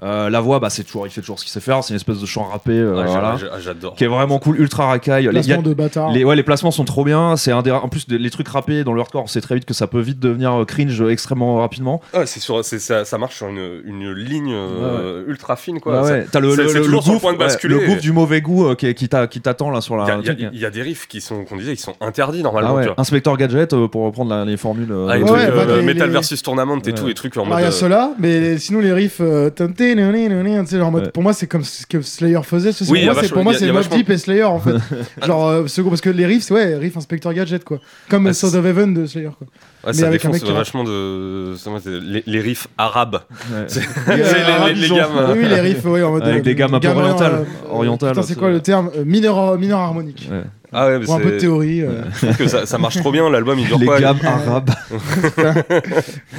Euh, la voix, bah, c'est toujours, il fait toujours ce qu'il sait faire. C'est une espèce de chant rappé, euh, Ah, j'a- voilà, j'a- J'adore. qui est vraiment cool, ultra racaille. Les- il y a- Placement de bâtard. les, ouais, les placements sont trop bien. C'est un des, ra- en plus des- les trucs rappés dans le hardcore, on sait très vite que ça peut vite devenir euh, cringe euh, extrêmement rapidement. Ah, c'est sur, c'est- ça, ça marche sur une, une ligne euh, ultra fine, quoi. Bah Ça- ouais, T'as le, c'est- le, c'est le- le toujours sur le gouffre, point de ouais, basculer. le gouffre du mauvais goût euh, qui, qui t'a- qui t'attend là sur la. Il y, a- il y a- il y a des riffs qui sont, qu'on disait, qui sont interdits Ah normalement. ouais, tu vois. Inspector Gadget euh, pour reprendre la- les formules. euh, Ah, les ouais, trucs, ouais, euh, bah, les- Metal les- versus Tournament et Ouais. tout, les trucs en Alors, mode. il y a euh, cela, mais les- sinon les riffs, euh, tin, tin, nan, nan, nan, tu sais, genre en mode- Ouais. pour moi c'est comme ce que Slayer faisait. ce- Oui, il y a pour moi, c'est- vachement- pour moi il y a- c'est il y a Mob vachement- Deep et Slayer en fait. genre euh, second parce que les riffs, c'est ouais, riff Inspector Gadget quoi. Comme Ah, Sound of Heaven de Slayer ouais, quoi. mais ça avec un défonce mec qui rappe. vachement de. ça, moi, c'est les, les riffs arabes. ouais. les- les- Ah, les ils ont- gammes. Oui, oui, les riffs, ouais, en mode. Avec euh, des gammes un peu gamme, orientales. euh, Orientales, Putain, c'est ça. quoi le terme Euh, Mineur mineur harmonique. Ouais. Ah ouais, mais Pour un peu de c'est. théorie. euh, Je trouve que ça, ça marche trop bien, l'album il dure Les quoi gammes arabes.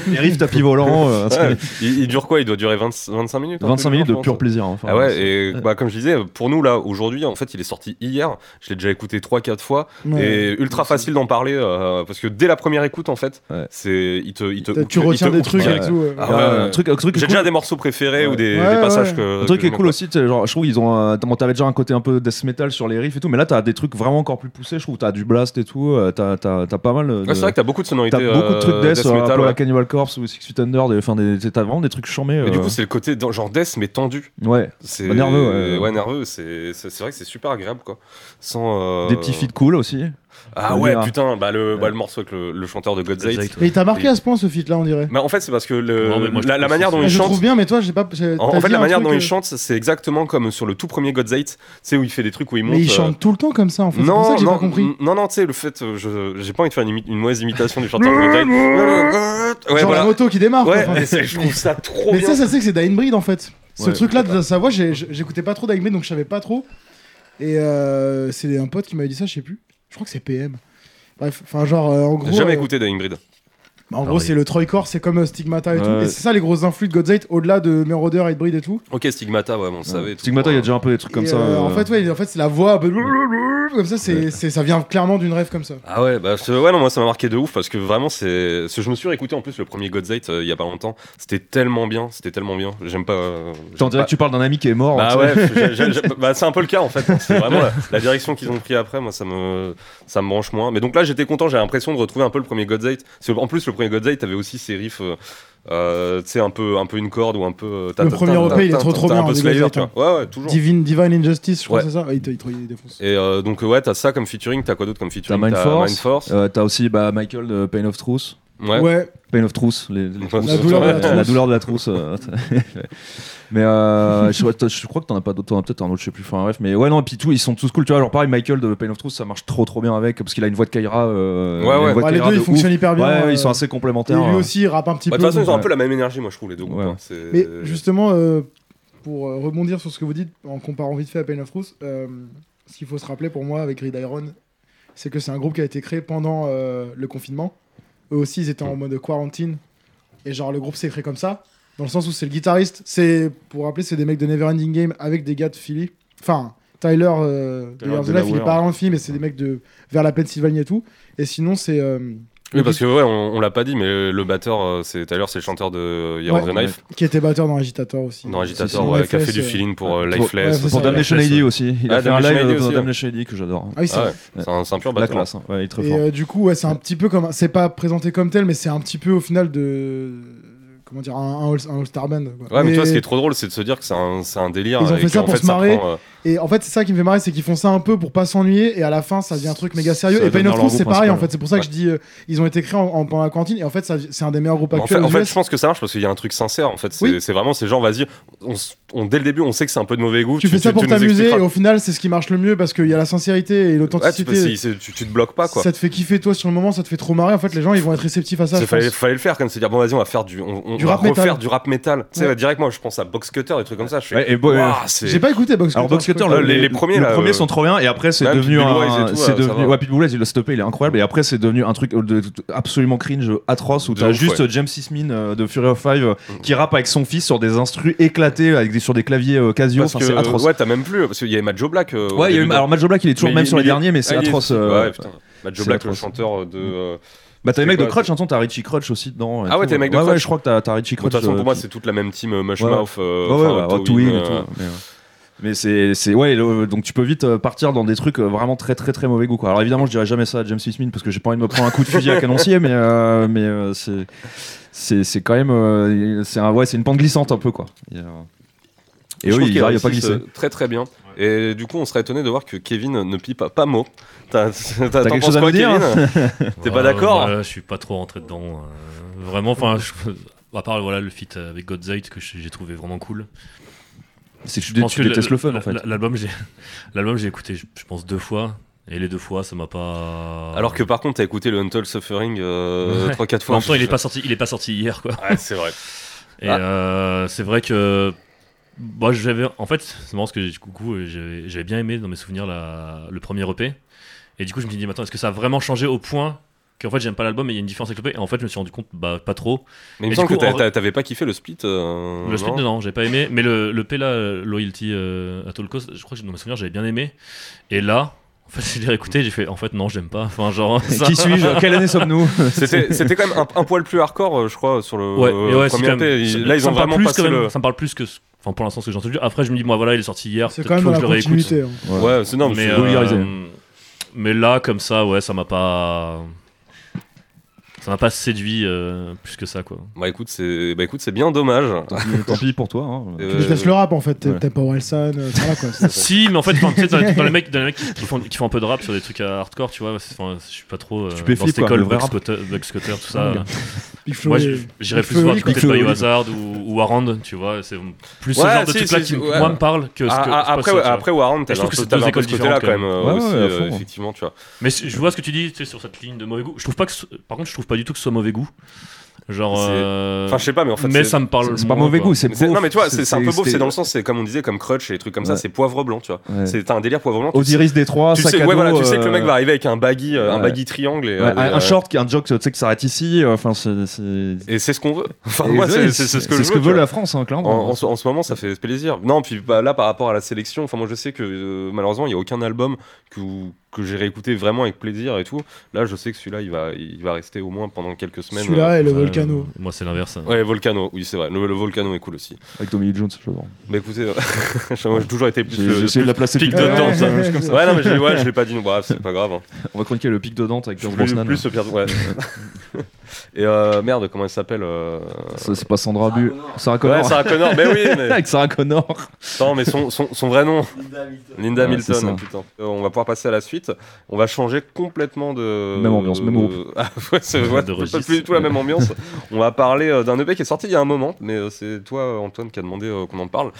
les riffs tapis volants. euh, Ouais, il, il dure quoi Il doit durer 20 25 minutes un truc 25 du minutes de genre, je pur pense. plaisir. hein, enfin, Ah ouais, c'est- et bah, comme je disais, pour nous là, aujourd'hui, en fait, il est sorti hier. Je l'ai déjà écouté 3-4 fois. ouais. Et ultra facile d'en parler euh, parce que dès la première écoute en fait, Ouais. c'est il te, il te T'as- hook, Tu il te retiens des hook trucs et direct. tout. euh. Ah, Euh, ouais, ouais. un truc, un truc J'ai cool- déjà euh, des morceaux préférés Ouais. ou des, Ouais, des passages ouais. que. Un truc que qui est j'aime cool pas. aussi, tu sais, genre, je trouve ils ont un- bon, t'avais déjà un côté un peu death metal sur les riffs et tout, mais là t'as des trucs vraiment encore plus poussés, je trouve. T'as du blast et tout, euh, t'as t'as- t'as pas mal. de- Ouais, c'est vrai que t'as beaucoup de sonorités. euh, T'as beaucoup de trucs euh, death, death euh, un metal, peu ouais. à Cannibal Corpse ou Six Feet Under, des, enfin, des- t'as vraiment des trucs charmés. Mais du euh, coup, c'est le côté dans- genre death mais tendu. ouais, C'est Bah, nerveux, ouais. nerveux. C'est c'est- c'est vrai que c'est super agréable quoi. Sans euh, des petits feats cool aussi. Ah Faut ouais, dire. putain, bah le, bah, Ouais. le morceau avec le, le chanteur de God's Hate. Exact, ouais. Mais il t'a marqué à ce point ce feat là, on dirait. Mais en fait, c'est parce que le- Non, mais moi, je la, la trouve manière que dont Ah, c'est- il Je chante. trouve bien, mais toi, j'ai pas. j'ai- En, t'as en fait, dit la un manière truc, dont euh, il chante, c'est exactement comme sur le tout premier God's Hate, tu sais, où il fait des trucs où il monte. Mais il euh, chante tout le temps comme ça, en fait. C'est pour ça que j'ai non, pas compris. n- non, non, tu sais, le fait, euh, je, j'ai pas envie de faire une, imi- une mauvaise imitation du chanteur de God's Hate. Ouais, Genre voilà. la moto qui démarre. quoi, Ouais, enfin. et c'est- je trouve ça trop mais bien. ça, ça c'est que c'est Dine Breed en fait. Ce Ouais, truc-là de sa voix, j'ai- j'écoutais pas trop Dine Breed, donc je savais pas trop. Et euh, c'est un pote qui m'avait dit ça, je sais plus. Je crois que c'est PM. Bref, enfin genre euh, en gros. J'ai jamais euh, écouté Ah Dying Breed. bah, en gros, Pareil. c'est le Troycore, c'est comme euh, Stigmata et Ouais. tout. Et c'est ça les grosses influx de Godzate, au-delà de Moroder et de Breed et tout. Ok, Stigmata, ouais, on le savait. tout. hein. Stigmata, il y a déjà un peu des trucs comme Et, ça. euh, euh, En fait, ouais, en fait, c'est la voix. Comme ça, c'est c'est- ça vient clairement d'une rêve comme ça. Ah ouais, bah je- ouais, non, moi ça m'a marqué de ouf parce que vraiment, c'est. parce que Je me suis réécouté en plus le premier God's Hate euh, il y a pas longtemps. C'était tellement bien, c'était tellement bien. J'aime pas. euh, T'en j'aime dirais pas- que tu parles d'un ami qui est Oh, mort. Bah hein, ouais, j'ai- j'ai- j'ai- bah, c'est un peu le cas en fait. C'est vraiment la, la direction qu'ils ont pris après, moi ça me ça me branche moins. Mais donc là j'étais content, j'ai l'impression de retrouver un peu le premier God's Hate. Parce que, En plus le premier God's Hate avait aussi ses riffs, euh, euh, tu sais un peu un peu une corde ou un peu. euh, ta- Le ta- premier ta- EP, ta- il est ta- trop, trop ta- bien, Un peu hein, du Slayer, God's Hate, tu hein. vois. Ouais ouais toujours. Divine, Divine Injustice, je crois Ouais. que c'est ça. Ah, il te- il te il défonce. Et euh, donc ouais t'as ça comme featuring, t'as quoi d'autre comme featuring T'as Mindforce. Mindforce. Euh, T'as aussi bah, Michael de Pain of Truth. Ouais. ouais. Pain of Truth, les, les La trousses. douleur de la trousse. douleur de la trousse. euh, mais euh, je, je crois que t'en as pas d'autres, t'en as peut-être un autre, je sais plus. Enfin bref, mais ouais, non, et puis tout, ils sont tous cool, tu vois. Genre pareil, Michael de Pain of Truth, ça marche trop trop bien avec, parce qu'il a une voix de Kaira. euh, Ouais, il a une ouais. voix de Bah, les Kaira deux, de ils ouf. fonctionnent hyper bien. Ouais, ouais, euh, ils sont assez Et complémentaires. lui euh. aussi, il rappe un petit Bah, peu. de toute façon, donc, euh, ils ont un ouais. peu la même énergie, moi, je trouve, les deux groupes. Ouais. hein. C'est- Mais justement, euh, pour euh, rebondir sur ce que vous dites, en comparant vite fait à Pain of Truth, euh, ce qu'il faut se rappeler pour moi avec Reed Iron, c'est que c'est un groupe qui a été créé pendant euh, le confinement. Eux aussi, ils étaient en mode quarantine. Et genre, le groupe s'est créé comme ça, dans le sens où c'est le guitariste. C'est, pour rappeler, c'est des mecs de Neverending Game avec des gars de Philly. Enfin, Tyler, euh, de Tyler Years of Life, il est Delaware. pas en Philly, mais c'est des mecs de vers la Pennsylvanie et tout. Et sinon, c'est. euh, Oui, parce que ouais, on, on l'a pas dit, mais le batteur, euh, c'est Tyler, c'est le chanteur de euh, Year of Ouais. the Knife, qui était batteur dans Agitator aussi. dans Agitator, Sinon, ouais, qui a fait FS, du euh, feeling pour euh, Pour- Lifeless. ouais, Pour c'est ça, Damnation la classe, ID aussi. Il Ah, a fait un Damnation live ID euh, aussi, dans ouais. Damnation ID que j'adore. Ah oui, c'est Ah vrai. ouais, c'est un, c'est un pur La batteur. classe, hein. ouais, il est très Et fort. euh, du coup, ouais, c'est un petit peu comme. un- C'est pas présenté comme tel, mais c'est un petit peu au final de. Comment dire Un, un all- un All-Star Band. quoi. Ouais, mais Et- toi, ce qui est trop drôle, c'est de se dire que c'est un, c'est un délire. Ils ont et fait que, ça en pour se ça marrer. prend, euh, Et en fait, c'est ça qui me fait marrer, c'est qu'ils font ça un peu pour pas s'ennuyer, et à la fin, ça devient un truc méga sérieux. Ça Et Pain devient leur of Truth, groupe c'est pareil, en principal. fait. C'est pour ça que je dis, euh, ils ont été créés en, en- pendant la cantine, et en fait, ça- c'est un des meilleurs groupes en fait, actuels. en aux fait, US. je pense que ça marche parce qu'il y a un truc sincère. En fait, c'est Oui. c'est vraiment ces gens, vas-y, on, s- on- dès le début, on sait que c'est un peu de mauvais goût. tu fais ça pour nous t'amuser, et expliqueras. au final, c'est ce qui marche le mieux parce qu'il y a la sincérité et Ouais, tu, peux- l'authenticité. c'est- c'est- tu, tu te bloques pas, quoi. ça te fait kiffer, toi, sur le moment, ça te fait trop marrer. En fait, les gens, ils vont être réceptifs à ça. Il je fallait, pense. fallait le faire quand même, se dire bon vas-y on va faire du, on, on Du va rap métal. refaire du rap métal. Tu sais Ouais. direct moi je pense à box cutter des trucs comme ça. Je fais, Ouais, et bon, euh, Ouah, c'est- J'ai pas écouté hein. Box Alors Box Cutter, le- les- les premiers, le là, premier euh, sont trop bien et après c'est même devenu Pitbull Wise un, et tout, c'est euh, ça devenu, va. ouais Pitbull Wise, il l'a stoppé, il est incroyable et après c'est devenu un truc de- de- de- absolument cringe, atroce où De t'as ouf, juste ouais. James Sismin euh, de Fury of Five euh, qui rappe avec son fils sur des instrus éclatés avec des, sur des claviers euh, Casio, parce enfin que hein, c'est atroce. ouais t'as même plus parce qu'il y avait Matt Joe Black. euh, au Ouais, il y a eu- début de- alors Matt Joe Black il est toujours Mais Ah, même il- sur les il est- derniers mais c'est Ah, il est- atroce. Ouais, euh, putain. Matt Joe c'est Black, le atroce. chanteur de. euh, Bah t'as les C'est mecs de quoi, Crutch, hein, t'as Richie Crutch aussi dedans. et Ah ouais, tout. euh. t'as les mecs de ouais, Ouais, Crutch. je crois que t'as- t'as Richie De toute Crutch. façon, euh, pour moi, qui- c'est toute la même team euh, Ouais, Mushmouth. euh, Ouais, ouais, enfin, ouais, Hot Hot to Wheels, Win et tout, euh, mais, euh, Mais c'est, c'est ouais, le- donc tu peux vite euh, partir dans des trucs euh, vraiment très très très mauvais goût. Quoi. Alors évidemment, je dirais jamais ça à James Smith parce que j'ai pas envie de me prendre un coup de fusil à canoncier, mais euh, mais euh, c'est, c'est c'est quand même euh, c'est un ouais, c'est une pente glissante un peu quoi. Et, euh, je et oui, trouve il qu'ils arrive à pas réussissent, glisser. euh, Très très bien. Et du coup, on serait étonné de voir que Kevin ne pipe pas mot. T'as t'as- t'en quelque penses chose à quoi, me dire, hein Kevin T'es pas Ouais, d'accord hein moi, Je suis pas trop rentré dedans. euh, vraiment, enfin, je- à part voilà, le feat avec Godzite que j'ai j'ai trouvé vraiment cool. C'est que tu, Je dé- pense tu que détestes le fun en fait. l- L'album, j'ai l'album, j'ai écouté, je je pense, deux fois. Et les deux fois, ça m'a pas. Alors que par contre, t'as écouté le Untold Suffering 3-4 Ouais. En fois. même temps, il est pas sorti, il est pas sorti hier, quoi. Ouais, c'est vrai. Et Ah. euh, c'est vrai que. Moi, j'avais. En fait, c'est marrant parce que du coup, euh, j'avais j'avais bien aimé dans mes souvenirs la- le premier EP. Et du coup, je me suis dit, mais attends, est-ce que ça a vraiment changé au point qu'en fait, j'aime pas l'album mais il y a une différence avec l'EP Et en fait, je me suis rendu compte, bah, pas trop. Mais il me Et semble du que coup, t'as- en- t'as- t'avais pas kiffé le split. euh, Le split, non, j'ai pas aimé. Mais le, le P là, euh, Loyalty euh, à Tolkos, je crois que dans mes souvenirs, j'avais bien aimé. Et là, en fait, je l'ai réécouté, j'ai fait, en fait, non, j'aime pas. Enfin, genre. ça- Qui suis-je Quelle année sommes-nous C'était c'était quand même un, un poil plus hardcore, euh, je crois, sur le Ouais, euh, et ouais, c'est premier quand même- EP. ça- Ils- Là, ils ça ont me parle vraiment plus passé quand même- le. Ça me parle plus que. ce- Enfin, pour l'instant, ce que j'ai entendu. Après, je me dis, moi, voilà, il est sorti hier. C'est peut-être quand même faut dans que la je le réécoute. continuité. hein. Ouais, c'est non, mais, mais euh, vulgarisé. mais là, comme ça, ouais, ça m'a pas. Ça m'a pas séduit euh, plus que ça, quoi. Bah écoute, c'est bah, écoute, c'est bien dommage. Euh, Tant pis- Tant pis pour toi. hein. Tu détestes le rap en fait, Ouais. t'aimes pas Orelsan, euh, voilà quoi. c'est- Si, mais en fait, enfin, tu sais, dans, dans les mecs, dans les mecs qui, qui font, qui font un peu de rap sur des trucs à hardcore, tu vois, c'est- enfin, je suis pas trop. Euh, Tu peux dans flip, cette quoi, école, le vrai Buck rap. Scotter, Buck Scotter, tout ça. Dingue. Big Flo Moi, et- je- j'irais Big Flo plus et voir Oli, du quoi. côté de Big Flo et Bayou Oli. Hazard ou, ou Arand, tu vois. C'est plus ce Ouais, genre de si, truc-là si, qui, ouais. moi, me parle que ce que. Ah, ah, je passe, après, tu ouais, vois. après Warren, je t'avais un, trouve que peu- c'est deux t'avais un peu ce écoles côté-là quand différentes, même, euh, quand même. aussi, Ouais, ouais, à euh, fond, hein. effectivement, tu vois. Mais c- je vois ce que tu dis, tu sais, sur cette ligne de mauvais goût. Je trouve pas que. ce- Par contre, je trouve pas du tout que ce soit mauvais goût. Genre. C'est- euh, Enfin, je sais pas, mais en fait, mais c'est- ça me parle. C'est pas moins, mauvais quoi. goût, c'est Mais Euh, c'est- beau. Non mais tu vois, c'est c'est un peu beau, c'était- c'est dans le sens, c'est comme on disait, comme crutch et des trucs comme ça, Ouais. c'est poivre blanc, tu vois. Ouais. C'est un délire poivre blanc. tu sais- Osiris Détroit, Tu sac sais, à ouais, voilà, dos, tu sais que le mec euh, va arriver avec un baggy, euh, un ouais. baggy triangle et Ouais, euh, un, des- un short, qui- un joke tu sais, qui s'arrête ici. euh, Enfin, c'est. c'est- Et c'est ce qu'on veut. Enfin, Et moi, ouais, c'est c'est- c'est ce que je veux. tu veut vois. la France, hein, En, clairement. en, ce- en ce moment, ça fait plaisir. Non, puis bah, là, par rapport à la sélection, enfin, moi, je sais que euh, malheureusement, il n'y a aucun album que, que j'ai réécouté vraiment avec plaisir et tout. Là, je sais que celui-là, il va, il va rester au moins pendant quelques semaines. euh, Celui-là et le Ouais, Volcano. euh, Moi, c'est l'inverse. hein. Ouais, Volcano, oui, c'est vrai. Le, le Volcano est cool aussi. Avec Tommy Lee Jones, je vois. Mais écoutez, euh, moi, j'ai toujours été plus. J'ai j'ai euh, essayé de la placer pic depuis de tout à l'heure, Dante, ça. ouais, Ouais, non, mais je, ouais, je l'ai pas dit, non, bref, c'est pas grave. hein. On va chroniquer le pic de Dante avec Pierce Plus, Brosnan. plus au pire. Ouais. Et euh, merde, comment elle s'appelle euh, Ça, c'est pas Sandra Bu. Sarah Ouais, Connor. Sarah Connor, mais oui, mais. Avec Sarah Connor. Non, mais son, son, son vrai nom. Linda Ouais, Hamilton. c'est ça. putain. Euh, on va pouvoir passer à la suite. On va changer complètement de. Même ambiance, même groupe. Ah, ouais, c'est ouais, c'est De pas registre. plus du tout la même ambiance. on va parler euh, d'un EP qui est sorti il y a un moment, mais euh, c'est toi, euh, Antoine, qui a demandé euh, qu'on en parle.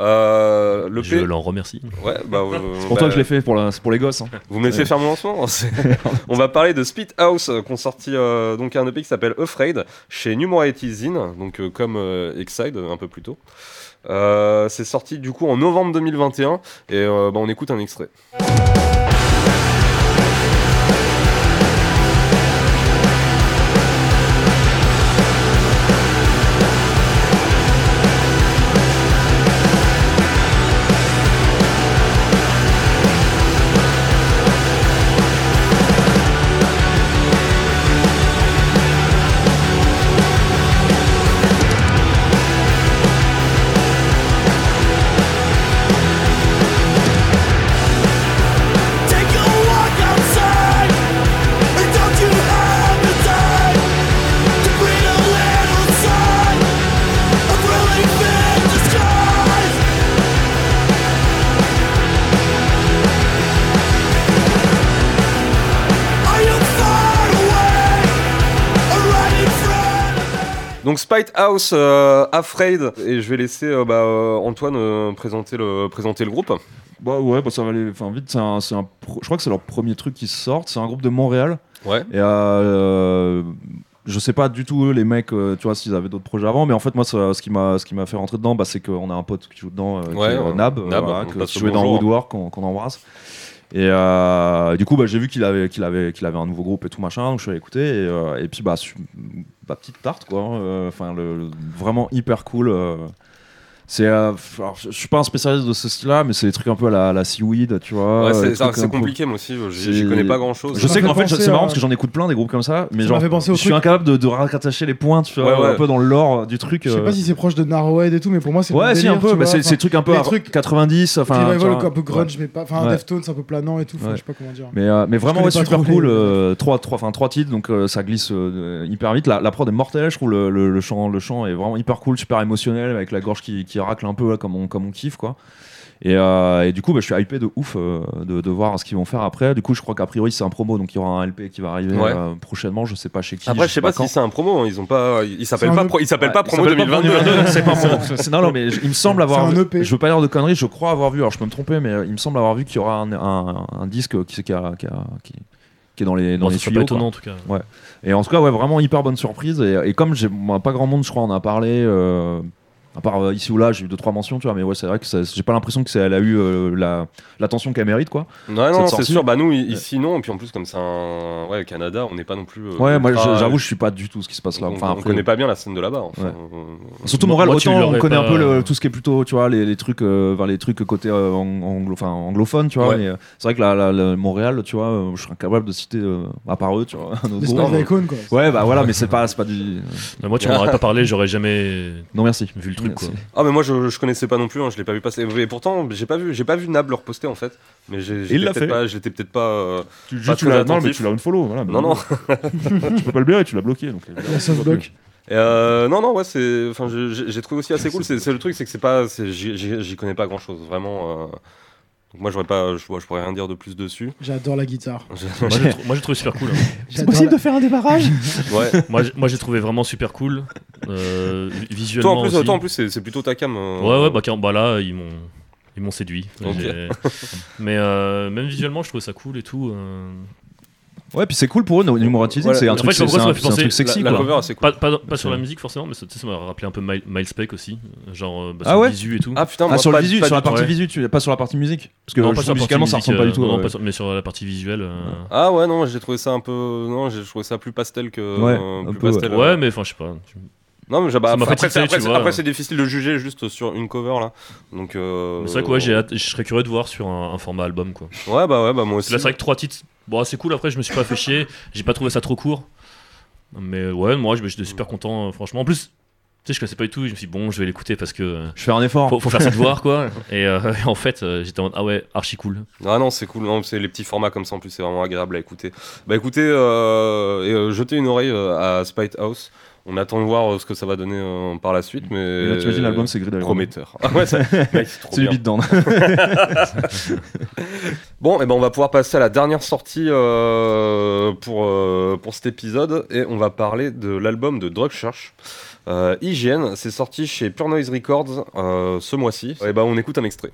Euh, le Je P. l'en remercie. Ouais, bah, euh, C'est pour bah, toi que je l'ai fait, pour, la... c'est pour les gosses. hein. Vous me laissez Ouais. faire mon lancement hein, C'est- On va parler de Spit House, euh, qu'ont sorti euh, donc un EP qui s'appelle Afraid chez New Morality Zine, donc euh, comme euh, Exide euh, un peu plus tôt. Euh, c'est sorti du coup en novembre 2021 et euh, bah, on écoute un extrait. Take a walk outside, and don't you have the time to breathe a little sigh of relief in disguise? Are you far away or right in front? Donc Spite House, euh, Afraid, et je vais laisser euh, bah, euh, Antoine euh, présenter, le, présenter le groupe. Bah ouais, bah ça va aller enfin, vite. c'est un- c'est un pro- Je crois que c'est leur premier truc qui sortent. C'est un groupe de Montréal. Ouais. Et euh, je sais pas du tout eux, les mecs, euh, tu vois, s'ils avaient d'autres projets avant, mais en fait, moi, ça- ce qui m'a ce qui m'a fait rentrer dedans, bah, c'est qu'on a un pote qui joue dedans, euh, qui Ouais, est, euh, ouais. Nab, euh, Nab, voilà, on que- passe qui le jouait dans bonjour. Woodwork, qu'on qu'on embrasse. Et euh, du coup, bah, j'ai vu qu'il avait, qu'il avait, qu'il avait un nouveau groupe et tout machin, donc je suis allé écouter. Et, euh, et puis, bah, su- bah, petite tarte, quoi. hein, euh, Enfin, le- le- vraiment hyper cool. euh, C'est, euh, pff, alors, je je suis pas un spécialiste de ce style-là, mais c'est des trucs un peu à la, à la Seaweed, tu vois. Ouais, euh, c'est- des c'est trucs un c'est peu- compliqué, moi aussi. euh, J'y C'est- j'y connais pas grand chose. Je Ça sais m'a qu'en fait fait, je- penser c'est marrant à- parce que j'en écoute plein des groupes comme ça, mais Ça genre, m'a fait penser je au suis truc- incapable de, de rattacher les points, tu vois, Ouais, ouais. un peu dans l'or du truc. Je sais euh. pas si c'est proche de Narrowhead et tout, mais pour moi, c'est. le ouais, même si, un délire, peu. tu bah, vois, c'est enfin, c'est des trucs un peu les à- trucs- 90, enfin. tu Revival vois. un peu grunge, mais pas. Enfin, Ouais. Deftones un peu planant et tout, enfin, Ouais. je sais pas comment dire. Mais, euh, mais vraiment, connais ouais, pas super trop, cool. mais- euh, trois, trois, enfin, trois titres, donc euh, ça glisse euh, hyper vite. La, la prod est mortelle, je trouve. Le, le- le chant, le chant est vraiment hyper cool, super émotionnel, avec la gorge qui, qui racle un peu, là, comme, on, comme on kiffe, quoi. Et, euh, et du coup, bah, je suis hypé de ouf euh, de, de voir ce qu'ils vont faire après. Du coup, je crois qu'a priori, c'est un promo, donc il y aura un LP qui va arriver Ouais. euh, prochainement. Je sais pas chez qui. Après, je sais pas si quand. c'est un promo. hein, Ils ont pas. Ils s'appellent C'est un pas. jeu. pro- Ils s'appellent Ouais, pas il promo s'appelle pas 2022. c'est pas un promo. C'est- Non, non, mais je- il me semble avoir. C'est un E vu- EP. Je veux pas dire de conneries, je crois avoir vu, alors je peux me tromper, mais euh, il me semble avoir vu qu'il y aura un, un- un disque qui, qui, a- qui, a- qui- qui est dans les, dans Bon, les ça serait tuyaux. pas quoi. étonnant en tout cas. Et en tout cas, ouais, vraiment hyper bonne surprise. Et, et comme j'ai moi, pas grand monde, je crois, en a parlé. euh, à part euh, ici ou là, j'ai eu deux trois mentions, tu vois. Mais ouais, c'est vrai que ça- j'ai pas l'impression que ça, elle a eu euh, la l'attention qu'elle mérite, quoi. Non, Cette non, c'est sortie. sûr. Bah nous, i- Ouais. ici non. Et puis en plus, comme c'est un, ouais, le Canada, on n'est pas non plus. euh, Ouais, moi, ultra- je- j'avoue, je suis pas du tout ce qui se passe là. on- Enfin, on, après, connaît pas bien la scène de là-bas. enfin, Ouais. on- Surtout Moi- Montréal, moi, tu autant on l'aurais connaît un pas- peu le- tout ce qui est plutôt, tu vois, les, les trucs, euh, vers les trucs côté euh, ang- anglo, enfin, anglophone, tu vois. Ouais. mais, euh, c'est vrai que la, la- la- Montréal, tu vois, euh, je serais incapable de citer, euh, à part eux, tu vois, un autre L'espèce groupe. d'icône, quoi. Ouais, bah voilà, mais c'est pas, c'est pas du. Mais moi, tu m'en aurais pas parlé, j'aurais jamais Non, merci. vu le truc Merci. quoi. Ah mais moi je, je connaissais pas non plus, hein, je l'ai pas vu passer. Et pourtant j'ai pas vu, j'ai pas vu Nab le reposter en fait. Mais j'ai- j'étais l'a peut-être fait. pas, j'étais peut-être pas. euh, Tu, Pas très attentif. l'as unfollow, voilà. Non non. tu peux pas le blairer, tu l'as bloqué. Donc, euh, La softblock. Et, euh, non non ouais c'est, enfin je- je- j'ai trouvé aussi assez cool. C'est c'est le truc c'est que c'est pas, c'est- j'y- j'y j'y connais pas grand chose vraiment. euh. Donc moi j'aurais pas, je, vois- je pourrais rien dire de plus dessus. J'adore la guitare. Moi, j'ai trou- moi, j'ai trouvé super cool. hein. C'est possible de faire Ouais. Moi, j'ai- moi, j'ai trouvé vraiment super cool. euh, vi- toi visuellement. en plus, aussi. toi, en plus c'est c'est plutôt ta cam. euh. Ouais, ouais, bah, car- bah là, ils m'ont. Ils m'ont séduit. Ok. J'ai- Mais euh, même visuellement, je trouve ça cool et tout. euh. Ouais, puis c'est cool pour eux, no- New Teasing, Voilà. c'est un En fait, truc je sais pas c'est- c'est pourquoi ça un- m'a fait c'est un penser- truc sexy, La, la quoi. cover c'est cool. Pas, pas, pas sur la C'est- musique forcément, mais ça, tu sais, ça m'a rappelé un peu Mile- Miles Peck aussi. euh, Genre, euh, bah, Ah sur le ouais visu et tout. Ah putain, Ah, moi, sur, le pas- visu, pas sur la du tout. partie ouais. visu, tu, pas sur la partie musique. Parce que je sur trouve la partie musicalement, ça musique, ressemble pas euh, du tout. non, ouais. pas sur- mais sur la partie visuelle. euh, Ah ouais non, j'ai trouvé ça un peu, non j'ai trouvé ça plus pastel que. Ouais, euh, un plus peu, ouais. pastel, euh. Ouais, mais enfin, je sais pas. Non, mais j'ai- bah, Ça m'a après, fait après, tilter, après, tu c'est- vois. après, c'est difficile de juger juste sur une cover là. Donc, euh, C'est vrai que ouais, j'ai hâte- je serais curieux de voir sur un, un format album quoi. Ouais, bah ouais, bah moi Parce aussi. que Là, c'est vrai que trois titres, bon, c'est cool. Après, je me suis pas fait chier, j'ai pas trouvé ça trop court. Mais ouais, moi, je- j'étais super content, euh, franchement. En plus, tu sais, je connaissais pas du tout. Je me suis dit, bon, je vais l'écouter parce que euh, Je fais un effort. faut, faut faire ses devoirs quoi. Et euh, en fait, euh, j'étais en mode, ah ouais, archi cool. Ah non, c'est cool. Non, c'est les petits formats comme ça en plus, c'est vraiment agréable à écouter. Bah écoutez, euh, et, euh, jetez une oreille euh, à Spite House. On attend de voir euh, ce que ça va donner euh, par la suite, mais. Et là, t'imagines, l'album, c'est Grid Island. Prometteur. Ah ouais, ça- mec, c'est trop C'est du bien. beat down. Bon, et ben on va pouvoir passer à la dernière sortie euh, pour, euh, pour cet épisode et on va parler de l'album de Drug Church. Euh, IGN, c'est sorti chez Pure Noise Records euh, ce mois-ci. Et ben on écoute un extrait.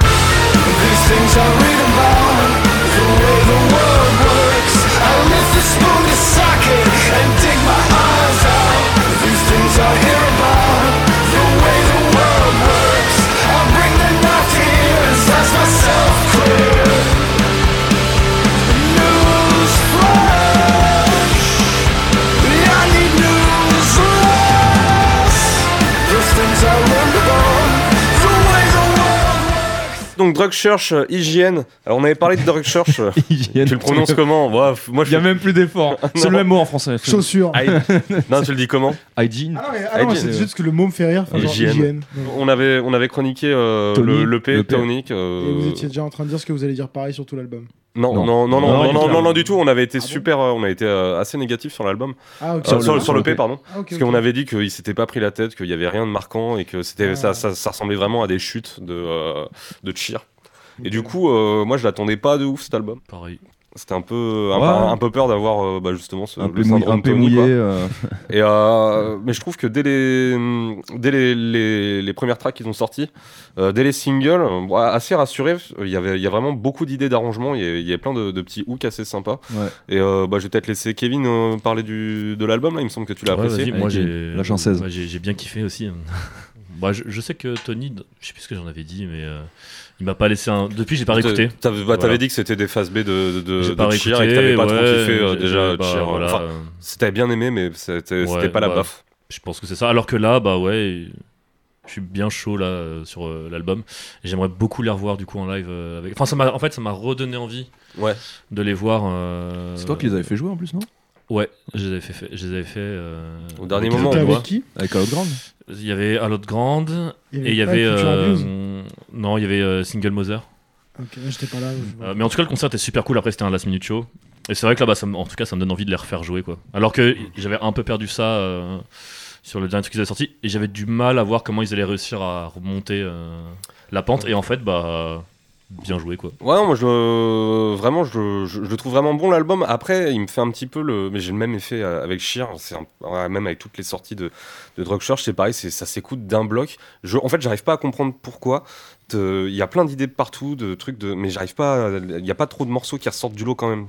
These things I read about, the way the world works. I lift the spoon to socket and dig my eyes out. These things I hear about, the way the world works. I bring the knife to here and slice myself clear. News flash. I need news flash. These things I learned about, the way the world works. Donc Drug Church, euh, IGN. Alors on avait parlé de Drug Church. euh, Tu tu le prononces comment Ouais, f- Moi Il je. y a même plus d'effort. C'est le même mot en français. Chaussures. I- Non, tu le dis comment Hygiene. Ah non, mais ah non, Hygiene. c'est juste que le mot me fait rire. enfin, genre Hygiene. hygiène. Ouais. on avait, on avait chroniqué euh, Tony, le, le P, le P. Tonic. euh, Et vous étiez déjà en train de dire ce que vous allez dire pareil sur tout l'album. Non, non, Non. non, non, non, non, Non, non, non, non, du tout. On avait été Ah bon super, euh, on a été euh, assez négatif sur l'album, Ah, ok. Euh, sur, sur le P, pardon. Ah, ok, Parce ok. qu'on avait dit qu'il s'était pas pris la tête, qu'il y avait rien de marquant et que c'était Ah. ça, ça, ça ressemblait vraiment à des chutes de euh, de cheer. Et du coup, euh, moi, je l'attendais pas de ouf cet album. Pareil. C'était un peu, un, Ouais. peu- un peu peur d'avoir euh, bah, justement ce, un le peu mouillé, syndrome un peu Tony, mouillé, quoi. euh, Et, euh, mais je trouve que dès les, hum, dès les, les, les premières tracks qu'ils ont sorties, euh, dès les singles, euh, bah, assez rassuré, il y, avait, il y a vraiment beaucoup d'idées d'arrangements, il y a- il y a plein de, de petits hooks assez sympas. Ouais. Et euh, bah, je vais peut-être laisser Kevin euh, parler du, de l'album, là, il me semble que tu l'as Ouais, apprécié. vas-y, moi Avec j'ai la chanceuse. moi, j'ai j'ai bien kiffé aussi. Bah, je, je sais que Tony, d- je sais plus ce que j'en avais dit, mais euh, il m'a pas laissé un. Depuis, j'ai pas réécouté. T'as- T'avais bah, t'avais Voilà. dit que c'était des phases B de, de, de, J'ai pas de Cheer réécouté. et que t'avais pas trop ouais, kiffé euh, j'ai- déjà j'ai- bah, Cheer. voilà, Enfin, euh, si t'avais bien aimé, mais c'était c'était Ouais, pas la bah, baffe. je pense que c'est ça. Alors que là, bah ouais, je suis bien chaud là euh, sur euh, l'album. J'aimerais beaucoup les revoir du coup en live. euh, avec... Enfin, ça m'a en fait, ça m'a redonné envie. Ouais. De les voir. euh, C'est toi qui les avais fait jouer en plus, non Ouais, je les avais fait. Je les avais fait euh, Au dernier avec- moment, T'es on voit. avec qui Avec Out Grand Il y avait Alot Grande et il y pas avait. Culture euh, Abuse non, il y avait euh, Single Mother. Ok, j'étais pas là. je vois. Euh, mais en tout cas, le concert était super cool. Après, c'était un last minute show. Et c'est vrai que là, bah, ça me- en tout cas, ça me donne envie de les refaire jouer. quoi. Alors que j'avais un peu perdu ça euh, sur le dernier truc qu'ils avaient sorti. Et j'avais du mal à voir comment ils allaient réussir à remonter euh, la pente. Et en fait, bah. euh, Bien joué quoi. Ouais, non, moi je vraiment je, je, je le trouve vraiment bon l'album. Après, il me fait un petit peu le, mais j'ai le même effet euh, avec Sheer. C'est un- ouais, même avec toutes les sorties de de Drug Church, c'est pareil, c'est ça s'écoute d'un bloc. Je, en fait, j'arrive pas à comprendre pourquoi. Te- Il y a plein d'idées de partout, de trucs de, mais j'arrive pas. à- Il y a pas trop de morceaux qui ressortent du lot quand même.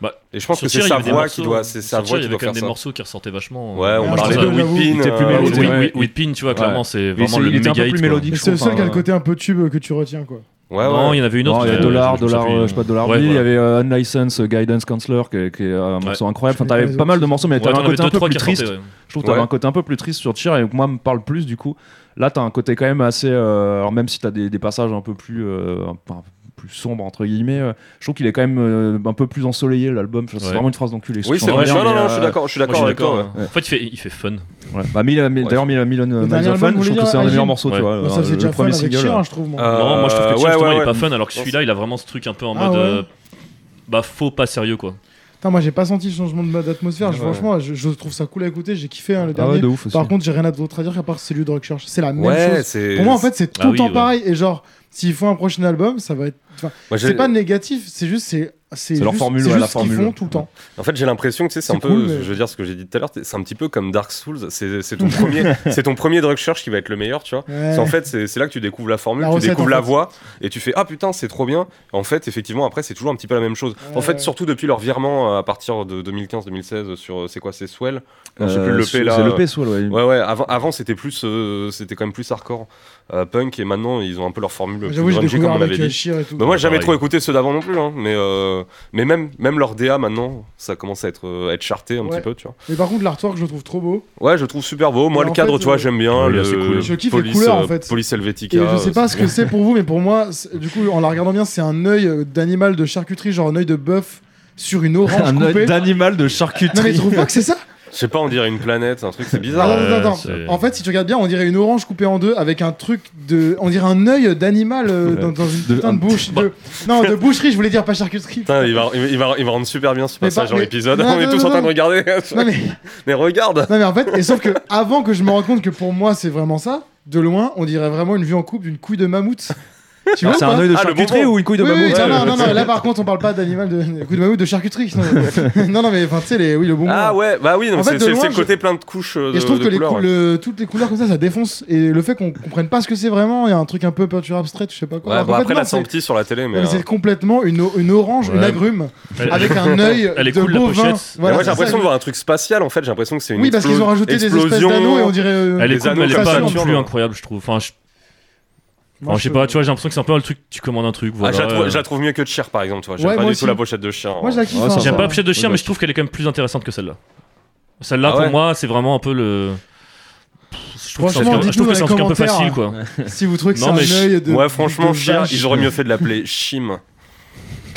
Bah, Et je pense Sur que c'est Tyr, il y sa avait des voix morceaux- qui doit, c'est sa sur Tyr, voix Il y qui avait doit quand faire même des ça. morceaux qui ressortaient vachement. euh, Ouais, on Ah, parlait de j'avoue, Whitpin. il était plus euh, mélodique. ouais. ouais. Whitpin, tu vois, clairement, c'est Mais vraiment c'est- le il était un peu méga hit, plus quoi. mélodique, Mais je C'est le trouve, seul qui a hein. le côté un peu tube que tu retiens quoi. Ouais, Non, ouais. il y en avait une autre. Non, il y a euh, Dollar, je me Dollar, souviens euh, plus. je sais pas, Dollar Ouais, Bill, il y voilà. avait euh, Unlicensed Guidance Counselor qui est, qui est un morceau incroyable. Enfin, Je connais t'avais pas pas mal les de autres. morceaux, mais Ouais, t'avais t'en un avais côté un deux, peu trois plus qui triste. ressortaient, ouais. Je trouve que t'avais Ouais. un côté un peu plus triste sur Tyr et moi me parle plus du coup. Là t'as un côté quand même assez. euh, alors même si t'as des, des passages un peu plus euh, un peu- un peu plus sombres entre guillemets, euh, je trouve qu'il est quand même euh, un peu plus ensoleillé l'album. Enfin, C'est Ouais. vraiment une phrase d'enculé. Oui, je c'est trouve vrai. bien, Non, non, mais, non, euh, je suis d'accord. Je suis Moi, je d'accord suis avec toi. d'accord, ouais. ouais. En fait, il fait, il fait fun. ouais. Bah, Mil- Mil- Ouais. D'ailleurs, Mil- Million euh, dernier Miles of Fun, album, je on trouve que les c'est a- un des ah, meilleurs j'ai- morceaux. Ouais. Tu vois, Moi, ça euh, faisait le déjà fun premier avec single. Chien, je trouve. moi. Euh, Non, moi je trouve que Tyr, ouais, justement, ouais, il est pas ouais. fun, alors que celui-là, il a vraiment ce truc un peu en Ah mode. ouais. euh, Bah, faux, pas sérieux quoi. Putain, moi j'ai pas senti le changement de mode d'atmosphère. Je- Ouais. Franchement, je, je trouve ça cool à écouter. J'ai kiffé hein, le Ah ouais, dernier. de ouf aussi. Par contre, j'ai rien d'autre à dire à part celui de Rock Church. C'est la même Ouais, chose. c'est. Pour moi, en fait, c'est tout Ah le oui, temps ouais. pareil. Et genre, s'ils font un prochain album, ça va être. enfin, Moi, j'ai- C'est pas négatif, c'est juste. C'est c'est C'est leur juste- formule, c'est ouais, juste la ce qu'ils formule. font tout le temps. En fait, j'ai l'impression que tu sais, c'est C'est un peu, cool, mais- je veux dire ce que j'ai dit tout à l'heure, t'es- c'est un petit peu comme Dark Souls, c'est c'est ton premier, c'est ton premier drug search qui va être le meilleur, tu vois. Ouais. C'est En fait, c'est c'est là que tu découvres la formule, La tu recette, découvres en la fait. voix, et tu fais ah putain c'est trop bien. En fait, effectivement, après c'est toujours un petit peu la même chose. En Ouais, fait, ouais. surtout depuis leur virement euh, à partir de 2015-2016 sur euh, c'est quoi c'est Swell, Non, je sais plus Euh, le C'est P là. le P, soit, ouais. Ouais ouais. Avant, avant c'était plus, euh, c'était quand même plus hardcore euh, punk et maintenant ils ont un peu leur formule. plus J'avoue, j'ai grungy, comme découvert on avec l'avait euh, dit. Sheer et tout. Bah moi j'ai jamais Pareil. trop écouté ceux d'avant non plus, hein, mais, euh, mais même, même leur DA maintenant, ça commence à être, euh, à être charté un Ouais. petit peu, tu vois. Mais par contre, l'artwork, je le trouve trop beau. Ouais, je trouve super beau. Moi, Mais le en cadre, fait, tu vois, euh, j'aime bien. Ouais, le Ah c'est cool. Je kiffe les police, couleurs, en euh, fait. Police euh, Et Helvetica. je sais pas ce que c'est pour vous, mais pour moi, c'est- du coup, en la regardant bien, c'est un œil euh, d'animal de charcuterie, genre un œil de bœuf sur une orange Un coupée. œil d'animal de Non, mais tu charcuterie. trouves pas que c'est ça Je sais pas, on dirait une planète, un truc, c'est Ah, bizarre. non, non, non. c'est- En fait, si tu regardes bien, on dirait une orange coupée en deux avec un truc de. On dirait un œil d'animal euh, dans, dans une De- Bah. putain de bouche. de- Non, de boucherie, je voulais dire, pas charcuterie. Putain, il va, il, va- il va, il va rendre super bien ce Mais passage pas- dans mais- l'épisode. non, On est non, tous non, en train de non. regarder. Non, mais, Mais regarde non, mais en fait, et sauf que avant que je me rende compte que pour moi, c'est vraiment ça, de loin, on dirait vraiment une vue en coupe d'une couille de mammouth. Tu vois C'est ou pas un œil de Ah, le charcuterie bonbon. ou une couille de Oui, oui, mammouth non, euh, non, non, non, là par contre on parle pas d'animal de coup de mammouth de charcuterie. Non, non, non, mais enfin tu sais, les- oui, le bon Ah ouais, bah oui, non, En c'est fait, de c'est- loin, c'est le je- côté plein de couches euh, de, Et je trouve de que les couleurs. cou- le- toutes les couleurs comme ça, ça défonce. Et le fait qu'on comprenne pas ce que c'est vraiment, il y a un truc un peu peinture abstraite, je sais pas quoi. Ouais, Alors bon, qu'en fait, après, non, la c'est- sortie sur la télé, mais... non, mais euh, c'est complètement une, o- une orange, une Ouais. agrume, Elle- avec un œil elle est de cool, la bovin. pochette. mais Voilà, moi j'ai c'est ça. l'impression de voir un truc spatial en fait, j'ai l'impression que c'est une Oui, parce qu'ils ont rajouté des espèces explosion. d'anneaux et on dirait. euh, Elle est Les cool, mais anneaux elle est pas non faciles, en plus fait. incroyable, je trouve. Enfin, je, moi, enfin, oh, je sais pas, tu vois, j'ai l'impression que c'est un peu le truc, tu commandes un truc, Ah, voilà. je la trouve- euh, je la trouve mieux que Cher par exemple, tu vois. J'aime Ouais, pas moi du tout aussi. la pochette de Chien. Moi, je la kiffe. Ouais, hein, ça, J'aime ça pas va. la pochette de chien, Ouais, mais je trouve qu'elle est quand même plus intéressante que celle-là. Celle-là, Ah pour ouais. moi, c'est vraiment un peu le. Pff, Je trouve que c'est un Franchement, truc- je dites-nous trouve que c'est un dans les truc un peu facile, quoi. commentaires. Si vous trouvez que c'est Non, mais un je- œil de. Ouais, franchement, de Cher, vache, ils auraient mieux fait de l'appeler Chim.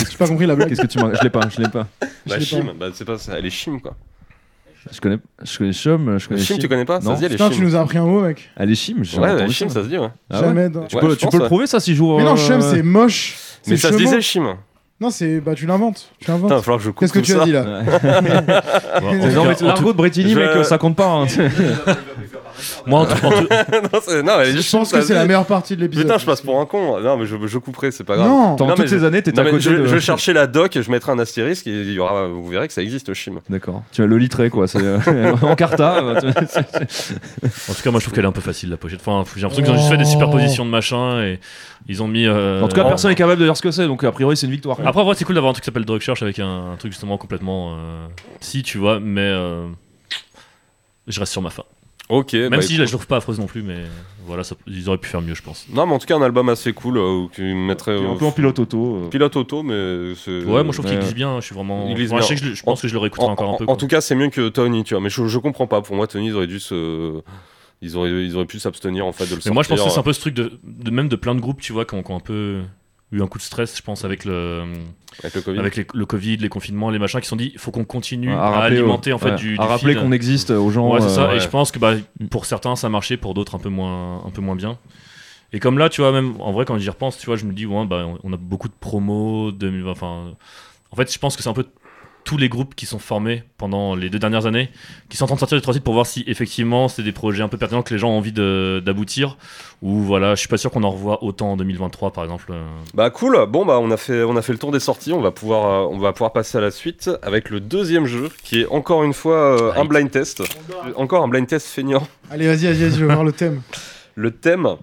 J'ai pas compris la blague. Qu'est-ce que tu m'as Je l'ai pas, je l'ai pas. Bah, Je sais Chim, bah, c'est pas ça, elle est Chim quoi. Je connais, je connais Chum, je connais Chim, Chim. tu connais pas Ça Non. se dit, elle est Putain, tu Chim. nous as appris un mot, mec. Ah, les Chim, j'ai Ouais, entendu les Chim, ça se dit, ouais. Ah ouais Jamais. dans- Tu Ouais, peux, je tu pense, peux le ouais. prouver ça si joue. Mais non, euh, chum, c'est moche. Mais ça se chemo. disait Chim. Non, c'est. Bah, tu l'inventes. Tu Putain, il va l'inventes. falloir que je coupe. Qu'est-ce que tout tu ça. as dit là Bah, en tout Non, cas, mais en tout- l'argot de Bretigny, Je- mec, ça compte pas. hein. Moi, en tout, en tout- non, c'est- non, elle est Je juste pense que ça- c'est la meilleure partie de l'épisode. Putain, je passe pour un con. Non, mais je, je couperai, c'est pas grave. Non Pendant Non, mais toutes ces années, t'étais Non, à mais côté je, de. je vais chercher la doc, je mettrai un astérisque et il y aura, vous verrez que ça existe, Chim. D'accord. Tu vas le litrer, quoi. C'est euh, en carta. euh, tu- c'est- c'est- en tout cas, moi, je trouve qu'elle est un peu facile la pochette. Enfin, j'ai l'impression qu'ils ont juste fait des superpositions de machins et ils ont mis. euh, En tout cas, personne n'est capable de dire ce que c'est, donc a priori, c'est une victoire. Après, en vrai, c'est cool d'avoir un truc qui s'appelle Drug Church avec un, un truc justement complètement. euh, Si, tu vois, mais. euh, Je reste sur ma fin. Ok. Même si là, je ne trouve pas affreuse non plus, mais voilà, ça- ils auraient pu faire mieux, je pense. Non, mais en tout cas, un album assez cool euh, où tu mettrais. Un euh, peu en pilote auto. euh. pilote auto, mais euh, c'est. Ouais, moi je trouve ouais. qu'il glisse bien, je suis vraiment. Il glisse Enfin, je, bien. sais que je- je pense que je le réécouterai En, encore un peu. en- quoi. en tout cas, c'est mieux que Tony, tu vois. Mais je, je comprends pas. Pour moi, Tony, ils auraient dû se. Ils auraient, ils auraient pu s'abstenir en fait de le Mais sortir. moi je pense que c'est un peu ce truc de, de- même de plein de groupes, tu vois, qui ont, qui ont un peu eu un coup de stress, je pense, avec le, euh, Avec le Covid. avec les- le Covid, les confinements, les machins, qui se sont dit, il faut qu'on continue Ouais, à, rappeler, alimenter ouais. en fait Ouais, du, à du rappeler feed. qu'on existe aux gens. Ouais, c'est ça. euh, Et ouais. je pense que bah, pour certains ça marchait, pour d'autres un peu moins, un peu moins bien. Et comme là, tu vois, même en vrai, quand j'y repense, tu vois, je me dis, ouais, bah, on- on a beaucoup de promos, 2020. Enfin, en fait, je pense que c'est un peu tous les groupes qui sont formés pendant les deux dernières années, qui sont en train de sortir des trois sites pour voir si effectivement c'est des projets un peu pertinents que les gens ont envie de- d'aboutir. Ou voilà, je suis pas sûr qu'on en revoit autant en 2023, par exemple. euh. Bah cool. Bon bah on a fait on a fait le tour des sorties. On va pouvoir euh, on va pouvoir passer à la suite avec le deuxième jeu qui est encore une fois euh, un Right. blind test. Encore un blind test feignant. Allez, vas-y, vas-y, vas-y, je veux voir le thème. Le thème.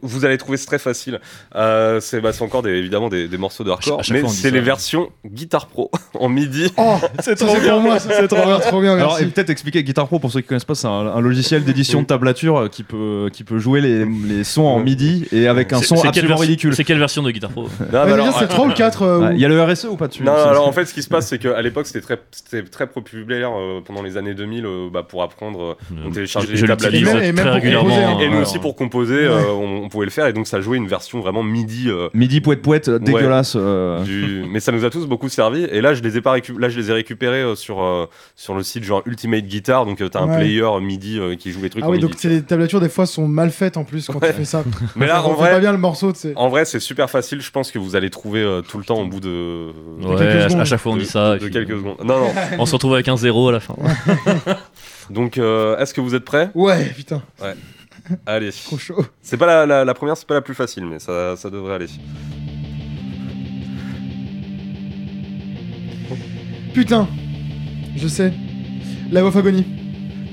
Vous allez trouver c'est très facile. Euh, c'est bah, c'est encore des, évidemment des, des morceaux de hardcore, À chaque mais fois, on dit c'est ça. les versions guitare pro en midi. Oh C'est trop bien, moi, c'est trop bien, trop bien, Alors, et merci. peut-être expliquer Guitar Pro pour ceux qui connaissent pas, c'est un, un logiciel d'édition de tablature euh, qui peut, qui peut jouer les, les sons en midi et avec un C'est- son c'est quelle absolument version- ridicule. C'est quelle version de Guitar Pro Non, Ouais, mais mais Ah, bah alors, euh, c'est 3 ou 4 Ah, Il y a le RSE ou pas dessus Non, Ça, alors en c'est- fait, ce qui se passe, c'est qu'à l'époque, c'était très, c'était très populaire euh, pendant les années 2000 euh, bah, pour apprendre. euh, on télécharge Je- les je tables à l'utilise billets. Et même- et même très pour composer, hein. régulièrement. et nous euh, aussi pour composer, euh, on, on pouvait le faire. Et donc, ça jouait une version vraiment midi. euh, Midi poète poète, euh, dégueulasse. euh, du... Mais ça nous a tous beaucoup servi. Et là, je les ai pas récu- là, je les ai récupérés euh, sur euh, sur le site genre Ultimate Guitar. Donc, euh, t'as un Ouais. player midi euh, qui joue les trucs. Ah en oui, midi. donc c'est les tablatures des fois sont mal faites en plus quand tu fais ça. Mais là, on en fait pas vrai, bien le morceau, tu sais. en vrai, c'est super facile. Je pense que vous allez trouver euh, tout le temps au bout de. Ouais, quelques à- à secondes. chaque fois on de- dit ça. et de puis- quelques secondes. Non, non. On se retrouve avec un zéro à la fin. Donc, euh, est-ce que vous êtes prêts Ouais, putain, Allez. trop chaud. C'est pas la, la- la première, c'est pas la plus facile, mais ça, ça devrait aller. Putain, je sais. La Wolf Agony.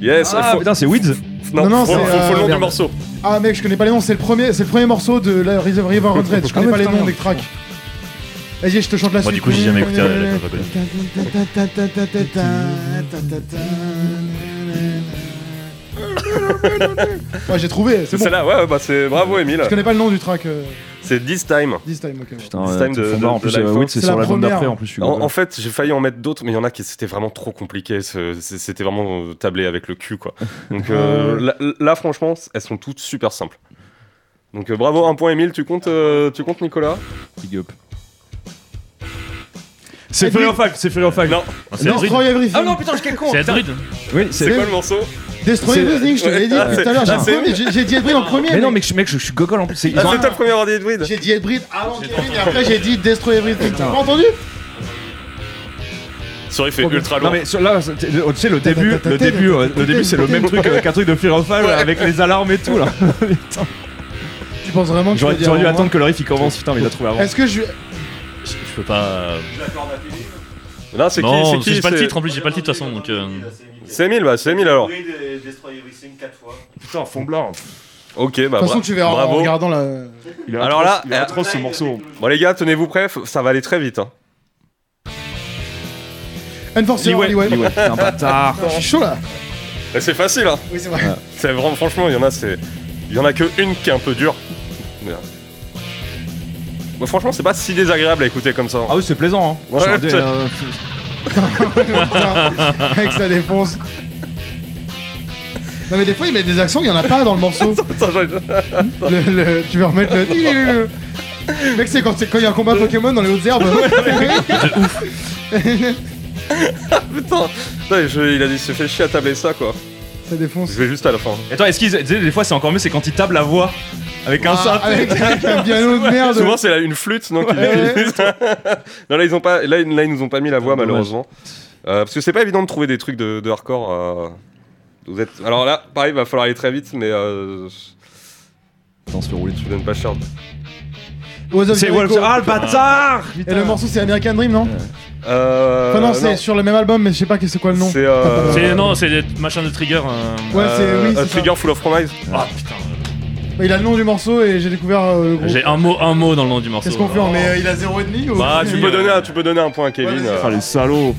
Yes, Ah, faut- putain, c'est Weeds non, Non, non, faut, c'est, faut- faut euh, le nom du merde. morceau. Ah mec, je connais pas les noms, c'est le premier, c'est le premier morceau de la River River Retreat. Je Ah connais ouais, pas les putain, noms des merde. tracks. Vas-y, je te chante la Moi, suite. du coup, j'ai jamais écouté la- la River Agony. Ouais, j'ai trouvé, c'est C'est bon. celle-là, ouais, ouais, bah c'est bravo Emile. Je connais pas le nom du track euh, C'est This Time. This Time, ok. Putain, This euh, time ils de- font de- marre, en de plus, Life euh, Force. Weeds, c'est C'est sur la l'album d'après première. en plus. je suis En, content. en fait, j'ai failli en mettre d'autres, mais il y en a qui c'était vraiment trop compliqué. ce- c'est- C'était vraiment euh, tablé avec le cul, quoi. Donc euh, Ouais. là, là, franchement, elles sont toutes super simples. Donc euh, bravo, un point Emile. Tu comptes, euh, tu comptes Nicolas Big up. C'est Edwin- Fury of Five, c'est Fury of Five. Non. C'est Druid. Destroy Everything. Ah putain, je C'est Adrid. Oui, C'est c'est. quoi le morceau Destroy C'est- Everything, je te l'ai dit Ah, tout à l'heure. c'est- j'ai ah, c'est- premier- J'ai j'ai dit Edwin en premier. Mais non, mec. mais je- mec, je je suis gogol en plus. c'est- ils Ah, ont- C'est toi le premier ordi Edwin. J'ai dit Edbrid avant Kevin et après j'ai dit Destroy Everything. T'as pas entendu Ça aurait fait Trop bien. ultra Non long. mais sur- là, c'est- le- tu sais le début, ta- ta- le ta- début, ta- euh, le début c'est le même truc euh, qu'un truc de Fear of Fall avec les alarmes et tout là. Putain. Tu penses vraiment que je J'aurais vais dire j'aurais dû avant attendre que le riff il commence, putain mais il l'a trouvé avant. Est-ce que Ah, je. Je je peux pas. euh, Non, c'est qui non, c'est parce qui que j'ai pas le c'est- titre en plus, j'ai pas le titre de toute façon. Donc, euh, C'est Emile, bah c'est Emile alors. Putain, fond blanc. Ok, bah De toute façon, bra- tu verras en bravo. regardant la. Alors là, euh, ce morceau. Bon les gars, tenez-vous prêts, f- ça va aller très vite. hein. Enforcer Leeway. Leeway. Leeway, putain, bâtard. Je suis chaud là. Et C'est facile, hein. Oui, c'est vrai. C'est vraiment, franchement, il y en a, c'est, il y en a que une qui est un peu dure. Mais- Bah, franchement, c'est pas si désagréable à écouter comme ça. Ah oui, c'est plaisant. Hein. Ouais, Je suis un putain. dé- euh, Avec sa défense. Non mais des fois il met des accents, il y en a pas dans le morceau. Attends, j'en- Le- le- tu veux remettre le. le- le- Mec c'est quand c'est- quand il y a un combat Pokémon dans les hautes herbes. putain, Putain, je- il a dit, il se fait chier à tabler ça, quoi. ça défonce. Je vais juste à la fin. Et toi, est-ce qu'ils, tu sais, des fois c'est encore mieux, c'est quand ils tapent la voix avec un Ah, synthé. avec, avec un piano de merde. Souvent, c'est là une flûte, donc Ouais. ils... non, là, ils ont pas, là, ils- là, ils nous ont pas mis la voix, Dommage. malheureusement. Euh, parce que c'est pas évident de trouver des trucs de, de hardcore. euh, Vous êtes... Alors là, pareil, va falloir aller très vite, mais euh, Putain, on se fait rouler je dessus. vous donne pas cher. What's Up C'est Jericho. Wolf. Ah le bâtard Et le morceau, c'est American Dream, non Euh, Enfin, non, c'est sur le même album, mais je sais pas c'est quoi le nom. C'est euh, C'est non, c'est des machins de trigger. euh, Ouais, euh, c'est. Oui, A c'est ça. Trigger Full of Promise. Ah putain. Bah, Il a le nom du morceau et j'ai découvert euh, le groupe. J'ai un mot, un mot dans le nom du morceau. Qu'est-ce qu'on fait Oh. On met, euh, Il a 0,5 ou Bah, Tu Oui, peux euh, donner, un- tu peux donner un point à Kevin. ouais, euh, Ah les salauds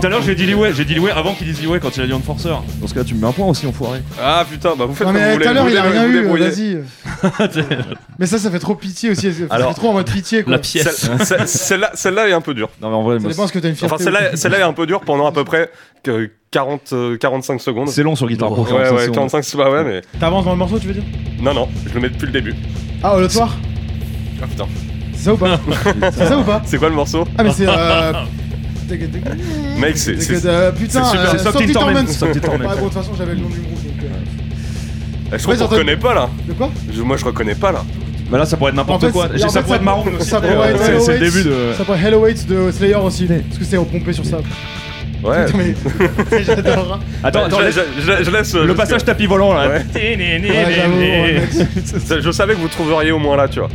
Tout à l'heure j'ai dit Liway, j'ai dit Liway avant qu'il dise Liway quand il a dit Enforcer. Dans ce cas tu me mets un point aussi enfoiré. Ah putain, bah vous faites Non, comme vous mais voulez. tout à l'heure, vous il a débrouillez, rien vous eu, débrouillez. vas-y. mais ça, ça fait trop pitié aussi. Ça fait Alors- trop en mode pitié, quoi. La pièce. Celle- celle- Celle-là celle-là est un peu dure. Non mais en vrai Ça moi, dépend ce que t'as une fierté. Enfin, celle-là celle est un peu dure pendant à peu près que 40, euh, 45 secondes. c'est- c'est long sur Guitar Pro. Ouais, 45 ouais, secondes. 45 secondes. Bah ouais, mais. T'avances dans le morceau, tu veux dire Non, non, je le mets depuis le début. Ah, le soir Ah putain. C'est ça ou pas C'est ça ou pas C'est quoi le morceau Ah, mais c'est. euh, Mec, c'est- c'est. Euh, Putain, c'est super, euh, c'est Subtle Salty Torment, Torment. Subtle Ouais, Torment. bon, de toute façon, j'avais le nom du groupe. donc, euh, Je trouve Ouais, qu'on ça te- reconnaît pas là. De quoi Je- Moi, je reconnais pas là. Bah là ça pourrait être En n'importe fait, quoi. c'est- J'ai- en Ça fait, pourrait être marron aussi. Ça pourrait être C'est Hello c'est le Waits. début de. Ça pourrait être Hello Waits de Slayer aussi. Parce que c'est pompé sur ça. Ouais. Putain, mais- J'adore. hein. Attends, attends, je, laisse- je- je- je laisse. je- le passage tapis volant là. Ouais. Ouais, j'avoue, ouais, mec. Je je savais que vous trouveriez au moins là, tu vois.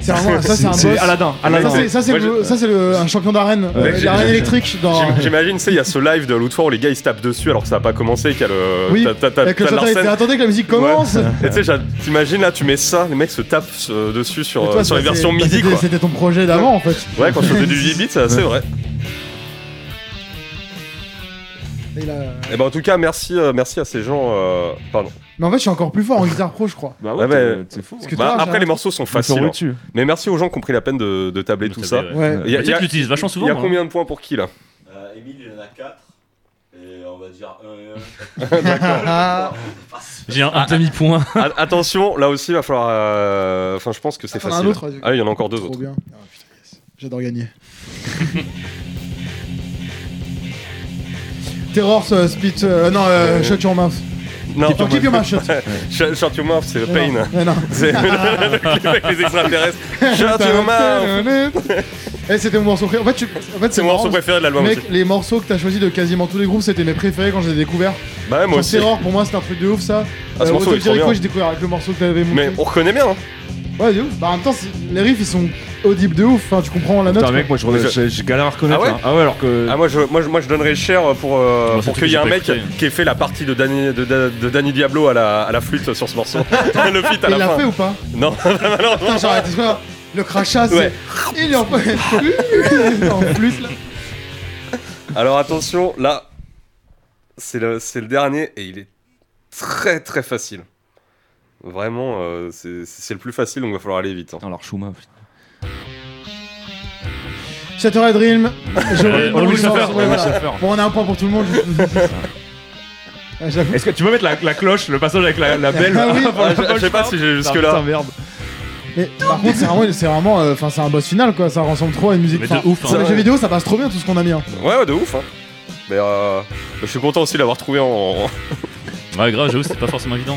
C'est vraiment, ça c'est un C'est boss. Aladdin. Ah, Ça Ah, Aladdin. c'est- ça, c'est Moi, le- je- ça, c'est le- un champion d'arène, euh, j'ai- l'arène j'ai- électrique dans. J'im- J'imagine, tu sais, il y a ce live de l'autre fois où les gars ils se tapent dessus alors que ça a pas commencé, qu'il y a le. Oui, t'as- t'as- t'as- Avec le t'as chanteur, il Larsen. fait, attendez que la musique commence. Et tu sais, j'a- t'imagines là, tu mets ça, les mecs se tapent euh, dessus sur, Et euh, toi, sur les ça, versions c'est- MIDI c'était- quoi. C'était ton projet d'avant en fait. Ouais, quand je faisais du 8 bits, c'est assez vrai. Il a- Et ben en tout cas, merci, euh, merci à ces gens. euh, Pardon. Mais en fait, je suis encore plus fort en guitare pro, je crois. Bah ouais, t'es- c'est faux. Parce que Bah, toi, après, j'ai- les morceaux sont faciles. hein. dessus. Mais merci aux gens qui ont pris la peine de, de tabler tout ça. Ouais. Ouais. Il y a, Peut-être il y a- que j'utilise vachement il y souvent. hein. a moi. combien de points pour qui là Euh, Emile, il en a 4. Et on va dire 1 et 1. Ah, hein. J'ai un, Ah. un demi-point. A- Attention, là aussi, il va falloir. euh, Enfin, je pense que c'est Attends, facile. un autre, vas-y. Ah, il y en a encore deux Trop autres. bien. Ah, putain, yes. J'adore gagner. Terror, euh, spit, euh, non, euh, shut your mouth. Non, Keep your, keep your mouth shut. Shut shut your mouth, c'est le Mais non, Ah. pain. mais non. C'est le clip avec les extraterrestres. Shut your mouth Eh, c'était mon morceau préféré. En fait, tu- en fait, C'est mon marrant, morceau préféré de l'album Mec, aussi. les morceaux que t'as choisi de quasiment tous les groupes, c'était mes préférés quand je les ai découverts. Bah, ouais, moi Sans aussi. Terror, pour moi, c'est un truc de ouf ça. Ah, ce morceau, Auto il est trop Jericho, bien. j'ai découvert avec le morceau que t'avais montré. Mais on reconnaît bien. hein. Ouais, de ouf. Bah, en même temps, c'est- les riffs ils sont audibles de ouf. Enfin, tu comprends la note. Putain mec, moi je, Mais je- je- je galère à reconnaître. Ah ouais là. ah ouais alors que Ah, moi, je, moi, je, moi, je donnerais cher pour, euh, Moi, c'est pour tout qu'il y ait que un j'ai mec pas écouté. qui ait fait la partie de Danny, de, de- de Danny Diablo à la, à la flûte sur ce morceau. le feat quoi. à Il la l'a fin. fait ou pas Non, Putain, genre, tu vois, le crachat, c'est. Ouais. Il est en En plus, là. Alors attention, là, c'est le, c'est le dernier et il est très très facile. Vraiment, euh, c'est c'est le plus facile, donc il va falloir aller vite. hein. alors Shuma. putain. Shattered Dream. Je Euh, non, All oui, non, Will Suffer, ouais, All voilà. Will Suffer. Bon, on a un point pour tout le monde. Ah, J'avoue. Est-ce que tu peux mettre la, la cloche, le passage avec la, la belle Ah oui. Pour la- Ah, je, je sais pas si j'ai jusque Putain, là. merde. Mais par contre, c'est vraiment, c'est vraiment, euh, enfin, c'est un boss final quoi. Ça ressemble trop à une musique. Mais enfin, de ouf. hein. Sur les ouais. jeux vidéo, ça passe trop bien tout ce qu'on a mis. hein. Ouais, ouais, de ouf. hein. Mais euh, je suis content aussi de l'avoir trouvé en, en- Ouais, grave, j'avoue, c'était pas forcément évident.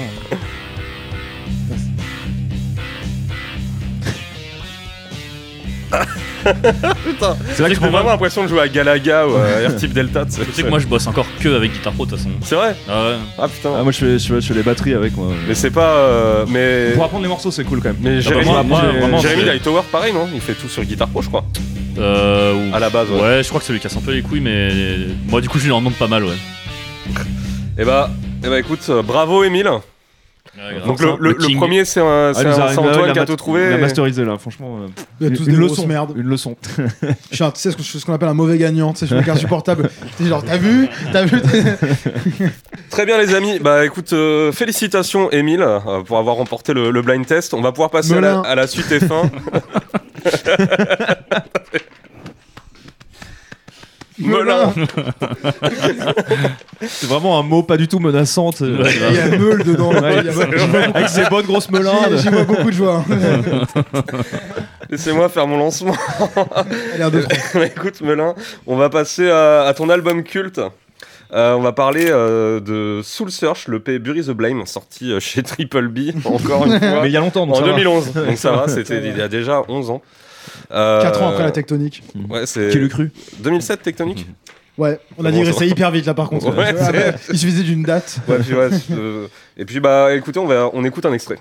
Putain, C'est vrai j'ai que pour vraiment moi, l'impression de jouer à Galaga ou à R-Type Delta. tu sais. tu sais que moi, je bosse encore que avec Guitar Pro de toute façon. C'est vrai Ah ouais. Ah putain. Ah moi je fais, je, fais, je fais les batteries avec moi. mais c'est pas. euh, mais. Pour apprendre les morceaux c'est cool quand même. Mais Jérémy, moi, moi, Jérémy- vraiment, Jérémy c'est- Lightower, pareil, non Il fait tout sur Guitar Pro, je crois. Euh, ou- À la base, ouais. Ouais, je crois que ça lui casse un peu les couilles, mais moi du coup je lui en demande pas mal, ouais. Et bah, eh bah écoute, euh, bravo Emile. Donc le, ça, le- le le king. premier, c'est un- Ah, c'est il nous un- arrive, c'est euh, il Antoine a qui a mat- tout trouvé. Il a et- masterisé là franchement. euh, Il y a Une- tous une des leçon. grosses merdes. Une leçon. Je suis, un- tu sais, ce que- je suis ce qu'on appelle un mauvais gagnant, tu sais, je suis un mec insupportable. T'es genre, t'as vu T'as vu Très bien les amis, bah écoute, euh, félicitations Emile euh, pour avoir remporté le, le blind test. On va pouvoir passer à la, Melun. à la suite et fin. Melun. C'est vraiment un mot pas du tout menaçant. tu sais. Ouais, Il y a meule dedans. Ouais, Il y a meule. J'y vois avec ses bonnes grosses beaucoup- melades. J'y vois beaucoup de joie. hein. Laissez-moi faire mon lancement. Elle a l'air de Bah, écoute Melun, on va passer à, à ton album culte. Euh, on va parler euh, de Soul Search, le P Bury the Blame, sorti euh, chez Triple B, encore une fois. Mais il y a longtemps donc En ça va. 2011, donc ça va, c'était il y a déjà 11 ans. Euh, 4 ans après la tectonique. Ouais, c'est Qui l'eût cru 2007 tectonique. Ouais, on a Bon, digressé ça va. hyper vite là par contre. Ouais, Ouais, c'est- ouais, il suffisait d'une date. Ouais, puis ouais, c'est, euh, Et puis bah écoutez, on va on écoute un extrait.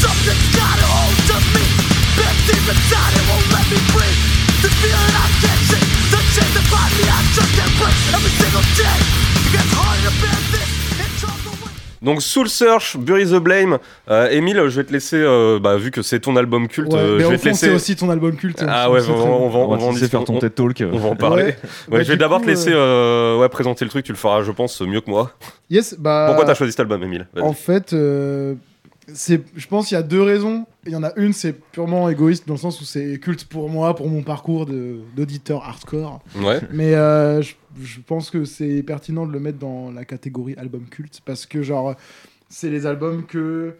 Something's got a hold of me. Bent deep inside, it won't let me breathe. The feeling I can't shake. The chains that bind me, I just can't break. Every single day, it gets harder to bear this. It draws away. Donc Soul Search, Bury the Blame. Euh, Émile, je vais te laisser, euh, bah, vu que c'est ton album culte, Ouais, euh, mais je au vais te fond, laisser. c'est aussi ton album culte. Ah on ouais, sait très on, bien. on va On on va va te en laisser faire ton on- TED Talk. on euh. va en parler. Ouais, Ouais, bah, je vais du d'abord coup, te laisser euh, euh, ouais, présenter le truc, tu le feras, je pense, mieux que moi. Yes, bah. Pourquoi t'as choisi cet album, Émile Vas-y. En fait, euh, c'est, je pense qu'il y a deux raisons. Il y en a une, c'est purement égoïste dans le sens où c'est culte pour moi, pour mon parcours de- d'auditeur hardcore. Ouais. Mais euh, je, je pense que c'est pertinent de le mettre dans la catégorie album culte parce que, genre, c'est les albums que.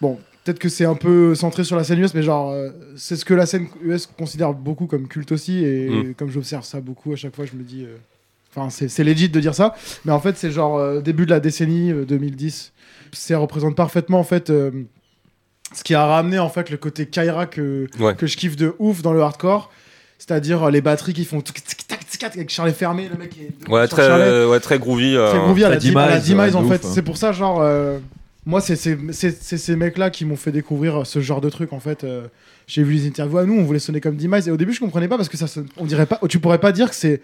Bon, peut-être que c'est un peu centré sur la scène US, mais genre, euh, c'est ce que la scène US considère beaucoup comme culte aussi. Et Mm. comme j'observe ça beaucoup, à chaque fois, je me dis. euh, Enfin, c'est c'est legit de dire ça, mais en fait, c'est genre euh, début de la décennie euh, 2010. Ça représente parfaitement, en fait. euh, ce qui a ramené en fait le côté Kaira que, Ouais. que je kiffe de ouf dans le hardcore, c'est-à-dire euh, les batteries qui font tic tic tac tic tac avec Charlie Fermé, le mec qui est Ouais, sur très, Charlet. euh, ouais, très groovy. euh, C'est groovy à la, Très Dim- à la Demise, ouais, Demise, de en fait. ouf, hein. C'est pour ça, genre, euh, moi, c'est c'est- c'est- c'est ces mecs-là qui m'ont fait découvrir euh, ce genre de truc, en fait. euh, J'ai vu les interviews à nous, on voulait sonner comme Demise, et au début, je comprenais pas parce que ça, sonne- on dirait pas, tu pourrais pas dire que c'est.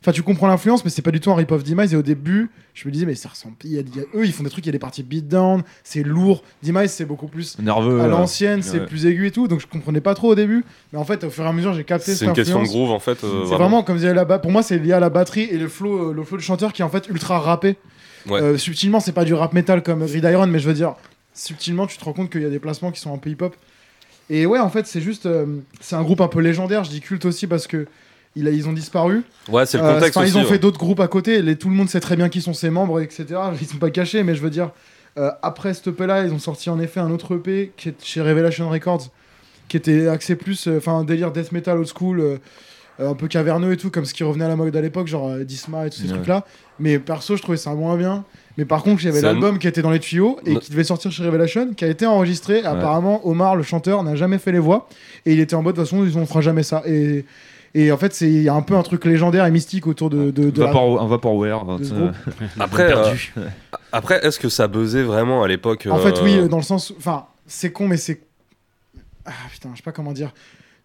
Enfin, tu comprends l'influence, mais c'est pas du tout un rip-off Demise. Et au début, je me disais, mais ça ressemble. il y a- il y a- eux, ils font des trucs, il y a des parties beatdown, c'est lourd. Demise, c'est beaucoup plus Nerveux. à euh. l'ancienne, c'est ouais. plus aigu et tout, donc je comprenais pas trop au début. Mais en fait, au fur et à mesure, j'ai capté C'est cette une question de influence. groove en fait. euh, C'est vraiment comme disait là-bas. Pour moi, c'est lié à la batterie et le flow, euh, le flow du chanteur qui est en fait ultra rappé. Ouais. Euh, subtilement, c'est pas du rap metal comme Grid Iron, mais je veux dire, subtilement, tu te rends compte qu'il y a des placements qui sont un peu hip-hop. Et ouais, en fait, c'est juste, euh, c'est un groupe un peu légendaire. Je dis culte aussi parce que il a- ils ont disparu. Ouais, c'est le Euh, contexte enfin, aussi. hein. ils ont fait ouais. d'autres groupes à côté. Les, tout le monde sait très bien qui sont ses membres, etc. Ils sont pas cachés, mais je veux dire, euh, après cet EP-là, ils ont sorti en effet un autre EP qui est chez Revelation Records, qui était axé plus, euh, enfin, un délire death metal old school, euh, euh, un peu caverneux et tout, comme ce qui revenait à la mode à l'époque, genre euh, Disma et tous ces Ouais. trucs-là. Mais perso, je trouvais ça moins bien. Mais par contre, j'avais C'est un- l'album qui était dans les tuyaux et Non. qui devait sortir chez Revelation, qui a été enregistré. Et Apparemment, Omar, le chanteur, n'a jamais fait les voix. Et il était en mode, de toute façon, ils on fera jamais ça. Et, et en fait, c'est- il y a un peu un truc légendaire et mystique autour de, de, de la- Vapor- un Vaporware. de ce euh, groupe. Après, perdu. Après, est-ce que ça buzzait vraiment à l'époque En fait, euh, oui, euh, dans le sens. où- Enfin, c'est con, mais c'est. Ah putain, je sais pas comment dire.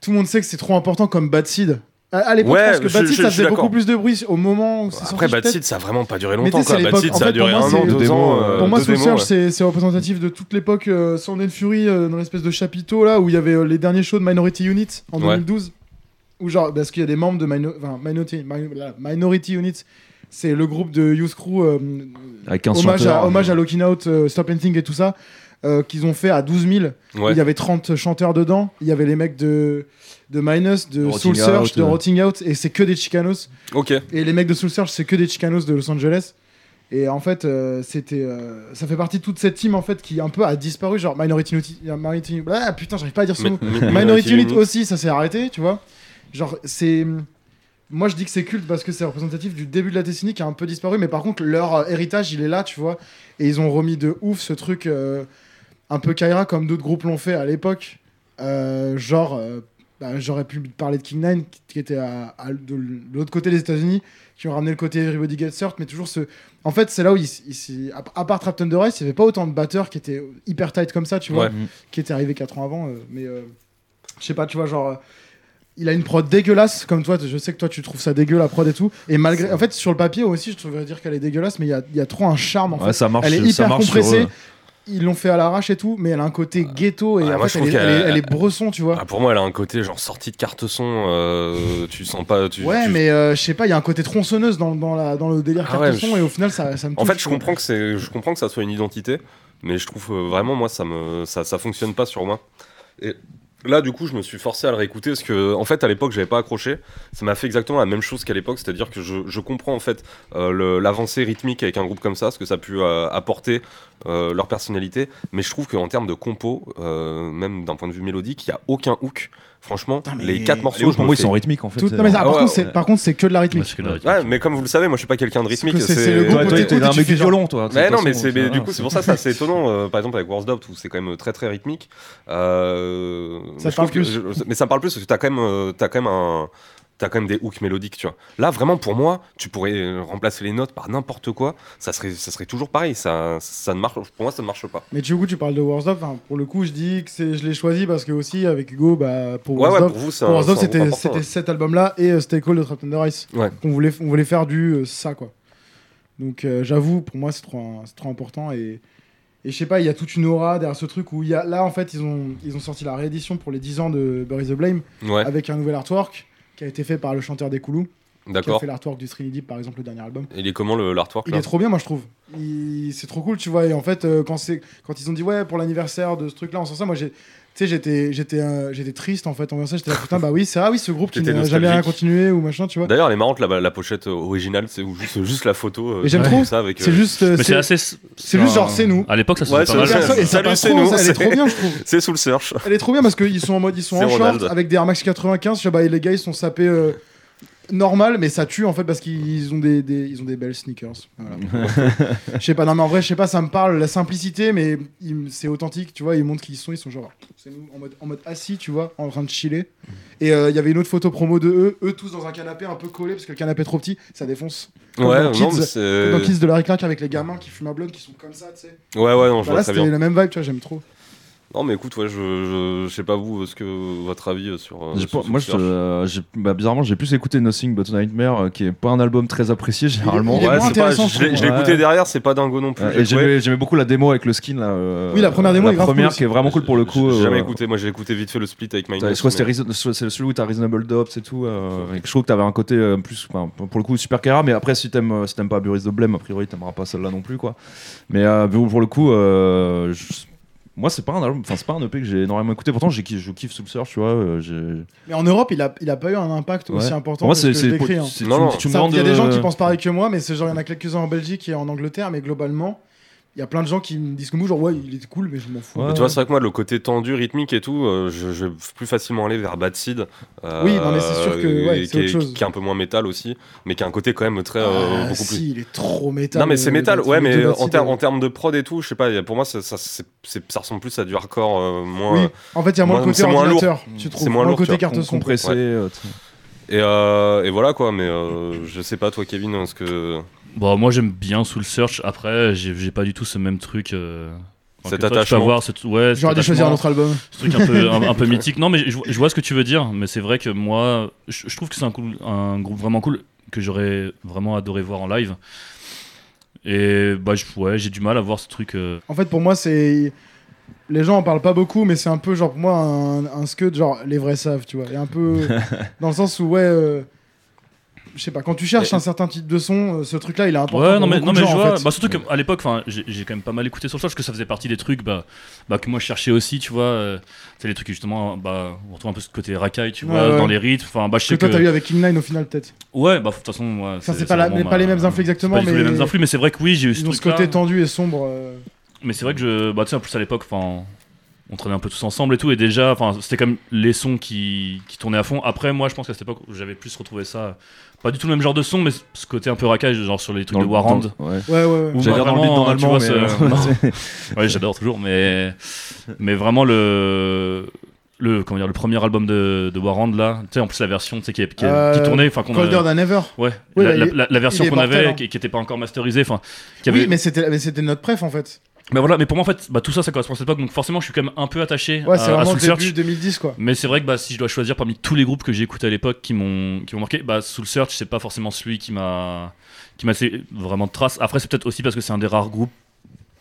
Tout le monde sait que c'est trop important comme Bad Seed. À, à l'époque, Ouais, je pense je- que Bad je- Seed, je ça suis faisait beaucoup d'accord. plus de bruit au moment où c'est Après, sorti, Bad peut-être. Seed, ça a vraiment pas duré Mais longtemps. tu sais, Quoi. c'est Bad l'époque. Seed, En ça a fait, duré pour moi, un an, c'est- deux Demo, ans. euh, euh, Pour moi, deux Soul démos, Search, ouais. c'est- c'est représentatif de toute l'époque euh, Sound and Fury euh, dans l'espèce de chapiteau là où il y avait euh, les derniers shows de Minority Unit en Ouais. 2012. Où genre, parce qu'il y a des membres de Mino- enfin, Minority, Min- la- Minority Unit, c'est le groupe de Youth Crew, euh, Avec 15 hommage, chanteurs. à, hommage à Looking Out, euh, Stop and Think et tout ça, euh, qu'ils ont fait à 12 000. Ouais. Il y avait 30 chanteurs dedans, il y avait les mecs de, de Minus, de Rotting Soul Search, Out, de ouais. Rotting Out, et c'est que des Chicanos. Ok. Et les mecs de Soul Search, c'est que des Chicanos de Los Angeles. Et en fait, euh, c'était, euh, ça fait partie de toute cette team en fait qui un peu a disparu, genre Minority Unit. Minority, ah, putain, j'arrive pas à dire ce Mais- mot. mais- Minority Unit aussi, ça s'est arrêté, tu vois. Genre, c'est. Moi, je dis que c'est culte parce que c'est représentatif du début de la décennie qui a un peu disparu, mais par contre, leur euh, héritage, il est là, tu vois. Et ils ont remis de ouf ce truc euh, un peu Kaira comme d'autres groupes l'ont fait à l'époque. Euh, genre, euh, bah, j'aurais pu parler de King Nine qui était à, à- de l'autre côté des États-Unis, qui ont ramené le côté Everybody Gets Hurt, mais toujours ce. En fait, c'est là où, il, s- il s'y- à, à part Trap Thunder Rise, il n'y avait pas autant de batteurs qui étaient hyper tight comme ça, tu vois Ouais. Mm. qui était arrivé 4 ans avant, euh, mais euh, je sais pas, tu vois, genre. euh, il a une prod dégueulasse, comme toi, t- je sais que toi tu trouves ça dégueu la prod et tout. Et malgré. En fait, sur le papier aussi, je trouverais dire qu'elle est dégueulasse, mais il y a, il y a trop un charme en Ouais, fait. ça marche. Elle est ça hyper marche sur compressée. eux. ils l'ont fait à l'arrache et tout, mais elle a un côté ghetto et Ouais, en moi, fait, je trouve elle, est, qu'elle- elle est- elle est bresson, tu vois. Ah, pour moi, elle a un côté genre sortie de carte son. euh, tu sens pas. Tu, ouais, tu- mais euh, je sais pas, il y a un côté tronçonneuse dans, dans, la, dans le délire Ah carton ouais, et au final, ça, ça me En touche, fait, je tu vois. comprends que c'est, je comprends que ça soit une identité, mais je trouve euh, vraiment moi ça me, ça, ça fonctionne pas sur moi. Et là, du coup, je me suis forcé à le réécouter parce que, en fait, à l'époque, j'avais pas accroché. Ça m'a fait exactement la même chose qu'à l'époque, c'est-à-dire que je, je comprends en fait euh, le- l'avancée rythmique avec un groupe comme ça, ce que ça a pu euh, apporter euh, leur personnalité, mais je trouve qu'en termes de compo, euh, même d'un point de vue mélodique, il y a aucun hook. Franchement, Putain, mais les quatre morceaux, Les je me pour moi, ils fais- sont rythmiques en fait. Tout- non, mais ça, Ah par, ouais, contre, c'est- ouais. par contre, c'est que de la Ouais, rythmique. c'est que la rythmique. euh, Ouais, mais comme vous le savez, moi, je suis pas quelqu'un de rythmique. c'est- c'est le Toi, groupe toi, t'écoutes, t'es un tu mec fais genre- violon, toi. de toute Mais non, façon, euh, mais, c'est, tu vois, mais du voilà. coup, c'est pour ça, ça, c'est étonnant. euh, par exemple, avec World's Doubt, où c'est quand même très très rythmique. euh, mais Ça je te parle trouve que- plus. je- mais ça me parle plus parce que t'as quand même, euh, t'as quand même un. T'as quand même des hooks mélodiques, tu vois. Là, vraiment, pour moi, tu pourrais euh, remplacer les notes par n'importe quoi. Ça serait, ça serait toujours pareil. Ça, ça ne marche, pour moi, ça ne marche pas. Mais du coup, tu parles de Wars of. hein, pour le coup, je dis que c'est- je l'ai choisi parce que aussi, avec Hugo, bah, pour Ouais, Wars ouais, of, pour vous, c'est pour un. Wars c'est of, un c'était groupe important, hein. c'était cet album-là et euh, Stay Cold de Trapped Under Ice. ouais. Ouais. On voulait, on voulait faire du euh, ça, quoi. Donc euh, j'avoue, pour moi, c'est trop, un- c'est trop important. Et, et je sais pas, il y a toute une aura derrière ce truc où il y a, là, en fait, ils ont, ils ont sorti la réédition pour les 10 ans de Bury the Blame hein. Ouais, avec un nouvel artwork qui a été fait par le chanteur des Koulous, qui a d'accord. fait l'artwork du Trinity, par exemple, le dernier album. Il est comment le, l'artwork Il là est trop bien, moi, je trouve. Il- C'est trop cool, tu vois. Et en fait, euh, quand, c'est- quand ils ont dit, ouais, pour l'anniversaire de ce truc-là, on sent ça, moi, j'ai. Tu sais, j'étais, j'étais, euh, j'étais triste en fait en voyant ça. J'étais là, putain, bah oui, c'est ah oui, ce groupe qui T'étais n'a jamais rien nostalgique. continué ou machin, tu vois. D'ailleurs, elle est marrante la, la pochette euh, originale, c'est ou juste, juste la photo. euh, Et j'aime comme trop. ça avec. C'est euh, juste. euh, Mais c'est- c'est assez. C'est juste genre, c'est nous. À l'époque, ça se Ouais, faisait c'est- pas Et ça- mal. et ça Salut, passe c'est trop, nous, ça, Elle est c'est- trop bien, je trouve. C'est sous le search. Elle est trop bien parce qu'ils sont en mode, ils sont C'est en short Ronald. avec des Air Max 95. Je sais pas, et les gars, ils sont sapés euh, normal, mais ça tue en fait parce qu'ils ont des, des- ils ont des belles sneakers. Voilà. je sais pas, non mais en vrai, je sais pas, ça me parle la simplicité, mais ils- c'est authentique, tu vois. Ils montrent qui ils sont, ils sont genre, c'est nous, en mode, en mode assis, tu vois, en train de chiller. Et euh, il y avait une autre photo promo de eux, eux tous dans un canapé un peu collé parce que le canapé est trop petit, ça défonce. Comme Ouais, dans non, Kids- mais Comme Euh. c'est. Dans Kiss de Larry Clark avec les gamins qui fument un blonde qui sont comme ça, tu sais. Ouais, ouais, non, je Bah vois là, très bien. c'était la même vibe, tu vois, j'aime trop. Non, mais écoute, ouais, je, je, je sais pas vous, ce que votre avis euh, sur. euh, J'ai sur pas- ce moi, que je, tu euh, j'ai- bah, bizarrement, j'ai plus écouté Nothing But a Nightmare, euh, qui est pas un album très apprécié généralement. il est cherches. Ouais, moins c'est pas- intéressant, je l'ai je je l'ai trouve. écouté Ouais. derrière, c'est pas dingo non plus. Euh, j'ai et trouvé. j'aimais, j'aimais beaucoup la démo avec le skin là. euh, Oui, la première démo La est grave première cool. qui est vraiment cool pour le coup. J'ai jamais euh, écouté, moi j'ai écouté vite fait le split avec t'as- Mine. Soit c'était Reason- soit c'est celui où t'as Reasonable Doubts et tout. euh, et que je trouve que t'avais un côté euh, plus, enfin, pour le coup, super carré. Mais après, si t'aimes, euh, si t'aimes pas Buris de Blême, a priori, t'aimeras pas celle-là non plus quoi. Mais euh, pour pour le coup, euh, je- moi, c'est pas un album, enfin, c'est pas un EP que j'ai énormément écouté. Pourtant, j'ai, kiff- je kiffe Soul Search, tu vois. euh, j'ai- Mais en Europe, il a, il a pas eu un impact Ouais. aussi important Pour moi, que ce c'est, que je c'est, décris, hein. c'est- Non, tu- non. tu me Ça, demandes Il y a des gens de- qui pensent pareil que moi, mais c'est genre, il y en a quelques-uns en Belgique et en Angleterre, mais globalement, il y a plein de gens qui me disent comme vous, genre, ouais, il est cool, mais je m'en fous. Ouais. Tu vois, c'est vrai que moi, le côté tendu, rythmique et tout, euh, je, je vais plus facilement aller vers Bad Seed. euh, Oui, non, mais c'est sûr que, ouais, et c'est qui, est, autre chose. qui est un peu moins métal aussi, mais qui a un côté quand même très. euh, Ah, beaucoup plus. si, il est trop métal. Non, mais le- c'est le- métal, le- ouais, le- mais le- le- en, le- termes- en termes de prod et tout, je sais pas, pour moi, ça, ça, c'est- c'est- ça ressemble plus à du hardcore, euh, moins. Oui, en fait, il y a moins le Moi, côté c'est moins ordinateur, tu trouves. C'est moins moins le lourd, côté tu vois, carte son. compressés. Ouais. euh, tu- Et, euh, et voilà quoi, mais euh, je sais pas, toi, Kevin, ce que. Bon, Bah, moi j'aime bien Soul Search. Après, j'ai j'ai pas du tout ce même truc. euh, enfin, Cet que toi, tu peux attachement. avoir ce t- ouais, cet J'aurais dû choisir un attachement, autre album. ce truc un peu, un, un peu mythique. Non, mais je, je vois ce que tu veux dire. Mais c'est vrai que moi, je, je trouve que c'est un, cool- un groupe vraiment cool que j'aurais vraiment adoré voir en live. Et bah, je- ouais, j'ai du mal à voir ce truc. euh, En fait, pour moi, c'est. Les gens en parlent pas beaucoup, mais c'est un peu, genre, pour moi, un, un scud, genre, les vrais savent, tu vois. Et un peu. dans le sens où, ouais. euh, Je sais pas, quand tu cherches un certain type de son, euh, ce truc-là, il est important. Ouais, pour non mais, beaucoup non, de mais gens, je en vois. fait. Bah, surtout qu'à l'époque, enfin, j'ai j'ai quand même pas mal écouté sur le parce que ça faisait partie des trucs bah, bah, que moi je cherchais aussi, tu vois. euh, c'est les trucs qui, justement, bah, on retrouve un peu ce côté racaille, tu Ouais, vois, ouais. dans les rythmes. Enfin, bah, je que sais que. toi, t'as eu avec King Nine au final, peut-être. Ouais, bah, de toute façon, moi. Ça, c'est pas, la- vraiment pas les ma- mêmes influx c'est exactement, pas du tout mais les mêmes influx, mais c'est vrai que oui, j'ai eu ce ils ont ce truc. côté tendu et sombre. euh. Mais c'est vrai que je. Bah, tu sais, en plus à l'époque, enfin. On traînait un peu tous ensemble et tout, et déjà, enfin, c'était comme les sons qui, qui tournaient à fond. Après, moi, je pense qu'à cette époque, j'avais plus retrouvé ça. Pas du tout le même genre de son, mais ce côté un peu racaille, genre sur les trucs dans de le- Warrand. dans- ouais. Ouais, ouais, ouais. Ou J'allais bah, dire dans le beat vraiment, dans tu l'allemand, vois, mais, ce- euh, non. c'est- Ouais, j'adore toujours, mais mais vraiment le le comment dire le premier album de, de Warrand là, tu sais en plus la version tu sais qui, est- qui, est- qui Euh, tournait, enfin qu'on a- Colder than ever. ouais, Oui, la, bah, la- il- la- la version il est qu'on mortel, avait hein. qui, qui était pas encore masterisée, enfin qui avait. Oui, mais c'était mais c'était notre préf en fait. Bah voilà, mais pour moi en fait, bah tout ça ça correspond à cette époque, donc forcément je suis quand même un peu attaché Ouais, c'est Euh, à, à vraiment Soul le début Search. 2010 quoi. Mais c'est vrai que bah, si je dois choisir parmi tous les groupes que j'ai écoutés à l'époque qui m'ont qui m'ont marqué, bah, Soul Search c'est pas forcément celui qui m'a qui m'a laissé vraiment de traces. Après c'est peut-être aussi parce que c'est un des rares groupes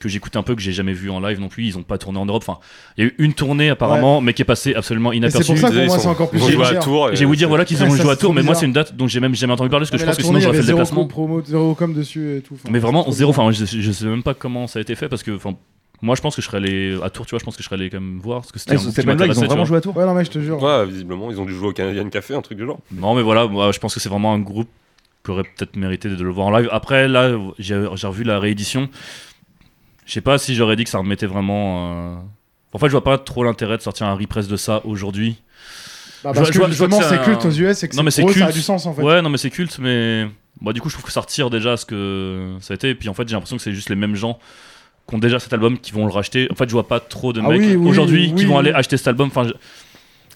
que j'écoute un peu, que j'ai jamais vu en live non plus. Ils ont pas tourné en Europe. Enfin, il y a eu une tournée apparemment, mais qui est passée absolument Et c'est inaperçue. pour ça que Ils pour moi sont- c'est encore plus ils ont joué à cher. Tours. et J'ai vous dire voilà qu'ils ont Ouais, ça, joué à c'est Tour, trop mais moi bizarre. c'est une date dont j'ai même jamais entendu parler parce que je Mais la pense que tournée, sinon il y j'aurais fait avait le zéro déplacement. promo, zéro com dessus et tout. Enfin, Mais c'est vraiment trop zéro. bizarre. Enfin, je, je sais même pas comment ça a été fait parce que enfin, moi je pense que je serais allé à Tours, tu vois, je pense que je serais allé quand même voir parce que c'était Ah, un groupe Cette qui même-là, ils ont m'intéressait, tu vraiment vois. joué à tour. Ouais, non, mais je te jure. Ouais, visiblement, ils ont dû jouer au Canadian Café, un truc du genre. Non, mais voilà, moi, je pense que c'est vraiment un groupe qui aurait peut-être mérité de le voir en live. Après, là, j'ai j'ai revu la réédition. Je sais pas si j'aurais dit que ça remettait vraiment. euh, En fait, je vois pas trop l'intérêt de sortir un repress de ça aujourd'hui. Bah, Je vois- parce je que vois- je vois que justement, c'est c'est un- culte aux US et que Non, mais c'est c'est pour eux, ça a culte. du sens en fait. Ouais, non, mais c'est culte, mais. Bah, du coup, je trouve que ça retire déjà à ce que ça a été. Et puis, en fait, j'ai l'impression que c'est juste les mêmes gens qui ont déjà cet album qui vont le racheter. En fait, je vois pas trop de Ah mecs oui, oui, aujourd'hui oui. qui vont aller acheter cet album. Enfin, je-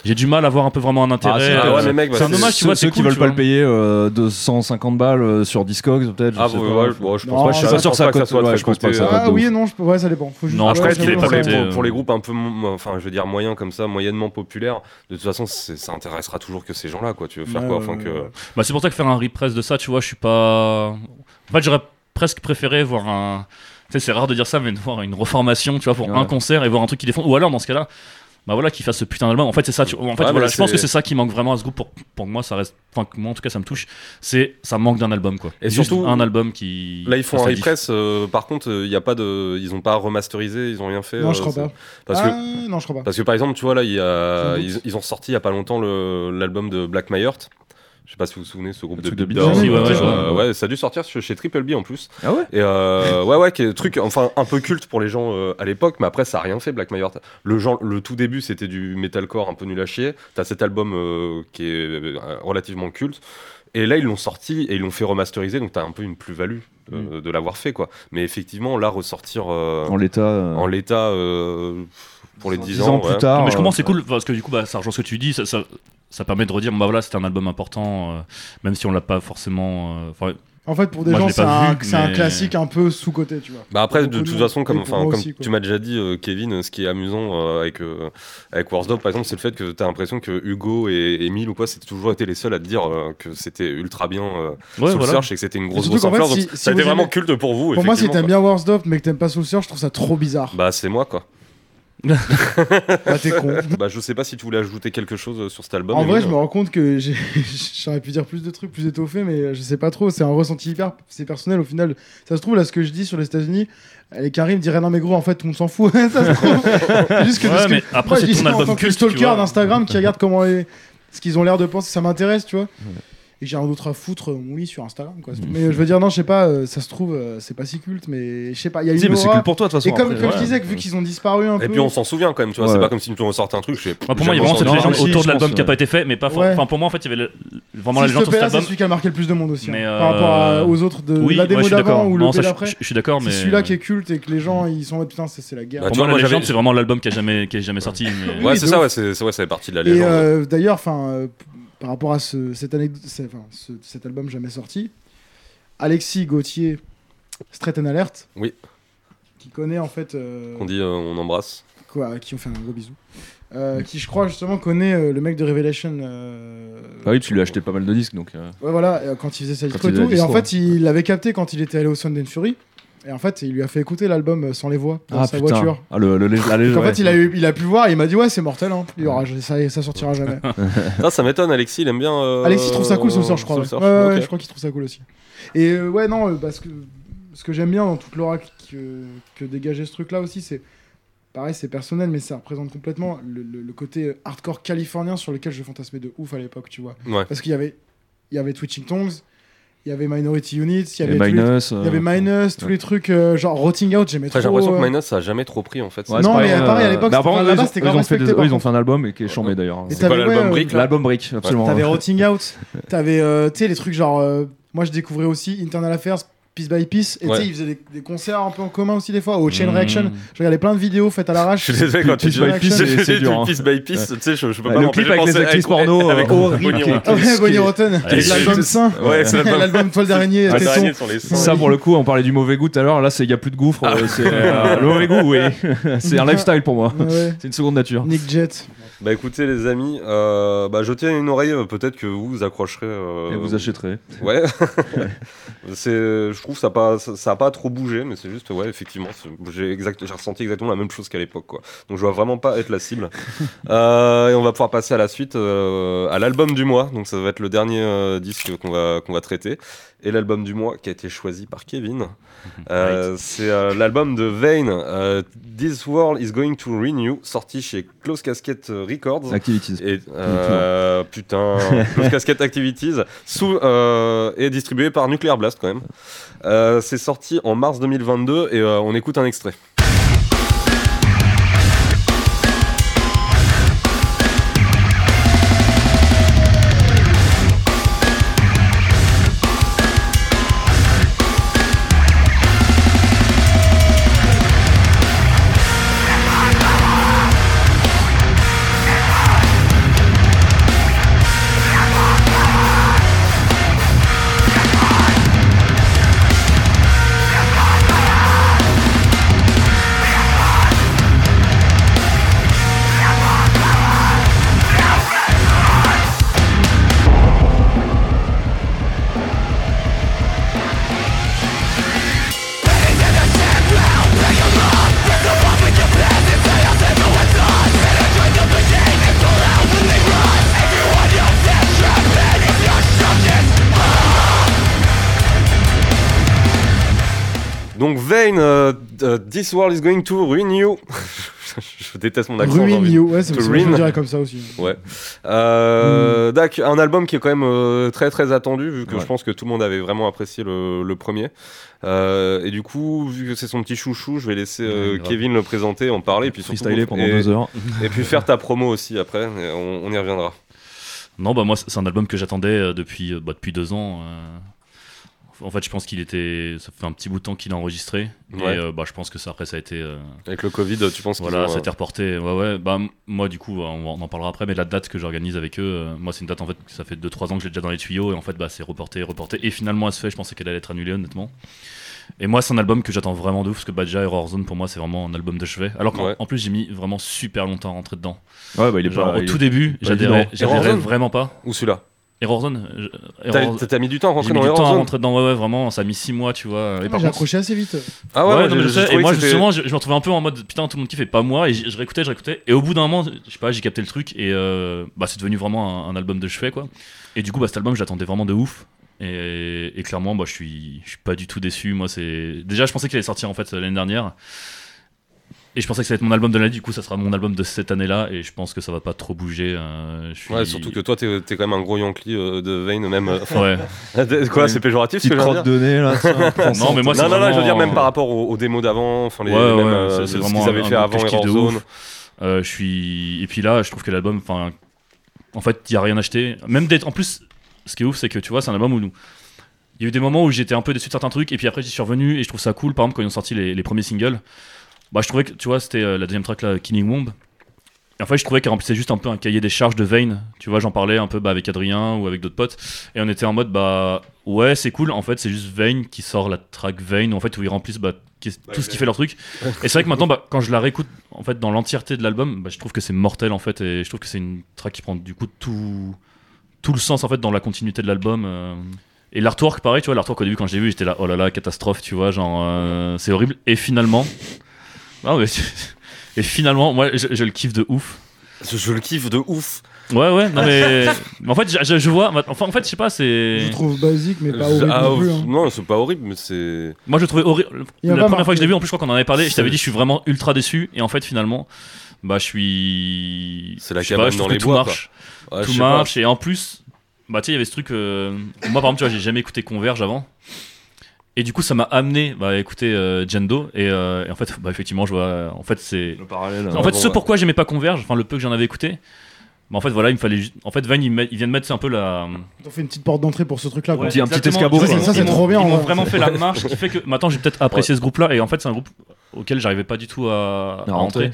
j'ai du mal à voir un peu vraiment un intérêt. Ah euh, ouais, mais mec, bah, c'est un c'est- dommage, tu vois, ceux c'est qui cool, veulent tu pas vois. le payer euh, 250 balles euh, sur Discogs peut-être. je Ah, sais ouais, pas. ouais, bon, je Non, pense pas. je suis pas je sûr que pense ça pas que ça coûte, soit ouais, très je pense pas que coûté, ça euh, coûte. Ah de oui, ouf. non, je peux- ouais, ça dépend. Faut juste- Non, je Après, pense ouais, pour les, qu'il est j'avoue, pas pour, ouais, les, prêté, pour- euh. pour les groupes un peu mo- enfin je veux dire moyens comme ça, moyennement populaires, de toute façon c'est- ça intéressera toujours que ces gens-là quoi. Tu veux faire Ouais, quoi ouais, enfin que ouais. Bah, c'est pour ça que faire un repress de ça, tu vois, je suis pas. En fait, j'aurais presque préféré voir un. Tu sais, c'est rare de dire ça, mais de voir une reformation, tu vois, pour Ouais. un concert et voir un truc qui défend. Ou alors, dans ce cas-là, bah voilà, qu'il fasse ce putain d'album. En fait, c'est ça, tu... En fait, Ouais, voilà, mais je pense c'est- que c'est ça qui manque vraiment à ce groupe pour, pour que moi, ça reste. Enfin, que moi, en tout cas, ça me touche. C'est. Ça manque d'un album, quoi. Et Juste surtout, un album qui. Là ils font fasse un la diff. repress, euh, par contre euh, il y a pas de, ils ont pas remasterisé, ils ont rien fait. Non, je euh, crois c'est- pas. Parce que Ah, Non, je crois pas. parce que par exemple tu vois là il y a, Je me ils, doute. ils ont sorti il y a pas longtemps le- l'album de Black Mayort. Je sais pas si vous vous souvenez ce groupe Le de truc de Beat Beat Down. Down, ouais, ouais, Euh, je vois. ouais, ça a dû sortir chez chez Triple B en plus. Ah ouais Et euh, ouais, ouais, qui est truc, enfin, un peu culte pour les gens euh, à l'époque, mais après, ça a rien fait, Black Mayor. Le, genre, le tout début, c'était du metalcore un peu nul à chier. T'as cet album euh, qui est euh, relativement culte. Et là, ils l'ont sorti et ils l'ont fait remasteriser, donc t'as un peu une plus-value euh, de l'avoir fait, quoi. Mais effectivement, là, ressortir euh, Mm. En l'état. euh, en l'état euh, pour les 10, 10 ans Ah, ouais. plus tard. Non, mais je comprends, c'est euh, cool parce que du coup, bah, ça rejoint ce que tu dis. Ça, ça, ça permet de redire, bah voilà, c'était un album important, euh, même si on l'a pas forcément. euh, enfin, En fait, pour des Moi, je gens, l'ai c'est pas un vu, c'est un mais- classique un peu sous-côté, tu vois. Bah après, Pour de nous, toute façon, comme, et pour enfin, moi comme aussi, quoi. tu m'as déjà dit, euh, Kevin, ce qui est amusant euh, avec, euh, avec Wars Dog, par exemple, c'est le fait que tu as l'impression que Hugo et Emile ou quoi, c'était toujours été les seuls à te dire euh, que c'était ultra bien euh, ouais, Soul voilà. Search et que c'était une grosse, Et surtout grosse qu'en fait, influence. si- donc, si ça a vous été vraiment aimez- culte pour vous. Pour moi, si effectivement, t'aimes quoi. bien Wars Dope, mais que t'aimes pas Soul Search, je trouve ça trop bizarre. Bah, c'est moi, quoi. Bah, t'es con. bah, je sais pas si tu voulais ajouter quelque chose euh, sur cet album. En vrai, Emile. je me rends compte que j'ai- j'aurais pu dire plus de trucs, plus étoffés, mais je sais pas trop. C'est un ressenti hyper, c'est personnel au final. Ça se trouve, là, ce que je dis sur les États-Unis, euh, les Karim diraient non, mais gros, en fait, on s'en fout. ça se trouve. Juste que, Ouais, parce que mais après, moi, c'est je dis ton ça en album tant que culte, tu stalker vois. d'Instagram qui regarde comment les- ce qu'ils ont l'air de penser, ça m'intéresse, tu vois. Et j'ai un autre à foutre, euh, oui, sur Instagram. Quoi. Mais euh, je veux dire, non, je sais pas, euh, ça se trouve, euh, c'est pas si culte, mais je sais pas, il y a Si, une mais c'est aura. cool pour toi de toute Et façon. comme, après, comme ouais. je disais, que vu qu'ils ont disparu un peu. Et puis, on s'en souvient quand même, tu vois. C'est Ouais. pas comme si tu ressortais un truc. je sais- Moi, Bah, pour moi, il y a jamais vraiment cette entendu. Non, légende si, autour je de l'album pense, qui a ouais. pas été fait, mais pas for- Ouais. enfin pour moi en fait il y avait le- Si vraiment la je légende te sur cet paie là, c'est album. celui qui a marqué le plus de monde aussi. hein. Mais, Par rapport à- euh, aux autres de Oui, la ouais, démo je suis d'avant d'accord. ou Non, le ça, P je- d'après. je- je suis d'accord, mais euh, C'est celui-là qui est culte et que les gens ils sont en mode putain, ça, c'est la guerre. Bah, Pour tu moi, vois, moi, la légende, j'avais- c'est vraiment l'album qui a jamais, qui est jamais sorti. mais- Ouais, Oui, c'est de ça, ouf. ouais, c'est c'est- ouais, ça fait partie de la et légende. euh, d'ailleurs, enfin, euh, p- par rapport à ce, cette anecdote, c'est- enfin, ce- cet album jamais sorti, Alexis Gauthier, Straight and Alert, Oui. qui connaît en fait, euh, On dit, euh, on embrasse. quoi, qui ont fait un gros bisou, euh, qui je crois justement connaît euh, le mec de Revelation. euh, Ah oui, tu lui as acheté pas mal de disques donc. euh, Ouais, voilà, euh, quand il faisait sa il disco et faisait la tout. Et en disco, fait, il l'avait capté quand il était allé au Sound and Fury. Et en fait, il lui a fait écouter l'album euh, sans les voix dans sa voiture. Ah, le, le, le, la Donc légende, en fait, ouais. il a, eu- il a pu voir et il m'a dit Ouais, c'est mortel, hein. il y aura, ça, ça sortira jamais. Ça, ça m'étonne, Alexis, il aime bien. euh, Alexis trouve ça cool ce soir, je crois. Soul ouais. Search, Ouais, ouais, ok. je crois qu'il trouve ça cool aussi. Et euh, ouais, non, euh, parce que ce que j'aime bien dans toute l'aura que, que dégageait ce truc-là aussi, c'est. Pareil, c'est personnel, mais ça représente complètement le, le- le côté hardcore californien sur lequel je fantasmais de ouf à l'époque, tu vois. Ouais. Parce qu'il y avait, il y avait Twitching Tongues, il y avait Minority Units, il Et y avait tous les Minus. Il y avait Minus, tous ouais. les trucs euh, genre Rotting Out, j'aimais trop. euh, Après, j'ai l'impression euh, que Minus, ça a jamais trop pris en fait. Non, mais pareil, à l'époque, bah, par c'était- contre, là-bas, eux, ils ont- c'était grave eux, ils ont fait des- respecté, eux, Ils par ont fait un album et qui est chambé d'ailleurs. Et C'est quoi t'avais, l'album ouais, euh, Brick, là L'album Brick, absolument. T'avais Rotting Out, t'avais euh, tu sais, les trucs genre. euh, moi je découvrais aussi Internal Affairs, Piece by Piece, et Ouais. tu Mm. sais, ils faisaient des, des concerts un peu en commun aussi des fois, au Chain Mmh. Reaction. Je regardais plein de vidéos faites à Je l'arrache. suis désolé quand tu Piece dis by piece, j'ai- c'est- j'ai c'est dit dur, hein. piece by piece, tu sais, je, je peux Ouais, pas le m'empêcher clip avec de les penser- actrices porno, avec euh, Bonnie horrible, Rock. Ah ouais, Bonnie Rotten, Ouais, l'album c'est- sain, Ouais, c'est l'album. Ah, l'album Toile d'araignée, Ouais, était les son. araignées sont les seins. Ça, pour le coup, on parlait du mauvais goût tout à l'heure. Là, c'est- il n'y a plus de gouffre. euh, c'est euh, le mauvais goût, oui. c'est un lifestyle pour moi. Ouais, ouais. C'est une seconde nature. Nick Jet. Bah écoutez les amis, euh, bah jetez une oreille, euh, peut-être que vous vous accrocherez. euh, Et vous achèterez. Ouais. c'est, je trouve ça pas ça, ça a pas trop bougé mais c'est juste ouais effectivement c'est- j'ai exact j'ai ressenti exactement la même chose qu'à l'époque quoi donc je vois vraiment pas être la cible Euh, et on va pouvoir passer à la suite euh, à l'album du mois donc ça va être le dernier euh, disque qu'on va qu'on va traiter et l'album du mois qui a été choisi par Kevin euh, c'est euh, l'album de Vane euh, This World Is Going to Renew sorti chez Close Casket Records Activities. et, euh, putain, Close Casket Activities sous, euh, est distribué par Nuclear Blast quand même. Euh, c'est sorti en mars 2022 et euh, on écoute un extrait. Donc Vane, euh, euh, This World Is Going to Renew. Je déteste mon accent. j'ai Ruin envie de- You, ouais, c'est To parce que je ruin. le dirais comme ça aussi. Ouais. Hmm. Euh, Dac, un album qui est quand même euh, très très attendu, vu que je pense que tout le monde avait vraiment apprécié le, le premier. Euh, et du coup, vu que c'est son petit chouchou, je vais laisser euh, Ouais, grave. Kevin le présenter, en parler, et puis surtout, Freestylé pendant et- deux heures. et puis faire ta promo aussi après. et on- on y reviendra. Non, bah moi, c'est c'est un album que j'attendais euh, depuis, euh, bah, depuis deux ans. euh. En fait, je pense qu'il était. Ça fait un petit bout de temps qu'il a enregistré. Ouais. Et euh, bah, je pense que ça, après, ça a été. euh, Avec le Covid, tu penses Voilà, euh, qu'ils ont, ça a été reporté. Ouais, ouais. Bah, m- moi, du coup, on, en- on en parlera après, mais la date que j'organise avec eux, euh, moi, c'est une date, en fait, que ça fait 2-3 ans que j'ai déjà dans les tuyaux, et en fait, bah, c'est reporté, reporté. Et finalement, elle se fait, je pensais qu'elle allait être annulée, honnêtement. Et moi, c'est un album que j'attends vraiment de ouf, parce que bah, déjà, Error Zone, pour moi, c'est vraiment un album de chevet. Alors qu'en Ouais. en plus, j'ai mis vraiment super longtemps à rentrer dedans. Ouais, bah il est Genre, pas. au il est- tout début, pas j'adhérais évident. j'adhérais Error Zone vraiment pas. euh, Ou celui-là Error Zone euh, je- T'as Error- t'as- t'as mis du temps à J'ai rentrer mis dans du temps à Error Zone rentrer dedans, ouais, ouais, vraiment, ça a mis 6 mois, tu vois. Et par J'ai contre, accroché assez vite. Ah Ouais, ouais, non, ouais, mais je j'ai- j'ai sais, et trouvé moi que c'était- justement je, je me retrouvais un peu en mode putain tout le monde kiffait pas moi et je, je réécoutais je réécoutais et au bout d'un moment je sais pas j'ai capté le truc et euh, bah c'est devenu vraiment un, un album de chevet quoi et du coup bah cet album je l'attendais vraiment de ouf et, et clairement bah je suis je suis pas du tout déçu moi c'est déjà je pensais qu'il allait sortir en fait l'année dernière et je pensais que ça allait être mon album de l'année du coup ça sera mon album de cette année là et je pense que ça va pas trop bouger euh, je suis... Ouais, surtout que toi, t'es t'es quand même un gros Yankee euh, de Vane, même. euh, ouais de- Quoi, c'est péjoratif ce Petite que je viens de crotte dire de nez là. non mais moi c'est non, non, non, je veux dire, vraiment- euh, même par rapport aux, aux démos d'avant, enfin, les, Ouais, les ouais, mêmes, euh, c'est- ce c'est vraiment qu'ils avaient un- fait un avant kiff Error de Zone. Euh, je suis et puis là je trouve que l'album enfin en fait il y a rien acheté même d'être en plus ce qui est ouf c'est que tu vois c'est un album où nous il y a eu des moments où j'étais un peu déçu de certains trucs et puis après j'y suis revenu et je trouve ça cool par exemple quand ils ont sorti les, les premiers singles bah je trouvais que tu vois c'était euh, la deuxième track là Killing Womb et en fait je trouvais qu'elle remplissait juste un peu un cahier des charges de Vane tu vois j'en parlais un peu bah, avec Adrien ou avec d'autres potes et on était en mode bah ouais c'est cool en fait c'est juste Vane qui sort la track Vane en fait où ils remplissent bah, qui- tout ce qui fait leur truc et c'est vrai que maintenant bah, quand je la réécoute en fait dans l'entièreté de l'album bah, je trouve que c'est mortel en fait et je trouve que c'est une track qui prend du coup tout tout le sens en fait dans la continuité de l'album euh. et l'artwork pareil tu vois l'artwork au début quand je l'ai vu j'étais là oh là là catastrophe tu vois genre euh, c'est horrible et finalement Ah, mais- et finalement moi je, je le kiffe de ouf Je, je le kiffe de ouf. ouais ouais non mais, mais en fait je, je- je vois enfin en fait je sais pas c'est Je le trouve basique, mais pas Je- horrible ah, non plus. ouf. hein. Non, c'est pas horrible, mais c'est. Moi, je le trouvais horrible. Il y a pas La première marqué. fois que je l'ai vu, en plus, je crois qu'on en avait parlé. Je t'avais dit, je suis vraiment ultra déçu. Et en fait, finalement, bah, je suis. C'est la je sais cabane je dans trouve que les tout bois, marche. Ouais, Ah, je tout sais pas. marche. Et en plus, bah, tu sais, il y avait ce truc. euh, Moi, par exemple, tu vois, j'ai jamais écouté Converge avant. Et du coup, ça m'a amené bah, à écouter euh, Jendo. Et, euh, et en fait, bah, effectivement, je vois. En fait, c'est. Le parallèle. euh, En fait, bon, ce ouais. pourquoi j'aimais pas Converge, enfin le peu que j'en avais écouté, bah, en fait, voilà, il me fallait. ju- En fait, Van, il, met- il vient de mettre c'est un peu la. Ils ont fait une petite porte d'entrée pour ce truc-là. quoi. On dit un petit Exactement. escabeau, Tu vois, quoi. ils Ça, m'ont- c'est trop bien, Ils en m'ont vrai. vraiment fait la marche qui fait que maintenant j'ai peut-être apprécié ce groupe-là. Et en fait, c'est un groupe auquel j'arrivais pas du tout à, à À rentrer. rentrer.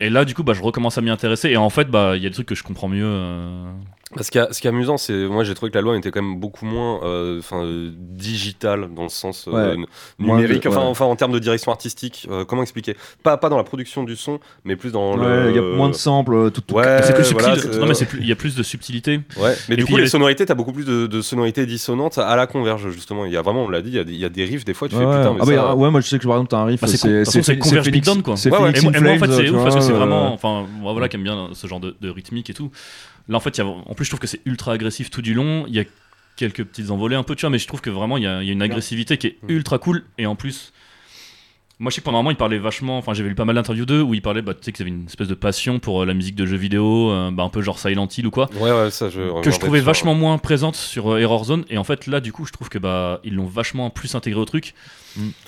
Et là, du coup, bah, je recommence à m'y intéresser. Et en fait, bah, il y a des trucs que je comprends mieux. euh, Ce qui, est- ce qui est amusant, c'est moi j'ai trouvé que la loi était quand même beaucoup moins euh, enfin, euh, digitale dans le sens euh, Ouais. n- Moins numérique, de- enfin, ouais. enfin en termes de direction artistique. euh, comment expliquer pas, pas dans la production du son, mais plus dans Ouais, le. il y a moins de samples, tout, tout Ouais, C'est plus Euh, voilà, subtil. c'est- non, mais c'est plus- il y a plus de subtilité. Ouais, mais Et du puis, coup, il y les avait- sonorités, t'as beaucoup plus de, de sonorités dissonantes à la converge, justement. Il y a vraiment, on l'a dit, il y a des- il y, a des riffs, des fois, tu Ouais, fais ouais. putain, mais Ah bah, ça- ouais, moi je sais que par exemple t'as un riff, Bah, c'est con- de Ah, c'est toute façon, c'est Fé- Converge Félix- Beatdown, quoi. C'est Ouais, ouais. Félix Fix Et moi, in et moi, en fait, Flames, c'est tu ouf parce que vois, c'est euh, vraiment. Enfin, moi, voilà, qui aime bien ce genre de, de rythmique et tout. Là, en fait, il y a- en plus, je trouve que c'est ultra agressif tout du long. Il y a quelques petites envolées un peu, tu vois, mais je trouve que vraiment, il y a, il y a une agressivité qui est Mm. ultra cool. Et en plus, moi, je sais que pendant un moment, il parlait vachement. Enfin, j'avais lu pas mal d'interviews d'eux où il parlait, bah, tu sais, qu'ils avaient une espèce de passion pour euh, la musique de jeux vidéo, euh, bah, un peu genre Silent Hill ou quoi Ouais, ouais, ça, je. que regardais je trouvais sur- vachement moins présente sur euh, Error Zone et en fait là du coup je trouve que bah ils l'ont vachement plus intégré au truc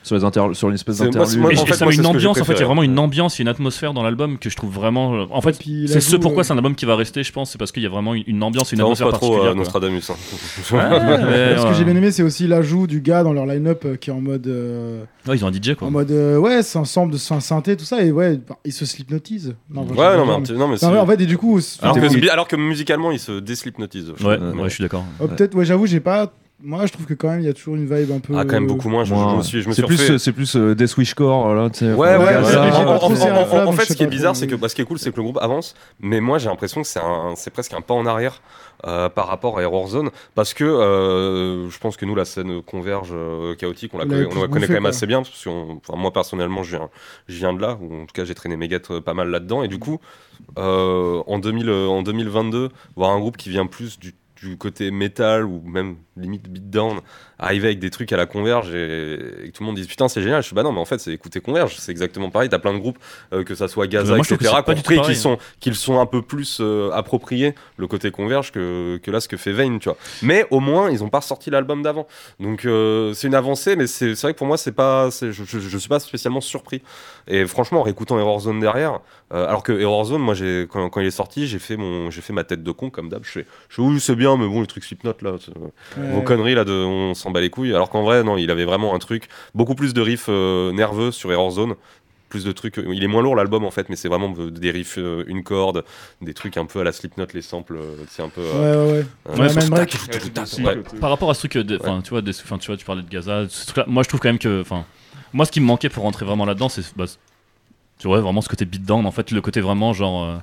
Sur les interl- sur l'espèce C'est- moi, d'interlude. c'est- moi, et en et fait, ça moi, c'est met une ce que j'ai ambiance en fait il y a préféré. vraiment une ambiance il y a une atmosphère dans l'album que je trouve vraiment euh, en fait Puis il c'est la ce joue, pourquoi euh, c'est un album qui va rester je pense c'est parce qu'il y a vraiment une- une ambiance une Ça avance atmosphère pas trop euh, particulière quoi. Nostradamus. hein. Ouais, Ce ouais. que j'ai bien aimé, c'est aussi l'ajout du gars dans leur line-up euh, qui est en mode. euh, Ouais, ils ont un DJ quoi En mode, euh, ouais, c'est ensemble de syn- synthé, tout ça, et ouais, bah, ils se slipnotisent. Non, bah, Ouais, je- non, mais, non, un petit- non, mais c'est- non, mais en fait, et du coup, alors, enfin, que, t'es- bi- alors que musicalement, il se déslipnotise. je ouais trouve. ouais je suis d'accord oh, peut-être, ouais, j'avoue, j'ai pas. Moi, je trouve que quand même, il y a toujours une vibe un peu. Ah, quand même beaucoup moins. Je, je Moi, me suis, je me c'est suis plus, refait- euh, c'est plus euh, Death Wish Core, là, tu sais. Ouais, ouais, enfin, ouais. le gars, ouais, ça, j'ai En- pas en- trop en- serré la en- flamme, En fait, ce je qui est sais pas bizarre, trop. c'est que bah, ce qui est cool, c'est que le groupe avance, mais moi j'ai l'impression que c'est un- c'est presque un pas en arrière euh, par rapport à Error Zone, parce que euh, je pense que nous, la scène converge euh, chaotique, on la On connaît, l'avait on la tous connaît bouffé, quand même quoi. assez bien, parce que on- enfin, moi personnellement, je viens, je viens de là, ou en tout cas j'ai traîné mes guettes euh, pas mal là-dedans, et du coup, euh, en, 2000, euh, en 2022, voir un groupe qui vient plus du du côté métal ou même limite beatdown arriver avec des trucs à la converge et, et que tout le monde dise putain c'est génial je suis bah non mais en fait c'est écouter converge c'est exactement pareil t'as plein de groupes euh, que ça soit Gaza Moi, je trouve etc que c'est pas du tout qui pareil. sont qu'ils sont un peu plus euh, appropriés le côté converge que, que là ce que fait Vane tu vois mais au moins ils ont pas sorti l'album d'avant donc euh, c'est une avancée mais c'est c'est vrai que pour moi c'est pas c'est- je, je, je suis pas spécialement surpris et franchement en réécoutant Error Zone derrière euh, alors que Error Zone moi j'ai quand, quand il est sorti j'ai fait mon j'ai fait ma tête de con comme d'hab je fais je fais, oui c'est bien mais bon le truc Slipknot là c'est- Ouais. vos conneries là de on s'en bat les couilles alors qu'en vrai non il avait vraiment un truc beaucoup plus de riffs euh, nerveux sur Error Zone plus de trucs il est moins lourd l'album en fait mais c'est vraiment euh, des riffs euh, une corde des trucs un peu à la Slipknot les samples euh, c'est un peu Ouais, euh, ouais, ouais. euh, Ouais, Ouais, même break. ouais. par rapport à ce truc euh, de- enfin tu vois des- enfin, tu vois tu parlais de Gaza ce truc-là, moi je trouve quand même que enfin moi ce qui me manquait pour rentrer vraiment là-dedans c'est bah, c'est- tu vois vraiment ce côté beatdown en fait le côté vraiment genre euh,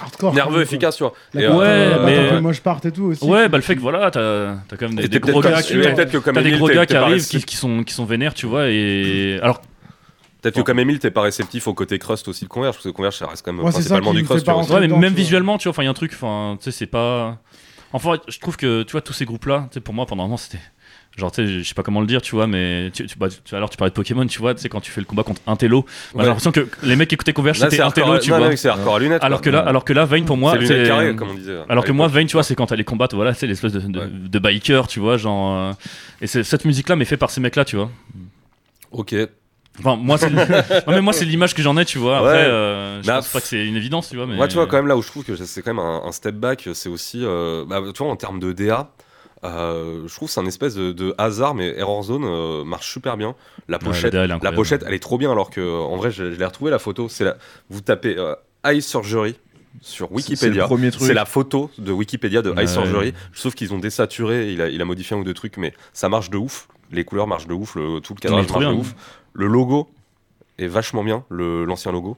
Hardcore. nerveux efficace tu vois La Et, patte, ouais, euh, la mais- patte un peu moche part et tout aussi. Ouais, bah le fait que voilà, t'as t'as quand même des, Et des t'es gros peut-être gars comme- qui, ouais, peut-être que comme t'as des Emile, gros t'es- gars t'es qui pas arrivent, réceptif. qui, qui sont qui sont vénères, tu vois. Et alors, peut-être que comme Emile t'es pas réceptif au côté crust aussi de Converge parce que Converge ça reste quand même euh, Ouais, c'est ça principalement qui du me crust fait tu pas vois. rentrer. ouais, mais dedans, même tu vois. visuellement, tu vois, enfin, il y a un truc, enfin, tu sais, c'est pas. Enfin, je trouve que tu vois tous ces groupes-là, tu sais, pour moi, pendant un moment, c'était genre, tu sais, je sais pas comment le dire, tu vois, mais tu, tu- bah, tu- alors tu parlais de Pokémon, tu vois, tu sais, quand tu fais le combat contre un télo, bah, Ouais. j'ai l'impression que les mecs qui écoutaient Converge, là c'était c'est un télo, hardcore tu non, vois. non, c'est hardcore à lunettes Alors que quoi. là, alors que là, Vane pour moi, c'est lunettes carrées comme on disait hein, Alors que à moi, l'époque. Vane, tu vois, c'est quand t'as les combats, voilà, c'est l'espèce de, de, Ouais. de biker, tu vois, genre. euh, et c'est- cette musique-là, mais faite par ces mecs-là, tu vois. ok Enfin, moi, c'est non, mais moi, c'est l'image que j'en ai, tu vois. Après, Ouais. euh, je Bah, pense pas que c'est une évidence, tu vois. Mais... Moi, tu vois, quand même, là où je trouve que c'est quand même un, un step back, c'est aussi, euh, bah, tu vois, en termes de DA, euh, je trouve que c'est un espèce de, de hasard, mais Error Zone euh, marche super bien. La Ouais, la pochette, DA, elle est la, incroyable. pochette, elle est trop bien, alors que, euh, en vrai, je, je l'ai retrouvée, la photo. C'est la, vous tapez euh, Eye Surgery sur C'est le Wikipédia. premier truc. C'est la photo de Wikipédia de Eye Ouais. Surgery, sauf qu'ils ont désaturé, il a, il a modifié un ou deux trucs, mais ça marche de ouf. Les couleurs marchent de ouf, le, tout le Mais cadrage trop marche de bien. ouf. Le logo est vachement bien, le- l'ancien logo.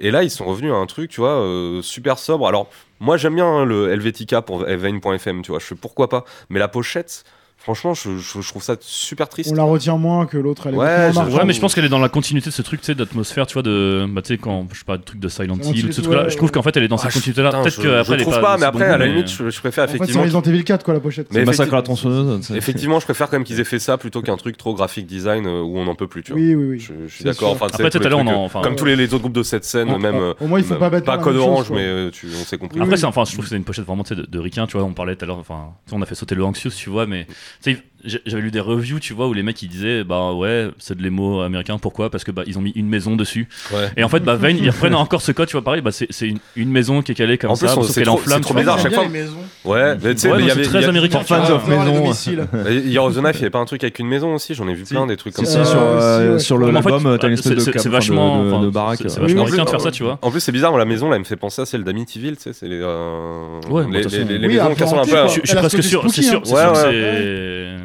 Et là, ils sont revenus à un truc, tu vois, euh, super sobre. Alors, moi, j'aime bien hein, le Helvetica pour Vein.fm, tu vois, je fais pourquoi pas. Mais la pochette, franchement, je, je- je trouve ça super triste. On la retient moins que l'autre. Elle est Ouais, beaucoup moins je- marquante. Ouais, mais je pense qu'elle est dans la continuité de ce truc, tu sais, d'atmosphère, tu vois, de. Bah, tu sais, quand je sais pas, le truc de Silent Silent Hill, Hill, ce truc-là. ouais, Je trouve ouais. qu'en fait, elle est dans Ah, cette je- continuité-là. putain, Peut-être je- qu'après, je elle est trouve pas. pas, dans mais ce après, bon à la goût, limite, mais- je, je préfère En fait, c'est effectivement. Resident Evil 4, quoi, la pochette. Mais C'est Massacre à la effecti- tronçonneuse. c'est- Effectivement, je préfère quand même qu'ils aient fait ça plutôt qu'un truc trop graphic design euh, où on n'en peut plus, tu vois. Oui, oui, oui. Je, je suis C'est d'accord. sûr. Enfin, tu sais, Après, tous tout à les l'heure, trucs, on en- euh, enfin, comme tous les, les autres groupes de cette scène, Au- même. euh, au- au moins, il faut même- pas battre la Code même chose, Orange, quoi. mais euh, tu, on s'est compris. Oui, Après, oui. c'est enfin, je trouve que c'est une pochette vraiment tu sais, de, de Riquin, tu vois. On parlait tout à l'heure, enfin, tu sais, on a fait sauter le Anxious, tu vois, mais tu sais, j'ai- j'avais lu des reviews, tu vois, où les mecs ils disaient bah ouais, c'est de l'émo américain. Pourquoi Parce que bah ils ont mis une maison dessus. Ouais. Et en fait, bah Vane, ils reprennent encore ce code, tu vois, pareil, bah c'est c'est une, une maison qui est calée comme En plus, ça, on- sauf c'est qu'elle trop- c'est enflamme. trop tu vois. bizarre, à chaque J'aime bien fois. les maisons. Ouais, mais tu sais, Ouais, mais il y non, c'est avait. très il y a- américain. Fans Ah, of voir les maison. missiles. Et Year of the Knife, il y avait pas un truc avec une maison aussi, j'en ai vu Si. plein des trucs comme Si, ça. si, sur, euh, si, ouais. sur Mais le- en fait, l'album, euh, t'as une c'est- espèce de c'est- cap- enfin, c'est de- vachement, de- enfin, de baraque. c'est- c'est euh. vachement Oui, oui, américain de oui. faire ça, tu vois. En plus, c'est bizarre, moi, la maison, là, elle me fait penser à celle d'Amityville, tu sais, c'est les, euh, Ouais, les, bon, de toute les- façon, les- les oui, maisons qui ressemblent un implanté, peu à... quoi. Je je suis Elle a presque sauté sûr, spooky, c'est sûr, hein. c'est sûr Ouais, que ouais. c'est. Moi,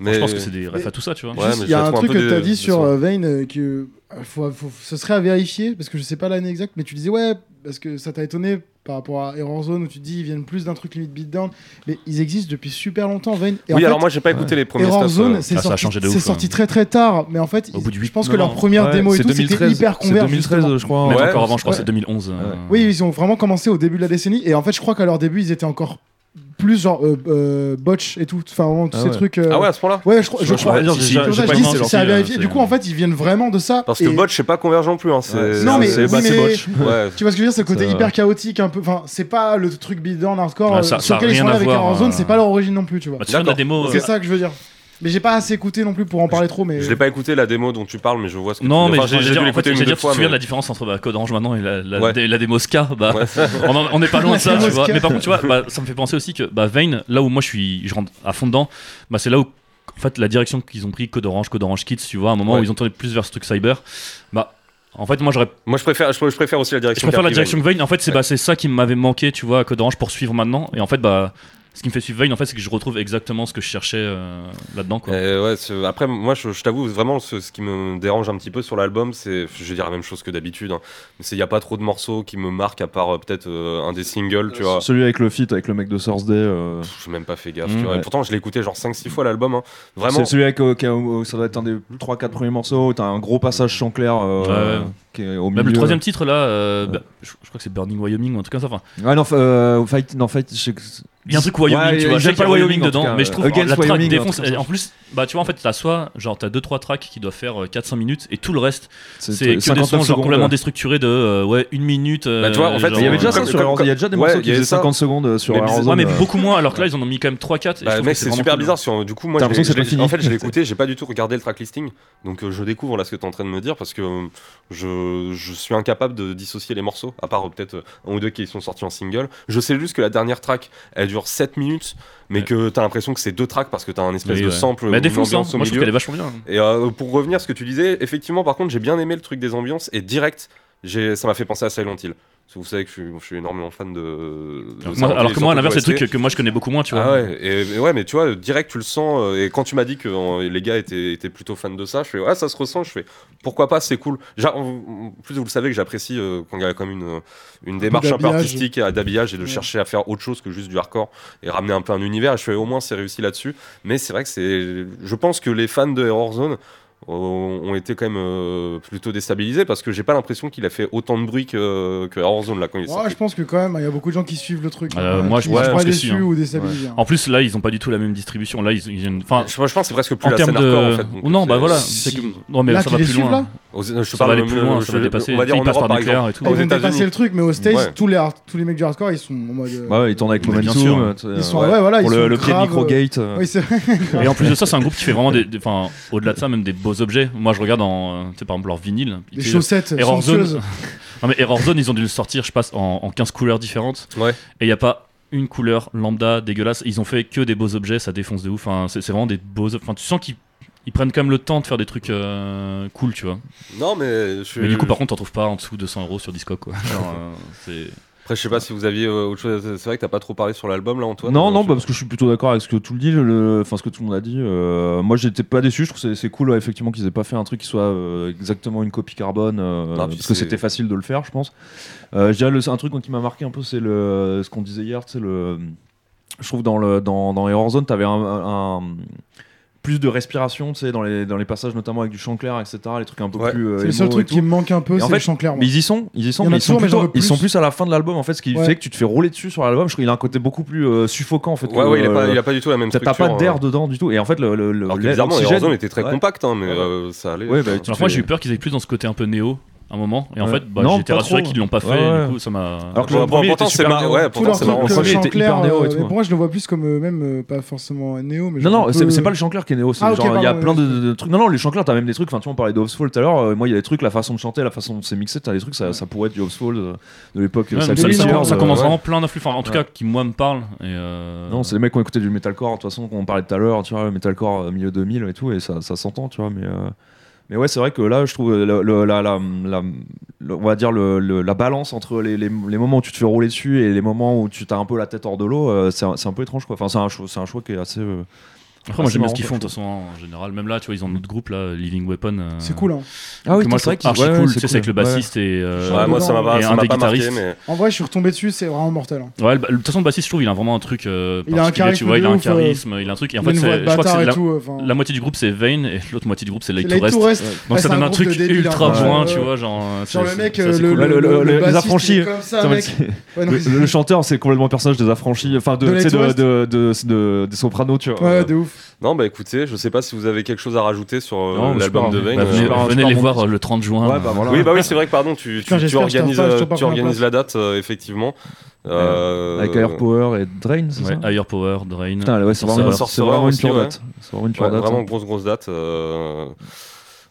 Mais... Je pense que c'est des refs à tout ça, tu vois. Ouais, mais Juste, je il y a la un trouve truc un que peu tu as dé- dit sur décevante. euh, Vane euh, que euh, faut, faut- ce serait à vérifier parce que je sais pas l'année exacte, mais tu disais ouais parce que ça t'a étonné par rapport à Error Zone où tu te dis ils viennent plus d'un truc limite beatdown, mais ils existent depuis super longtemps Vane. Et en Oui, fait, alors moi, j'ai pas écouté les premiers Error stuff, euh, Zone, c'est Ah, ça a sorti, changé de c'est ouf, sorti hein. très très tard, mais en fait, Au ils- bout de je huit, pense que non, leur non. première Ouais, démo et c'est tout, c'était 2013, hyper c'est convers. 2013, justement. je crois. Même Ouais. encore avant, je crois, Ouais. c'est 2011. euh, Ouais. Oui, ils ont vraiment commencé au début de la décennie, et en fait, je crois qu'à leur début, ils étaient encore plus genre euh, euh, botch et tout, enfin vraiment tous Ah ces ouais. trucs. euh, Ah ouais, à ce point-là ouais, je crois. je je crois- crois- dire, j'ai- Si, j'ai j'ai- c'est pour ça j'ai que pas je dis, inventé, c'est- c'est à euh, vérifier. Du c'est- coup, en fait, ils viennent vraiment de ça. Parce que et- Botch, c'est pas convergent plus, hein, c'est... Non, mais- c'est- bah, oui, mais- Botch. Ouais, Tu vois ce que je veux dire, c'est le côté Ça- hyper chaotique, un peu. Enfin, c'est pas le truc beatdown hardcore Ouais, euh, Ah, ça- ça sur a lequel ils rien sont là à avec voir, Warzone, euh. c'est pas leur origine non plus, tu vois. Bah, tu vois, la D'accord. démo. euh, c'est ça que je veux dire. Mais j'ai pas assez écouté non plus pour en parler trop, mais. je l'ai pas écouté, la démo dont tu parles, mais je vois ce que Non, tu veux mais dire. Enfin, j'ai j'ai dû dû l'écouter une ou dire, deux tu te fois, souviens de la mais... différence entre bah, Code Orange maintenant et la, la, Ouais. dé- la démo Ska bah, Ouais. on, en- on est pas loin de ça, La tu démo vois. Ska. Mais par contre, tu vois, bah, ça me fait penser aussi que bah, Vane, là où moi je suis, je rentre à fond dedans, bah, c'est là où en fait, la direction qu'ils ont pris, Code Orange, Code Orange Kids, tu vois, à un moment Ouais. où ils ont tourné plus vers ce truc cyber, bah, en fait, moi j'aurais Moi, je préfère, je, je préfère aussi la je direction préfère qu'a la pris direction Vane. que Vane. En fait, c'est bah, c'est ça qui m'avait manqué, tu vois, à Code Orange pour suivre maintenant. Et en fait, bah, ce qui me fait suivre Vane, en fait, c'est que je retrouve exactement ce que je cherchais euh, là-dedans, quoi. Euh, ouais, ce- après, moi, je, je t'avoue, vraiment, ce, ce qui me dérange un petit peu sur l'album, c'est, je vais dire la même chose que d'habitude, hein, mais c'est il n'y a pas trop de morceaux qui me marquent, à part euh, peut-être euh, un des singles, tu vois. Celui avec le feat avec le mec de Source Day. euh, Pff, J'ai même pas fait gaffe, Mm, tu vois. Et ouais. pourtant, je l'ai écouté genre 5-6 fois l'album, hein. vraiment. C'est celui avec euh, qui a- où ça doit être un des 3-4 premiers morceaux où t'as un gros passage chant clair euh, Ouais. qui est au milieu. Même le troisième titre là, euh, Ouais. bah, je, je crois que c'est Burning Wyoming ou un truc comme ça. Enfin, Ah non, f- euh, fight, non, fight, je sais que- il y a un truc Wyoming, Ouais, tu vois. ils Je sais aiment qu'il y a pas le Wyoming Wyoming, en dedans, tout cas. mais je trouve Against la track Wyoming, défonce. un truc et En plus, bah tu vois, en fait, t'as soit genre t'as 2-3 tracks qui doivent faire 4-5 minutes et tout le reste, c'est que des 59 sons genre secondes. complètement déstructurés de euh, ouais, une minute. Bah, tu vois, en fait, Mais Il y avait déjà Comme- ça sur comme- Error- Il y a déjà des ouais, morceaux il y qui avait faisaient ça. 50 secondes sur Mais Error bizarre- Ouais, Zone, mais euh. beaucoup moins, alors que là, ils en ont mis quand même 3-4. Bah, mec, c'est super hein. bizarre. Sur, du coup, moi, T'as je l'impression l'ai- que c'est je l'ai- pas fini. en fait, je l'ai écouté, j'ai pas du tout regardé le tracklisting, donc euh, je découvre là ce que t'es en train de me dire parce que euh, je, je suis incapable de dissocier les morceaux, à part euh, peut-être euh, un ou deux qui sont sortis en single. Je sais juste que la dernière track, elle dure 7 minutes, mais Ouais. que t'as l'impression que c'est deux tracks parce que t'as un espèce Oui, de ouais. sample, ou Mais une défonce, hein. ambiance au moi je milieu. trouve qu'elle est vachement bien. Et euh, pour revenir à ce que tu disais, effectivement, par contre, j'ai bien aimé le truc des ambiances et direct, j'ai- ça m'a fait penser à Silent Hill. Parce que vous savez que je suis, je suis énormément fan de. de Alors que Silent moi- Hill, Alors que moi, surtout à l'inverse, c'est OST. des trucs que- que moi je connais beaucoup moins, tu vois. Ah ouais, et, et ouais, mais tu vois, euh, direct, tu le sens. euh, Et quand tu m'as dit que euh, les gars étaient, étaient plutôt fans de ça, je fais, ouais, ça se ressent. Je fais, pourquoi pas, c'est cool. J'a- En en plus, vous le savez que j'apprécie euh, quand il y a comme une, une démarche un peu d'habillage. artistique et d'habillage et de Ouais. chercher à faire autre chose que juste du hardcore et ramener un peu un univers. Et je fais, au moins, c'est réussi là-dessus. Mais c'est vrai que c'est. Je pense que les fans de Error Zone euh, ont été quand même euh, plutôt déstabilisés parce que j'ai pas l'impression qu'il a fait autant de bruit que, que Error Zone là quand il est Ouais, sorti. je pense que quand même, il y a beaucoup de gens qui suivent le truc. Euh, hein, moi, qui je- ouais, sont je pas pense que si, déçus hein. ou déstabilisés. hein. En plus, là, ils ont pas du tout la même distribution. Là, ils, ils ont une- enfin, Je, je pense que c'est presque plus en la termes scène hardcore en de. fait. donc non, c'est- bah voilà. Si. c'est que- Non, mais Là, ça qu'ils va les plus suivent, loin. là Aux- je te Ça va parle aller même, plus loin, je ça te- va dépasser. On va dire ils en passent Europe par par nucléaire exemple. et tout. Aux Ils ont dépassé États-Unis. le truc, mais aux States, Ouais. tous, les hard- tous les mecs du hardcore, ils sont en mode. euh, Bah ouais, ils tournent avec Mais bien Momentum. sûr. euh, tu sais, Ils sont, euh, ouais, voilà, Pour ils le sont le prix de grave, euh, Microgate. euh, Oui, c'est vrai. Et en plus de ça, c'est un groupe qui fait vraiment des. des- Enfin, au-delà de ça, même des beaux objets. Moi, je regarde en. euh, Tu sais, par exemple, leur vinyle. Les Ils- chaussettes Error somptueuses. Zone. Non, mais Error Zone, ils ont dû le sortir, je passe, en, en 15 couleurs différentes. Ouais. Et il n'y a pas une couleur lambda dégueulasse. Ils ont fait que des beaux objets, ça défonce de ouf. Enfin, c'est c'est vraiment des beaux. Enfin, tu sens qu'ils ils prennent quand même le temps de faire des trucs euh, cool, tu vois. Non, mais je Mais du coup, par contre, t'en trouves pas en dessous de 100 euros sur Discog, quoi. Genre, euh, c'est. Après, je sais pas si vous aviez euh, autre chose. à- C'est vrai que t'as pas trop parlé sur l'album là, Antoine. non, Euh, non, je- bah, parce que je suis plutôt d'accord avec ce que tout le dit, le- enfin ce que tout le monde a dit. Euh, moi, j'étais pas déçu. Je trouve que c'est- c'est cool, ouais, effectivement, qu'ils aient pas fait un truc qui soit euh, exactement une copie carbone, euh, Ah, puis parce que c'est- c'était facile de le faire, je pense. Euh, je dirais le- un truc qui m'a marqué un peu, c'est le ce qu'on disait hier, c'est le. Je trouve dans le dans, dans Error Zone, t'avais un, un- plus de respiration, tu sais, dans les dans les passages notamment avec du chant clair, etc. Les trucs un peu Ouais. plus. euh, C'est le émo seul et truc tout. qui me manque un peu, Et en c'est le fait, chant clair. moi. Mais ils y sont, ils y sont, Il y en a mais ils sont, toujours, mais plutôt- j'en veux ils sont plus. plus à la fin de l'album en fait, ce qui Ouais. fait que tu te fais rouler dessus sur l'album. Je trouve qu'il a un côté beaucoup plus euh, suffocant en fait. Ouais, que, ouais, il a, euh, pas, il a pas du tout la même T'as structure. t'as pas d'air hein. dedans du tout. Et en fait, le, le, le Alors que l'air- bizarrement, l'oxygène- Erzone était très Ouais. compact, hein, mais Ouais. euh, ça allait. Ouais, bah, tu Alors, moi, fais- j'ai eu peur qu'ils aient plus dans ce côté un peu néo. un moment. Et en Ouais. fait, bah, Non, j'étais pas rassuré trop. qu'ils l'ont pas fait. Ouais, et ouais. Du coup, ça m'a. Alors que Bon, le premier pourtant, était c'est super marrant, néo. ouais, Tout pourtant, leur c'est truc, marrant. Le euh, premier était Chancler, hyper néo et euh, tout, mais hein. Pour moi, je le vois plus comme euh, même euh, pas forcément un néo, mais Non, genre un non, c'est peu- c'est pas le chancleur qui est néo, c'est Ah, ok, genre, il y a pardon, plein de, ouais. de trucs. Non, non, les chancleurs, t'as même des trucs, enfin, tu vois, on parlait de Hobbs Fall tout à l'heure, euh, moi, il y a des trucs, la façon de chanter, la façon de c'est mixé, t'as des trucs, ça, ça pourrait être du Hobbs Fall euh, de l'époque. euh, Ouais, mais Salsa ça, Salut, ça- Tears, Salut, ça euh, commence ouais. vraiment plein d'influences, en tout Ouais. cas qui moi me parlent. Et, euh, Ah Non, c'est les mecs qui ont écouté du metalcore, de toute façon, qu'on parlait tout à l'heure, tu vois, le metalcore euh, milieu 2000 et tout, et ça, ça s'entend, tu vois, mais. euh, Mais ouais, c'est vrai que là, je trouve euh, le- le- la, la- la- le- on va dire le- le- la balance entre les, les- les moments où tu te fais rouler dessus et les moments où tu t'as un peu la tête hors de l'eau, euh, c'est un, c'est un peu étrange quoi. Enfin, c'est un, choix- c'est un choix qui est assez. euh, Après, moi c'est j'aime bien marrant, ce qu'ils quoi, font de je toute façon hein, en général. Même là, tu vois, ils ont notre groupe là, Living Weapon. euh, C'est cool, hein. Ah oui, que moi je c'est vrai trouve qu'ils- archi ouais, ouais, cool, c'est tu sais, c'est avec cool. le bassiste et. euh, Ouais, moi, ça m'a pas, Et ça un m'a des pas marqué, guitaristes. mais. En vrai, je suis retombé dessus, c'est vraiment mortel. hein. Ouais, bah, de toute façon, le bassiste, je trouve, il a vraiment un truc. euh, Il a un particulier, charisme tu vois, il de a un ouf, euh, charisme, il a un truc. Et en Il a fait, une voix de c'est- je crois que bâtard c'est et la, tout. enfin. la moitié du groupe, c'est Vane, et l'autre moitié du groupe, c'est Lake C'est Lake Tourist. to Rest. Donc Ouais, ça c'est donne un un groupe truc de débiles, ultra hein. joint, Ouais, tu ouais. vois, genre. euh, Genre c'est- le mec, c'est euh, assez le, cool. Ouais, le, le- le- le les bassiste, affranchis. il est comme ça, Ça, mec. c'est- Ouais, non, Le, c'est- le chanteur, c'est complètement le personnage des affranchis, enfin de, De tu Lake sais, de, West. de, de, de- des sopranos, tu vois. Ouais, de ouf. Non, bah écoutez, je sais pas si vous avez quelque chose à rajouter sur euh, Non, je l'album sais de pas. Vane. Bah, Bah, euh, venez, je- venez je- les je- voir euh, le 30 juin. Ouais, bah, euh, voilà. Oui, bah oui, c'est vrai que pardon, tu, tu, Putain, tu j'espère que je te organises, refasse, je te euh, repasse tu en organises place. la date, euh, effectivement. Euh, Avec Air Power et Drain, c'est ouais, ça Higher Power, Drain. Putain, ouais, c'est Sorcerer. vraiment, c'est Sorcerer vraiment une aussi, pure ouais. date. C'est vraiment une pure ouais, date. vraiment hein. grosse grosse date. Euh...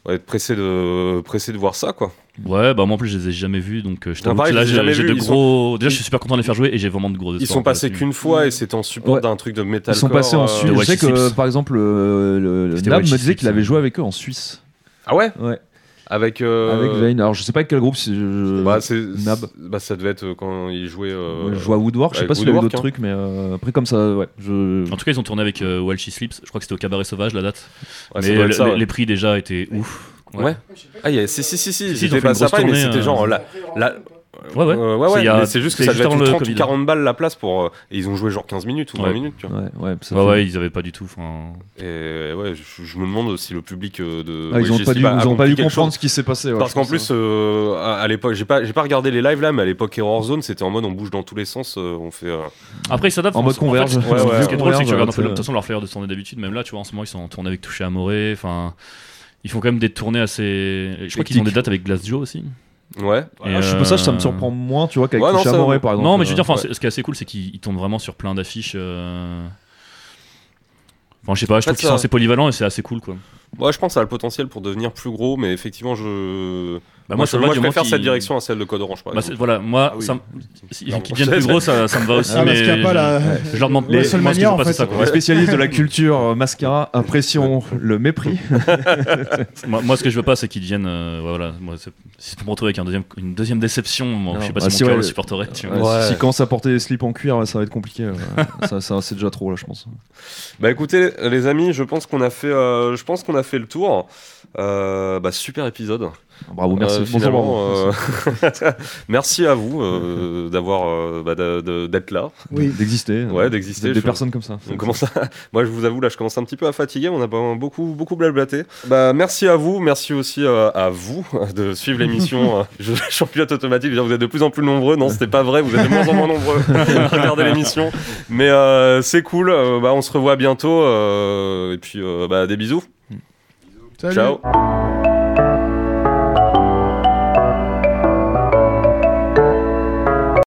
Ouais, pressé de pressé de voir ça quoi. Ouais, bah moi en plus je les ai jamais vus donc euh, je t'avoue Ah, pareil, que là je les ai j'ai jamais j'ai vus, de ils gros. Déjà je suis super content de les faire jouer et j'ai vraiment de gros Ils espoirs sont passés là-dessus. qu'une fois et c'était en support Ouais. d'un truc de euh, metal. Ils sont passés en Suisse. de Je sais Wacky que Sips. par exemple, le, le- le C'était Nab Wacky me disait Sips, qu'il avait ouais. joué avec eux en Suisse. Ah ouais Ouais, Avec euh, avec Vane. Alors je sais pas quel groupe. Si je... Bah, c'est- Nab. bah, ça devait être quand ils jouaient euh, Ouais, je vois Woodward, je sais avec pas s'il y a eu Woodward, d'autres hein. trucs, mais euh, après comme ça, ouais. Je... En tout cas, ils ont tourné avec euh, While She Sleeps. Je crois que c'était au Cabaret Sauvage la date. ouais, Ah, ça Mais doit euh, être ça, le- ouais. les prix déjà étaient ouf. Ouais. Ah il y a- si si si si, ils ont j'étais fait une pas ça grosse mais tournée, c'était euh, Ah genre la, la- Ouais, ouais. euh, C'est il y a- mais c'est juste que c'est ça juste devait être avant le 30 ou Covid. 40 balles la place pour euh, et ils ont joué genre 15 minutes ou 20 Ouais. minutes tu vois. Ouais, ouais, ça Ouais, fait- ouais, ils avaient pas du tout. enfin, Et ouais, je, je me demande si le public euh, de Ah, ils Wally ont pas Jesse dû, a ils ont pas dû accompli quelque comprendre chose. ce qui s'est passé. ouais, Parce je qu'en pense, plus, euh, à à l'époque, j'ai pas, j'ai pas regardé les lives là, mais à l'époque Error Zone, c'était en mode on bouge dans tous les sens, euh, on fait. euh, Après, ils s'adaptent. En mode fait, converge. ce- Ouais, ouais, ce qui est drôle, c'est que converge, tu regardes un peu ouais. de toute façon leur flyer de tournée d'habitude. Même là, tu vois, en ce moment, ils sont en tournée avec Touché Amoré. Enfin, ils font quand même des tournées assez. Je crois qu'ils ont des Hectique. dates avec Glass Joe aussi. Ouais. Ah, je sais pas ça, ça me surprend moins, tu vois, qu'avec euh, Ouais, non, Touché ça- Amoré, par exemple. euh, Non, mais je veux dire, enfin, ouais. c'est- ce qui est assez cool, c'est qu'ils ils tournent vraiment sur plein d'affiches. euh, Enfin, je sais pas, je fait, trouve qu'ils sont ça- assez polyvalents et c'est assez cool quoi. Ouais, je pense que ça a le potentiel pour devenir plus gros, mais effectivement, je. Bah, moi, je, ça me va moi, du je moment préfère cette qu'ils- direction à celle de Code Orange, par Bah, c'est- exemple. voilà, moi, Ah oui. ça me- si- Pardon. qu'ils deviennent plus gros, ça, ça me va aussi. Ah, mais parce qu'il y a pas la. je, je leur demande la les seule moi, ce qu'ils manière, ont en passé fait, ça. quoi. Les spécialistes de la culture euh, mascara, impression, le mépris. Moi, moi, ce que je veux pas, c'est qu'ils deviennent. euh, voilà, moi, c'est- si je me retrouve avec un deuxième, une deuxième déception, moi, Non. je sais pas Ah, si, si, mon ouais, cœur le- le supporterait. tu vois. Ouais, si- Si commence à porter des slips en cuir, ouais, ça va être compliqué. ouais. ça, ça, c'est déjà trop là, je pense. Bah écoutez, les amis, je pense qu'on a fait, euh, je pense qu'on a fait le tour. Euh, bah, super épisode. Bravo, merci. Euh, Bonjour, finalement, bravo. euh, merci à vous euh, d'avoir, euh, bah, de- de- d'être là. Oui. D'exister. Ouais, euh, d'exister, d'être je- Des personnes comme ça. On commence à- Moi, je vous avoue, là, je commence un petit peu à fatiguer. On a pas- beaucoup, beaucoup blablaté. Bah, merci à vous. Merci aussi euh, à vous de suivre l'émission. euh, je suis en pilote automatique. je veux dire, Vous êtes de plus en plus nombreux. Non, c'était pas vrai. Vous êtes de moins en moins nombreux à regarder l'émission. Mais euh, c'est cool. euh, bah, on se revoit bientôt. euh, et puis, euh, bah, des bisous. Salut. Ciao.